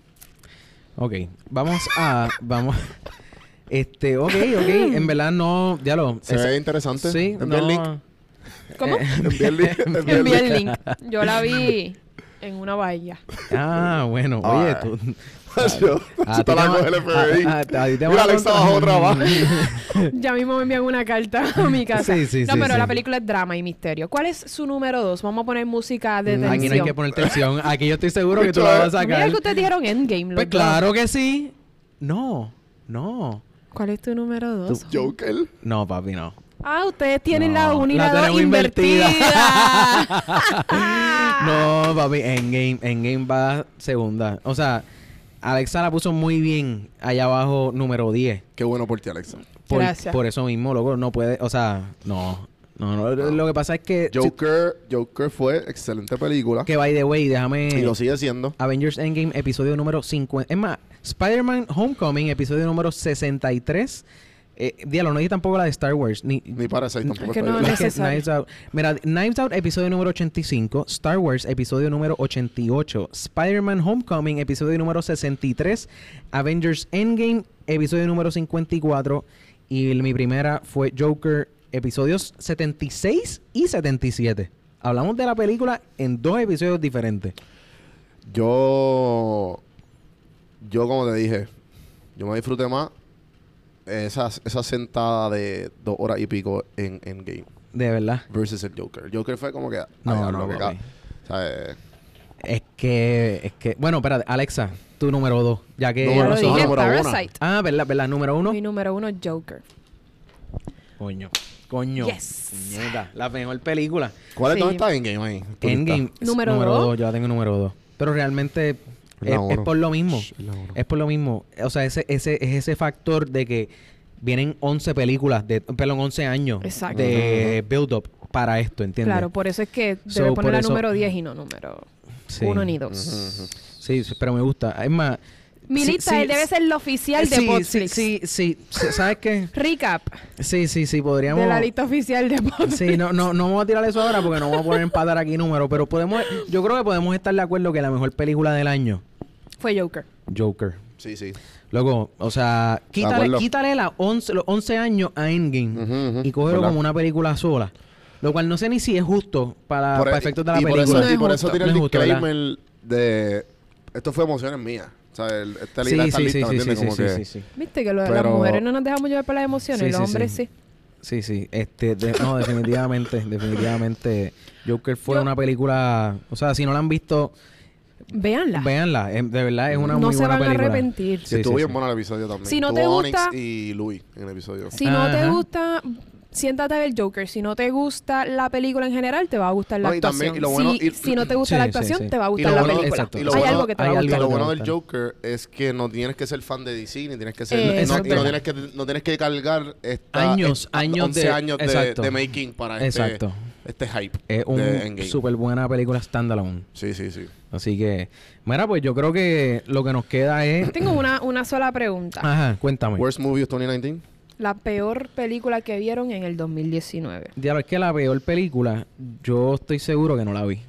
S1: Ok, vamos a. vamos. Este, ok, ok. En verdad no. Diablo.
S2: Se
S1: ese-
S2: ve interesante.
S1: Sí,
S2: Envía el link.
S1: no.
S3: ¿Cómo?
S1: Eh,
S2: Envía el link. Envía el
S3: Envié
S2: link.
S3: el link. Yo la vi en una valla.
S1: Ah, bueno. Oye,
S2: Ah.
S1: tú. a
S2: Yo- yo
S1: ti te
S2: te la
S1: ma-
S2: coge el FBI.
S1: a- a- a ti te van
S2: Mira,
S1: a
S2: Alexa
S1: contar-
S2: bajó otra abajo.
S3: Ya mismo me envían una carta a mi casa.
S1: Sí, sí,
S3: no,
S1: sí,
S3: pero
S1: sí.
S3: la película es drama y misterio. ¿Cuál es su número dos? Vamos a poner música de tensión.
S1: Mm, Aquí no hay que poner tensión. Aquí yo estoy seguro que tú la
S2: Mucho,
S1: vas a
S2: eh.
S1: sacar.
S3: Mira que ustedes dijeron Endgame. los
S1: Pues
S3: dos.
S1: claro que sí. No, no.
S3: ¿Cuál es tu número dos?
S2: Joker.
S1: No, papi, no.
S3: Ah, ustedes tienen
S1: No,
S3: la 1 y
S1: la
S3: la 2
S1: tenemos
S3: invertida.
S1: No, papi, Endgame, Endgame va segunda. O sea, Alexa la puso muy bien allá abajo, número 10.
S2: Qué bueno por ti, Alexa.
S1: Por,
S3: Gracias.
S1: por eso mismo, loco, no puede, o sea, no, no, no. Lo- Lo que pasa es que,
S2: Joker, Joker fue excelente película.
S1: que by the way, déjame...
S2: Y lo sigue siendo.
S1: Avengers Endgame, episodio número 50. Es más, Spider-Man Homecoming, episodio número 63. Eh, diablo, no dije tampoco la de Star Wars. Ni,
S2: Ni Parasite tampoco.
S3: Es que
S2: es
S3: no,
S2: película.
S1: Es que
S3: necesario.
S1: Knives Out. Mira, Knives Out, episodio número 85. Star Wars, episodio número 88. Spider-Man Homecoming, episodio número 63. Avengers Endgame, episodio número 54. Y el- mi primera fue Joker, episodios 76 y 77. Hablamos de la película en dos episodios diferentes.
S2: Yo. Yo, como te dije, yo me disfruté más esa, esa sentada de dos horas y pico en, en game
S1: De verdad.
S2: versus el Joker. El Joker fue como que. ay,
S1: No,
S2: diablo,
S1: no,
S2: que
S1: papi.
S2: ca- o sea, eh,
S1: Es que, es que. Bueno, espérate, Alexa, tu número dos. Ya que.
S3: Ya
S2: Número
S3: lo
S2: dos,
S3: dije,
S2: número uno.
S3: Parasite.
S1: Ah, verdad, verdad, número uno.
S3: Mi número uno, Joker.
S1: Coño. Coño.
S3: Yes.
S1: Puñeta, la mejor película.
S2: ¿Cuál es
S3: Sí.
S2: dónde Pues está Endgame ahí? ¿Tú
S1: Endgame.
S2: estás?
S1: es
S3: Número dos.
S1: Yo la tengo número dos. Pero realmente
S2: La
S1: es,
S2: uno.
S1: es por lo mismo.
S2: Shh, la uno.
S1: Es por lo mismo. O sea, ese, ese, es ese factor de que vienen 11 películas, de, perdón, 11 años
S3: Exacto.
S1: de build-up para esto, ¿entiendes?
S3: Claro, pues, por eso es que
S1: So,
S3: debe
S1: por
S3: poner la
S1: eso-
S3: número 10 y no número
S1: Sí.
S3: 1 ni 2.
S1: Sí, sí, pero me gusta. Es más...
S3: Mi
S1: sí,
S3: lista
S1: sí,
S3: él debe
S1: sí, Eh,
S3: ser la oficial de
S1: sí,
S3: Podflix.
S1: Sí, sí, sí. ¿Sabes qué?
S3: Recap
S1: Sí, sí, sí, podríamos...
S3: de la lista oficial de Podflix.
S1: Sí, no, no, no vamos a tirar eso ahora porque no vamos a poner empatar aquí números, pero podemos, yo creo que podemos estar de acuerdo que la mejor película del año,
S3: Fue Joker.
S1: Joker.
S2: Sí, sí.
S1: Loco, o sea, quítale,
S2: acuerdo.
S1: quítale la 11, los 11 años a Endgame
S2: Ujú, ujú.
S1: y cógelo
S2: ¿Verdad?
S1: como una película sola. Lo cual no sé ni si es justo para,
S2: Por-
S1: Ah,
S2: e-
S1: para efectos de la
S2: y por
S1: película.
S2: eso-
S3: No es
S2: y por
S3: justo.
S2: eso tiene
S1: No
S2: el
S1: es justo, ¿verdad?
S2: disclaimer de. Esto fue emociones mías. O sea, el, esta
S1: Sí,
S2: lista está
S1: sí, sí,
S2: lista, ¿me
S1: sí,
S2: entiendes?
S1: sí,
S2: Como
S1: sí, sí,
S2: que-
S1: sí.
S3: Viste que lo de las
S2: Pero-
S3: mujeres no nos dejamos llevar por las emociones,
S1: Sí,
S3: los
S1: sí,
S3: hombres
S1: sí.
S3: sí.
S1: Sí, sí, este, de- no, definitivamente, definitivamente. Joker fue
S3: Yo-
S1: una película, o sea, si no la han visto,
S3: Véanla.
S1: véanla, em, de verdad es una
S3: no
S1: muy
S3: se
S1: buena
S3: van
S1: película.
S3: a arrepentir.
S1: Sí,
S2: Sí, estuvo bien bueno el episodio también.
S3: Si no
S2: Estuvo
S3: te
S2: Onyx
S3: gusta-
S2: y Louis en el episodio.
S3: Si no te
S1: Ajá.
S3: gusta, siéntate a ver Joker. Si no te gusta la película en general, te va a gustar la
S2: No, y
S3: actuación.
S2: también- y lo bueno-
S3: si,
S2: y-
S3: si no te gusta
S1: Sí,
S3: la
S1: sí,
S3: actuación,
S1: sí.
S3: te va a
S2: Y
S3: gustar
S2: lo
S3: la
S2: bueno-
S3: película.
S1: exacto.
S2: y
S3: Hay
S2: lo bueno-
S3: algo que te va
S1: hay
S3: a
S1: algo
S2: Y
S3: gustar.
S1: que
S2: lo
S1: te
S2: bueno
S1: va a
S2: del
S1: gustar.
S2: Joker es que no tienes que ser fan de DC, ni tienes que ser.
S3: Eh,
S2: no,
S3: eso
S2: y
S3: es
S2: no
S3: verdad.
S2: tienes que, no tienes que cargar esta-
S1: Años,
S2: esta-
S1: años
S2: 11
S1: de-
S2: años de,
S1: exacto.
S2: de making para este,
S1: Exacto.
S2: este hype.
S1: Es
S2: de
S1: una
S2: Endgame.
S1: súper buena película standalone.
S2: Sí, sí, sí.
S1: Así que, mira, pues yo creo que lo que Ah. nos queda es...
S3: Tengo una, una sola pregunta.
S1: Ajá, cuéntame.
S2: Worst movie of 2019.
S3: La peor película que vieron en el 2019.
S1: Diablo, es que la peor película, yo estoy seguro que no la vi.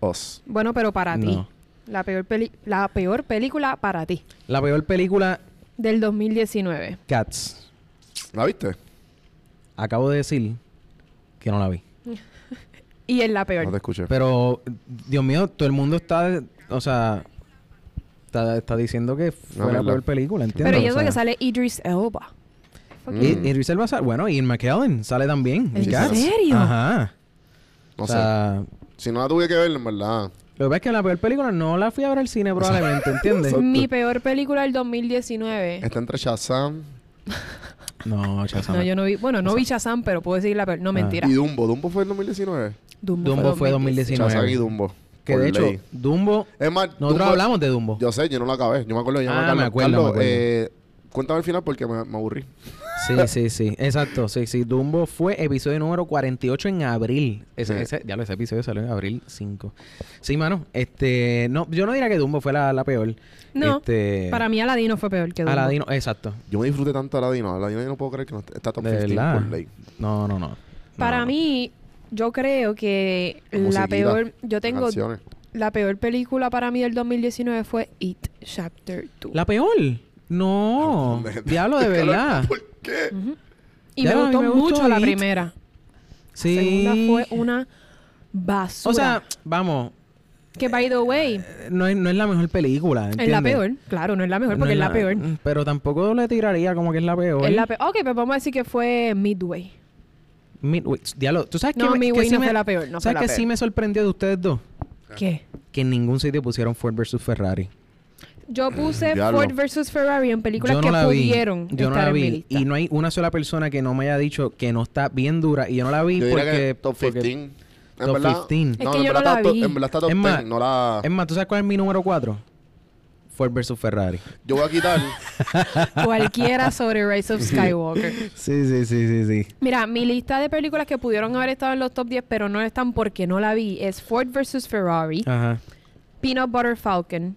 S2: Us.
S3: Bueno, pero para ti.
S1: No.
S3: La peor, peli la peor película para ti.
S1: La peor película,
S3: Del 2019.
S1: Cats.
S2: ¿La viste?
S1: Acabo de decir que no la vi.
S3: Y es la peor.
S2: No te escuché.
S1: Pero, Dios mío, todo el mundo está, o sea, está, está diciendo que fue
S2: No,
S1: la
S2: verdad.
S1: peor película, ¿entiendes?
S3: pero yo
S1: O
S3: sé
S1: sea,
S3: que sale Idris Elba.
S1: Y,
S2: Mm.
S1: y Idris Elba sale- bueno, Ian McKellen sale también.
S3: ¿En
S1: Cats.
S3: serio?
S1: Ajá.
S2: No
S1: o
S2: sé.
S1: sea,
S2: Si no la tuve que ver, en verdad.
S1: lo que pasa es que la peor película no la fui a ver al cine probablemente, ¿entiendes?
S3: Mi peor película del 2019.
S2: Está entre Shazam
S1: no, Shazam.
S3: No, yo no vi. Bueno, no vi Shazam, pero puedo decir la peor. No,
S1: Ah.
S3: mentira.
S2: y Dumbo. Dumbo fue en 2019.
S3: Dumbo,
S1: Dumbo fue
S3: 2019.
S1: 2019.
S2: Shazam y Dumbo.
S1: que
S2: Por
S1: de hecho,
S2: ley.
S1: Dumbo,
S2: Es más,
S1: nosotros
S2: Dumbo-
S1: hablamos de Dumbo.
S2: Yo sé, yo no lo acabé. Yo me acuerdo
S1: Ah,
S2: de llamar
S1: me
S2: a Carlos.
S1: acuerdo, me
S2: Carlos,
S1: acuerdo.
S2: eh, cuéntame el final porque me, me aburrí.
S1: Sí, sí, sí. Exacto. Sí, sí. Dumbo fue episodio número 48 en abril. Ese,
S2: Sí.
S1: ese- ya lo- ese episodio salió en abril 5. Sí, mano. Este, no, yo no diría que Dumbo fue la, la peor.
S3: No,
S1: Este,
S3: Para mí Aladino fue peor que Dumbo.
S1: Aladino, exacto.
S2: Yo me disfruté tanto de Aladino. Aladino yo no puedo creer que no está- está top
S1: De
S2: 15
S1: verdad.
S2: por ley.
S1: No, no, no.
S3: Para
S1: No, no.
S3: mí, yo creo que
S2: La
S3: la
S2: musiquita,
S3: peor... Yo
S2: Las
S3: tengo...
S2: canciones.
S3: La peor película para mí del 2019 fue It Chapter 2.
S1: La peor. No.
S2: Hombre,
S1: Diablo, de verdad.
S2: ¿Por qué?
S3: Y
S1: Ya,
S3: me
S1: a mí
S3: gustó
S1: me gustó
S3: mucho la
S1: It.
S3: primera. La
S1: Sí.
S3: segunda fue una basura.
S1: O sea, vamos. eh,
S3: que by the way,
S1: No es, no es la mejor película.
S3: es la
S1: ¿entiendes?
S3: peor. Claro, no es la mejor porque es
S1: No
S3: la peor.
S1: Pero tampoco le tiraría como que es la peor.
S3: Es la peor. Ok, pero vamos a decir que fue Midway.
S1: Midway. Diablo, ¿tú sabes que
S3: No,
S1: me- que
S3: Midway
S1: sí
S3: no
S1: me-
S3: fue la peor. No fue
S1: ¿Sabes
S3: la
S1: que
S3: peor.
S1: sí me sorprendió de ustedes dos?
S3: ¿Qué?
S1: Que en ningún sitio pusieron Ford versus Ferrari.
S3: Yo puse
S2: Diablo.
S3: Ford versus Ferrari en películas
S1: Yo no
S3: que
S1: la vi.
S3: pudieron
S1: Yo no
S3: estar
S1: la
S3: en mi
S1: vi.
S3: lista.
S1: Y no hay una sola persona que no me haya dicho que no está bien dura. Y yo no la vi
S2: Yo diría
S1: porque.
S2: que top
S1: porque-
S2: 15. En
S1: Top
S2: verdad,
S1: 15.
S3: Es que
S2: en
S3: yo no
S2: verdad
S3: la
S2: está top-
S3: vi.
S2: En verdad está top
S1: Es
S2: 10.
S1: más-
S2: no la...
S1: Es más, ¿tú sabes cuál es mi número 4? Ford versus Ferrari.
S2: Yo voy a quitar...
S3: Cualquiera sobre Rise of Skywalker.
S1: Sí, sí, sí, sí, sí.
S3: Mira, mi lista de películas que pudieron haber estado en los top 10, pero no están porque no la vi, es Ford vs. Ferrari,
S1: Ajá.
S3: Peanut Butter Falcon,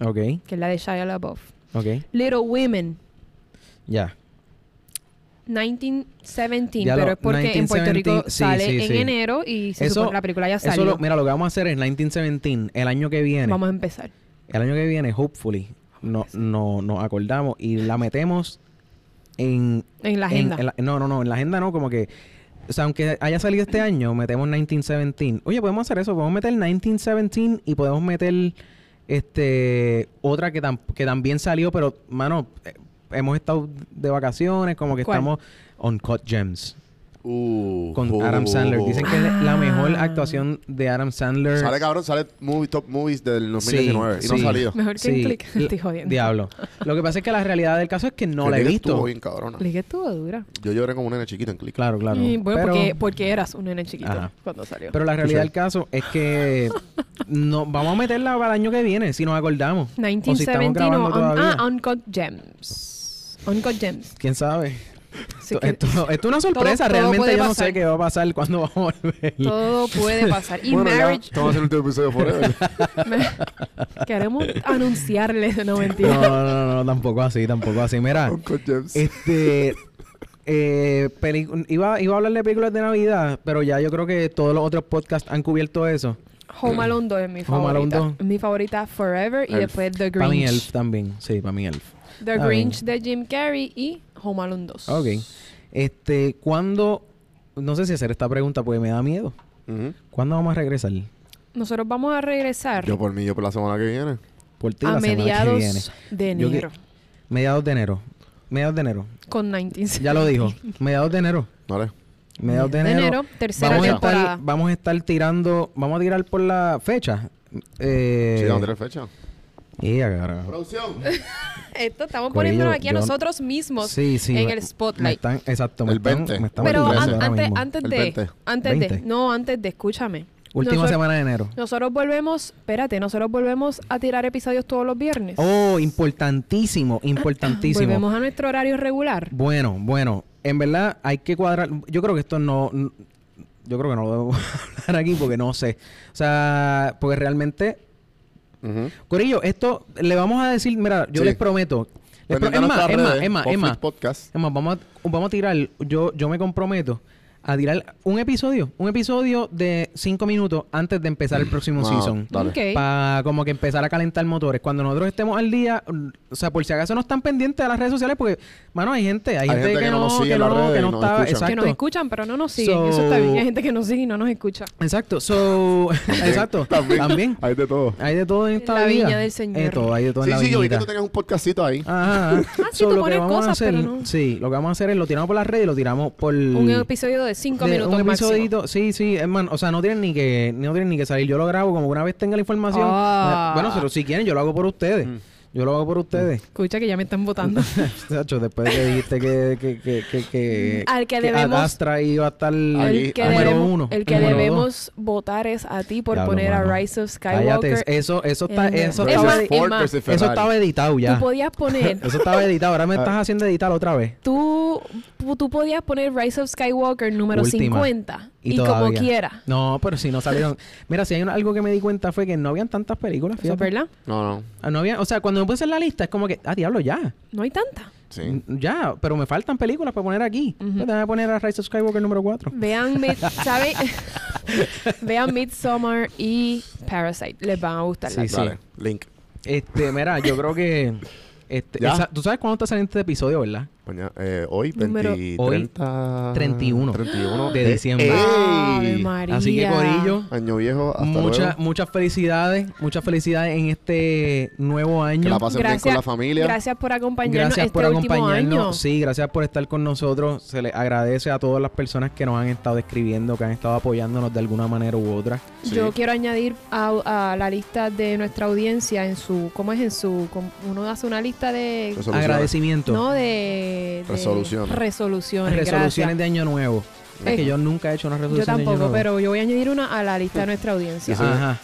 S1: Ok,
S3: que es la de Shia LaBeouf,
S1: ok.
S3: Little Women,
S1: Ya.
S3: 1917,
S1: Ya lo-
S3: pero es porque en
S1: 1917,
S3: Puerto Rico
S1: sí,
S3: sale
S1: sí,
S3: en
S1: sí.
S3: enero y se
S1: Eso-
S3: supone que la película ya
S1: Eso
S3: salió.
S1: lo- mira, lo que vamos a hacer es 1917, el año que viene.
S3: Vamos a empezar.
S1: El año que viene, hopefully, no, no, nos acordamos y la metemos en...
S3: En la
S1: en-
S3: agenda.
S1: en la- no, no, no, en la agenda no, como que... O sea, aunque haya salido este año, metemos 1917. Oye, podemos hacer eso, podemos meter 1917 y podemos meter este otra que, tam- que también salió, pero, mano, eh, hemos estado de vacaciones, como que
S3: ¿Cuál?
S1: estamos on Cut Gems
S2: Uh,
S1: con
S2: uh,
S1: Adam Sandler. Dicen que es la
S3: Ah.
S1: mejor actuación de Adam Sandler.
S2: Sale cabrón, sale movie, top movies del 2019 y no
S1: sí.
S2: ha salido.
S3: Mejor que
S1: Sí,
S3: en click.
S1: l-
S3: Estoy jodiendo.
S1: Diablo. Lo que pasa es que la realidad del caso es que no la he
S2: Click
S1: visto.
S2: Estuvo bien cabrona.
S3: Click estuvo dura.
S2: Yo lloré como un nene chiquito en Click.
S1: Claro, claro.
S3: Y bueno,
S1: pero,
S3: porque, porque eras un nene chiquito
S1: Ajá.
S3: cuando salió.
S1: pero la realidad del caso es que no, vamos a meterla para el año que viene, si nos acordamos. O si estamos
S3: 1917 o,
S1: grabando
S3: un-
S1: todavía.
S3: ah, Uncut Gems. Uncut Gems.
S1: ¿Quién sabe?
S3: Así
S1: esto,
S3: que-
S1: esto- esto es una sorpresa.
S3: todo
S1: Realmente
S3: puede
S1: yo no
S3: pasar.
S1: sé qué va a pasar cuando vamos a volver.
S3: Todo puede pasar. Y Marriage.
S2: Estamos haciendo el último episodio forever.
S3: Queremos anunciarles, no
S1: No,
S3: mentira.
S1: no, no, no, tampoco así, tampoco así. Mira,
S2: Uncle James.
S1: Este. eh, pelicu- iba, iba a hablar de películas de Navidad, pero ya yo creo que todos los otros podcasts han cubierto eso.
S3: Home Alone 2 es mi
S1: Home Alone
S3: favorita.
S1: 2.
S3: Mi favorita Forever y
S2: Elf.
S3: después The
S1: Para mí, Elf
S3: Grinch.
S1: también. Sí, para mí, Elf.
S3: The
S1: Está bien.
S3: Grinch de Jim Carrey y Home Alone 2.
S1: Ok. Este, ¿cuándo? No sé si hacer esta pregunta porque me da miedo.
S2: Ujú.
S1: ¿Cuándo vamos a regresar?
S3: Nosotros vamos a regresar
S2: Yo por mí, yo por la semana que viene.
S1: Por ti
S3: a
S1: la semana que viene.
S3: mediados de
S1: Yo que-
S3: enero
S1: Mediados de enero. Mediados de enero.
S3: con 19.
S1: Ya lo dijo. Mediados de enero.
S2: Vale.
S1: Mediados de
S3: De
S1: enero.
S3: enero, tercera
S1: Vamos a,
S3: temporada.
S1: estar, vamos a estar tirando. Vamos a tirar por la fecha. Eh,
S2: Sí, ¿dónde es fecha?
S1: ea, carajo.
S2: Producción.
S3: Esto estamos
S1: Corillo,
S3: poniéndonos aquí a
S1: yo-
S3: nosotros mismos
S1: Sí, sí,
S3: en
S1: me-
S3: el
S1: me
S3: spotlight.
S1: están, exacto, me
S2: El
S1: están-
S2: 20.
S1: me están
S3: Pero
S2: Estamos
S1: matando
S2: en
S3: an-
S2: el
S1: ahora
S3: antes,
S1: mismo.
S3: antes
S2: El
S3: de,
S2: 20.
S3: antes
S1: 20.
S3: de, no, antes de, escúchame.
S1: Última
S3: Nosotros-
S1: semana de enero.
S3: Nosotros volvemos, espérate, nosotros volvemos a tirar episodios todos los viernes.
S1: Oh, importantísimo, importantísimo.
S3: Volvemos a nuestro horario regular.
S1: Bueno, bueno, en verdad hay que cuadrar. Yo creo que esto no. n- Yo creo que no lo debo hablar aquí porque no sé. O sea, porque realmente. Corillo, esto le vamos a decir. Mira, yo
S2: Sí. Pues
S1: les prometo. les pro- es más, es más, es más, es más.
S2: Podcast.
S1: Es más, vamos a, vamos a tirar, yo, yo me comprometo a tirar un episodio, un episodio de cinco minutos antes de empezar el próximo
S2: Wow.
S1: season.
S2: Dale.
S3: Ok.
S1: Para como que empezar a calentar motores. Cuando nosotros estemos al día, o sea, por si acaso no están pendientes de las redes sociales, porque, mano, hay gente, hay, gente, que, no,
S2: nos sigue
S1: que
S2: en
S1: no,
S2: las redes
S1: que
S2: y
S1: no
S2: nos
S1: está,
S2: escuchan.
S1: exacto.
S3: Que nos escuchan, pero no nos siguen. Eso está
S1: So-
S3: bien. Hay gente que nos sigue y no nos escucha.
S1: Exacto, so, exacto, también.
S2: Hay de todo.
S1: Hay de todo en esta
S3: La
S1: vida.
S3: viña del Señor.
S1: Hay de todo, hay de todo
S2: Sí,
S1: en Ah, la
S2: sí, yo vi que
S1: viñita.
S2: tú tenías un podcastito ahí.
S1: Ajá. ajá.
S3: Ah, sí, tú pones cosas,
S1: a hacer,
S3: pero no.
S1: sí, lo que vamos a hacer es lo tiramos por las redes y lo tiramos por
S3: Un episodio de cinco
S1: Mm. de-
S3: minutos
S1: un
S3: máximo.
S1: episodito, sí, sí, hermano, o sea, no tienen ni que no tienen ni que salir, yo lo grabo como una vez tenga la información. eh,
S3: Ah.
S1: Bueno, pero si quieren yo lo hago por ustedes. Yo lo hago por ustedes.
S3: Escucha que ya me están votando.
S1: Chacho, después que dijiste que que que que, que
S3: Mm. Al que debemos-
S1: Adastra iba a estar
S3: el
S2: Ahí,
S3: que,
S2: ahí.
S1: número
S3: debemos,
S1: uno,
S3: el que
S1: número dos.
S3: debemos votar es a ti por
S1: Diablo,
S3: poner
S1: mano.
S3: a Rise of Skywalker.
S1: Cállate, eso eso está
S3: en-
S1: eso
S3: Es
S1: estaba,
S3: más,
S1: eso
S3: Emma,
S2: Ford versus Ferrari.
S1: estaba editado
S3: Tú
S1: ya.
S3: podías poner.
S1: Eso estaba editado, ahora me estás haciendo editar otra vez.
S3: Tú tú, tú podías poner Rise of Skywalker número
S1: Última.
S3: 50 y, como
S1: todavía.
S3: quiera.
S1: No, pero si no salieron. Mira, si hay un- algo que me di cuenta fue que no habían tantas películas.
S3: Eso es
S1: fíjate.
S3: verdad.
S2: No, no.
S1: Ah, No había, o sea, cuando me puse en la lista es como que, ah, diablo, ya.
S3: No hay tanta.
S1: Mm,
S2: Sí.
S1: Ya, pero me faltan películas para poner aquí.
S3: Ujú.
S1: Pues, déjame poner a Rise of Skywalker número 4.
S3: Vean, Mid- ¿sabe? Vean Midsommar y Parasite. Les van a gustar. las
S1: Sí.
S2: Dale, link.
S1: Este, mira, yo creo que. Este,
S2: ¿Ya?
S1: esa- Tú sabes cuándo está saliendo este episodio, ¿verdad?
S2: Mañana, eh, hoy, 20,
S3: Número-
S1: Hoy,
S4: Ah.
S1: Ah,
S2: 30,
S1: 31
S2: 31
S1: de diciembre.
S3: dos.
S2: ¡Ey!
S3: Ave María.
S1: Eh, Así que, Corillo,
S2: Año viejo, hasta
S1: muchas
S2: luego.
S1: muchas felicidades. Muchas felicidades en este nuevo
S2: Que
S1: año.
S2: la pasen bien con la familia.
S3: Gracias por acompañarnos
S1: Gracias
S3: este
S1: por
S3: último año.
S1: acompañarnos. Sí, gracias por estar con nosotros. Se les agradece a todas las personas que nos han estado escribiendo, que han estado apoyándonos de alguna manera u otra.
S2: Sí.
S3: Yo quiero añadir a, a la lista de nuestra audiencia en su, ¿cómo es en su? com- Uno hace una lista de,
S2: Resoluciones.
S1: Agradecimiento.
S3: no de, de
S2: Resoluciones.
S3: resoluciones,
S1: resoluciones
S3: gracias.
S1: de año nuevo. Es
S3: Eh,
S1: que yo nunca he hecho una
S3: Yo
S1: resolución de año
S3: tampoco,
S1: nuevo.
S3: pero yo voy a añadir una a la lista de nuestra audiencia.
S2: Sí, sí.
S1: Ajá.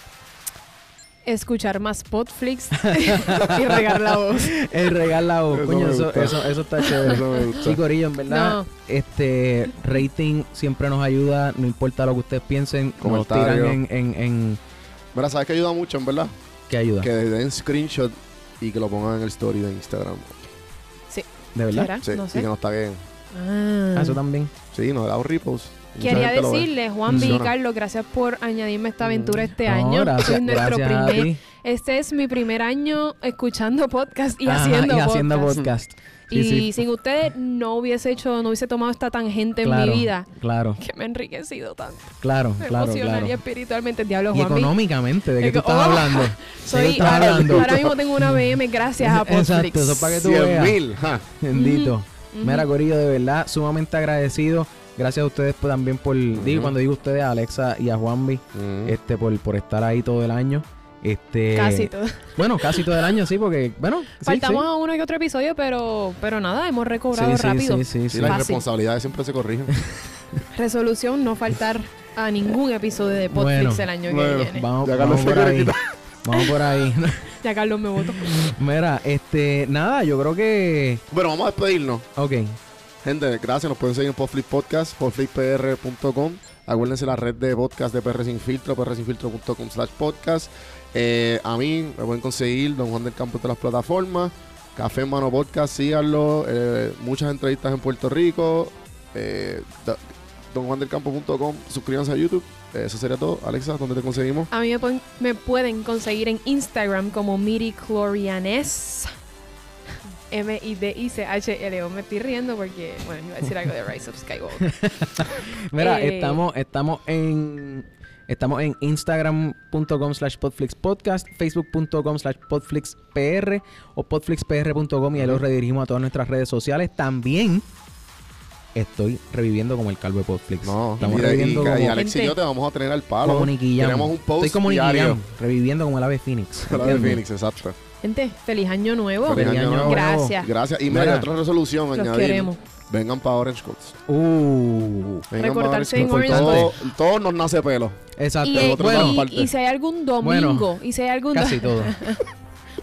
S3: Escuchar más Podflix y regar la voz.
S1: El regalado.
S2: Eso
S1: Coño,
S2: me
S1: eso,
S2: gusta.
S1: eso, eso está chévere.
S2: Eso me gusta.
S1: Sí, Corillo, en verdad,
S3: No.
S1: este rating siempre nos ayuda, no importa lo que ustedes piensen, nos
S2: Comentario.
S1: tiran en, en, en-
S2: Mira, sabes que ayuda mucho, en verdad.
S1: que ayuda.
S2: Que den screenshot y que lo pongan en el story de Instagram.
S1: ¿De verdad?
S3: ¿Será?
S2: Sí,
S3: No
S2: Y
S3: sé.
S2: que nos taguen.
S3: Ah.
S1: Ah, eso también.
S2: Sí, nos da un repost. Mucha
S3: Quería
S2: gente lo ve.
S3: decirles, Juan B y
S2: Funciona.
S3: Carlos, gracias por añadirme esta aventura este
S1: Mm. No,
S3: año.
S1: gracias-
S3: Soy nuestro
S1: gracias a
S3: primer-
S1: ti.
S3: Este es mi primer año escuchando podcast y
S1: Ajá,
S3: haciendo
S1: y
S3: podcast.
S1: haciendo podcast. Sí,
S3: y
S1: sí,
S3: sin ustedes no hubiese hecho, no hubiese tomado esta tangente en
S1: claro,
S3: mi vida.
S1: Claro,
S3: Que me ha enriquecido tanto.
S1: claro, claro,
S3: emocional
S1: claro.
S3: y espiritualmente. Diablo,
S1: Y
S3: Juan. B.
S1: económicamente, ¿de qué tú
S3: Eco-
S1: estás
S3: Oh,
S1: hablando? ¿De qué tú
S3: Soy,
S1: estás
S3: ahora,
S1: hablando?
S3: ahora mismo tengo una BM gracias a Podflix.
S1: Exacto, eso es para que tú
S2: Cien
S1: veas.
S2: mil, ja.
S1: Bendito.
S3: ujú.
S1: Mera Corillo, de verdad, sumamente agradecido. Gracias a ustedes pues, también por, digo, cuando digo ustedes, a Alexa y a Juanvi,
S2: Mm.
S1: este, por, por estar ahí todo el año. Este,
S3: Eh, Casi todo.
S1: Bueno, casi todo el año, sí, porque, bueno, sí,
S3: Faltamos
S1: sí.
S3: a uno que otro episodio, pero, pero nada, hemos
S1: Sí,
S3: recobrado
S1: sí,
S3: rápido.
S1: sí, sí,
S2: Sí,
S1: sí.
S2: las
S3: Fácil.
S2: responsabilidades siempre se corrigen.
S3: Resolución, no faltar a ningún episodio de
S1: Bueno,
S3: Podflix el año
S2: bueno,
S3: que viene.
S1: Vamos,
S2: Ya
S1: vamos
S2: Carlos
S1: por
S2: se
S1: ahí.
S2: quiere
S1: Vamos por ahí.
S3: Ya Carlos me votó.
S1: Mira, este, nada, yo creo que.
S2: bueno, vamos a despedirnos.
S1: Ok.
S2: Gente, gracias. Nos pueden seguir en Podflip Podcast, podflippr.com. Acuérdense la red de podcast de PR Sin Filtro, prsinfiltro.com slash podcast. Eh, a mí me pueden conseguir Don Juan del Campo en todas las plataformas. Café en Mano Podcast, síganlo. Eh, muchas entrevistas en Puerto Rico. Eh, da- donjuandelcampo.com. Suscríbanse a YouTube. Eh, eso sería todo. Alexa, ¿dónde te conseguimos?
S3: A mí me, pon- me pueden conseguir en Instagram como Miriclorianes. M-I-D-I-C-H-L-O. Me estoy riendo porque, bueno, iba a decir algo de Rise of Skywalker.
S1: Mira,
S3: Eh.
S1: estamos, estamos en. Estamos en instagram.com slash podflixpodcast, facebook.com slash podflixpr o podflixpr.com y ahí los redirigimos a todas nuestras redes sociales. También estoy reviviendo como el calvo de Podflix.
S2: No,
S1: estamos
S2: y- y,
S1: reviviendo
S2: y
S1: como,
S2: Alex y yo te vamos a tener al palo.
S1: como Nicky Jam.
S2: Tenemos un post
S1: Estoy como Nicky
S2: diario.
S1: Jam, reviviendo como el ave Phoenix.
S2: Hola de
S1: ¿entiendes?
S2: Phoenix, exacto.
S3: Gente, feliz año nuevo.
S2: Feliz año nuevo.
S3: Gracias.
S2: Gracias. Y mira, hay
S1: Mira.
S2: otra resolución
S3: Los
S2: añadir.
S3: queremos.
S2: Vengan para Orange Coats.
S1: Uh,
S2: Vengan pa'
S3: Recortarse en
S2: Coats.
S1: Orange
S2: Todo- Todos nos nace pelo.
S1: exacto.
S3: Y, eh,
S2: otro
S1: bueno,
S2: lado.
S3: y-
S2: parte.
S3: y si hay algún domingo,
S1: Bueno,
S3: y si hay algún
S1: casi
S3: do-
S1: todo.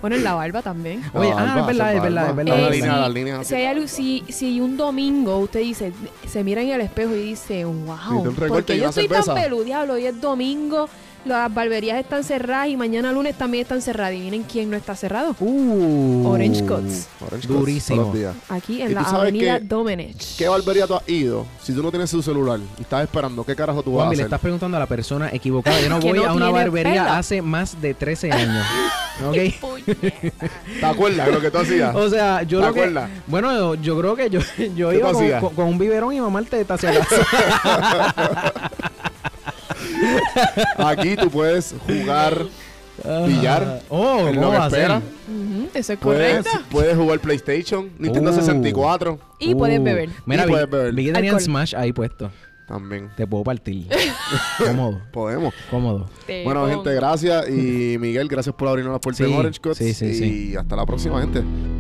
S3: bueno, en la barba también.
S1: Oye, ah,
S2: Barba,
S1: es verdad, es
S2: barba.
S1: verdad, es verdad.
S2: Las
S3: Eh,
S2: líneas,
S3: sí.
S2: las líneas así.
S3: Si hay algo, si, si un domingo usted dice, se mira en el espejo y dice,
S2: Y te
S3: wow,
S2: recorta y
S3: porque yo
S2: una
S3: estoy
S2: cerveza".
S3: tan peludiablo, hoy es domingo, las barberías están cerradas y mañana lunes también están cerradas. Adivinen quién no está cerrado.
S1: Uh,
S3: Orange Coats.
S2: Orange Coats,
S1: Durísimo.
S2: todos los días.
S3: Aquí
S2: ¿Y
S3: en la
S2: tú sabes
S3: avenida
S2: qué-
S3: Domenech.
S2: ¿Qué barbería tú has ido? Si tú no tienes tu celular y estás esperando, ¿qué carajo tú vas a
S1: Juanvi, le
S2: hacer?
S1: estás preguntando a la persona equivocada. Yo no
S3: Que
S1: voy
S3: no
S1: a una
S3: tiene
S1: barbería
S3: pelo.
S1: hace más de 13 años. ¿Ok?
S2: ¿Te acuerdas de lo que tú hacías?
S1: O sea, yo
S2: ¿Te
S1: lo que...
S2: acuerdas?
S1: Bueno, yo, yo creo que yo, yo
S2: ¿Qué
S1: iba
S2: tú
S1: con,
S2: hacías?
S1: con- con un biberón y mamá teta hacia acaso.
S2: Aquí tú puedes jugar, Billar.
S1: Ah, Oh,
S2: En lo
S1: ¿cómo
S2: que
S1: va a ser?
S2: espera.
S3: Ujú, eso es
S2: puedes,
S3: correcto.
S2: puedes jugar PlayStation, Nintendo
S1: Uh.
S2: 64
S3: Y puedes
S1: Uh,
S3: beber.
S1: Mira,
S2: Y
S1: vi,
S2: puedes beber.
S1: vi que tenían
S3: Alcohol.
S1: Smash ahí puesto.
S2: también.
S1: Te puedo partir. cómodo,
S2: Podemos.
S1: cómodo.
S3: Te
S2: Bueno,
S3: pongo.
S2: gente, gracias. Y Miguel, gracias por abrirnos las puertas
S1: Sí,
S2: en Orange Cuts.
S1: sí, sí,
S2: y
S1: sí.
S2: hasta la próxima, gente.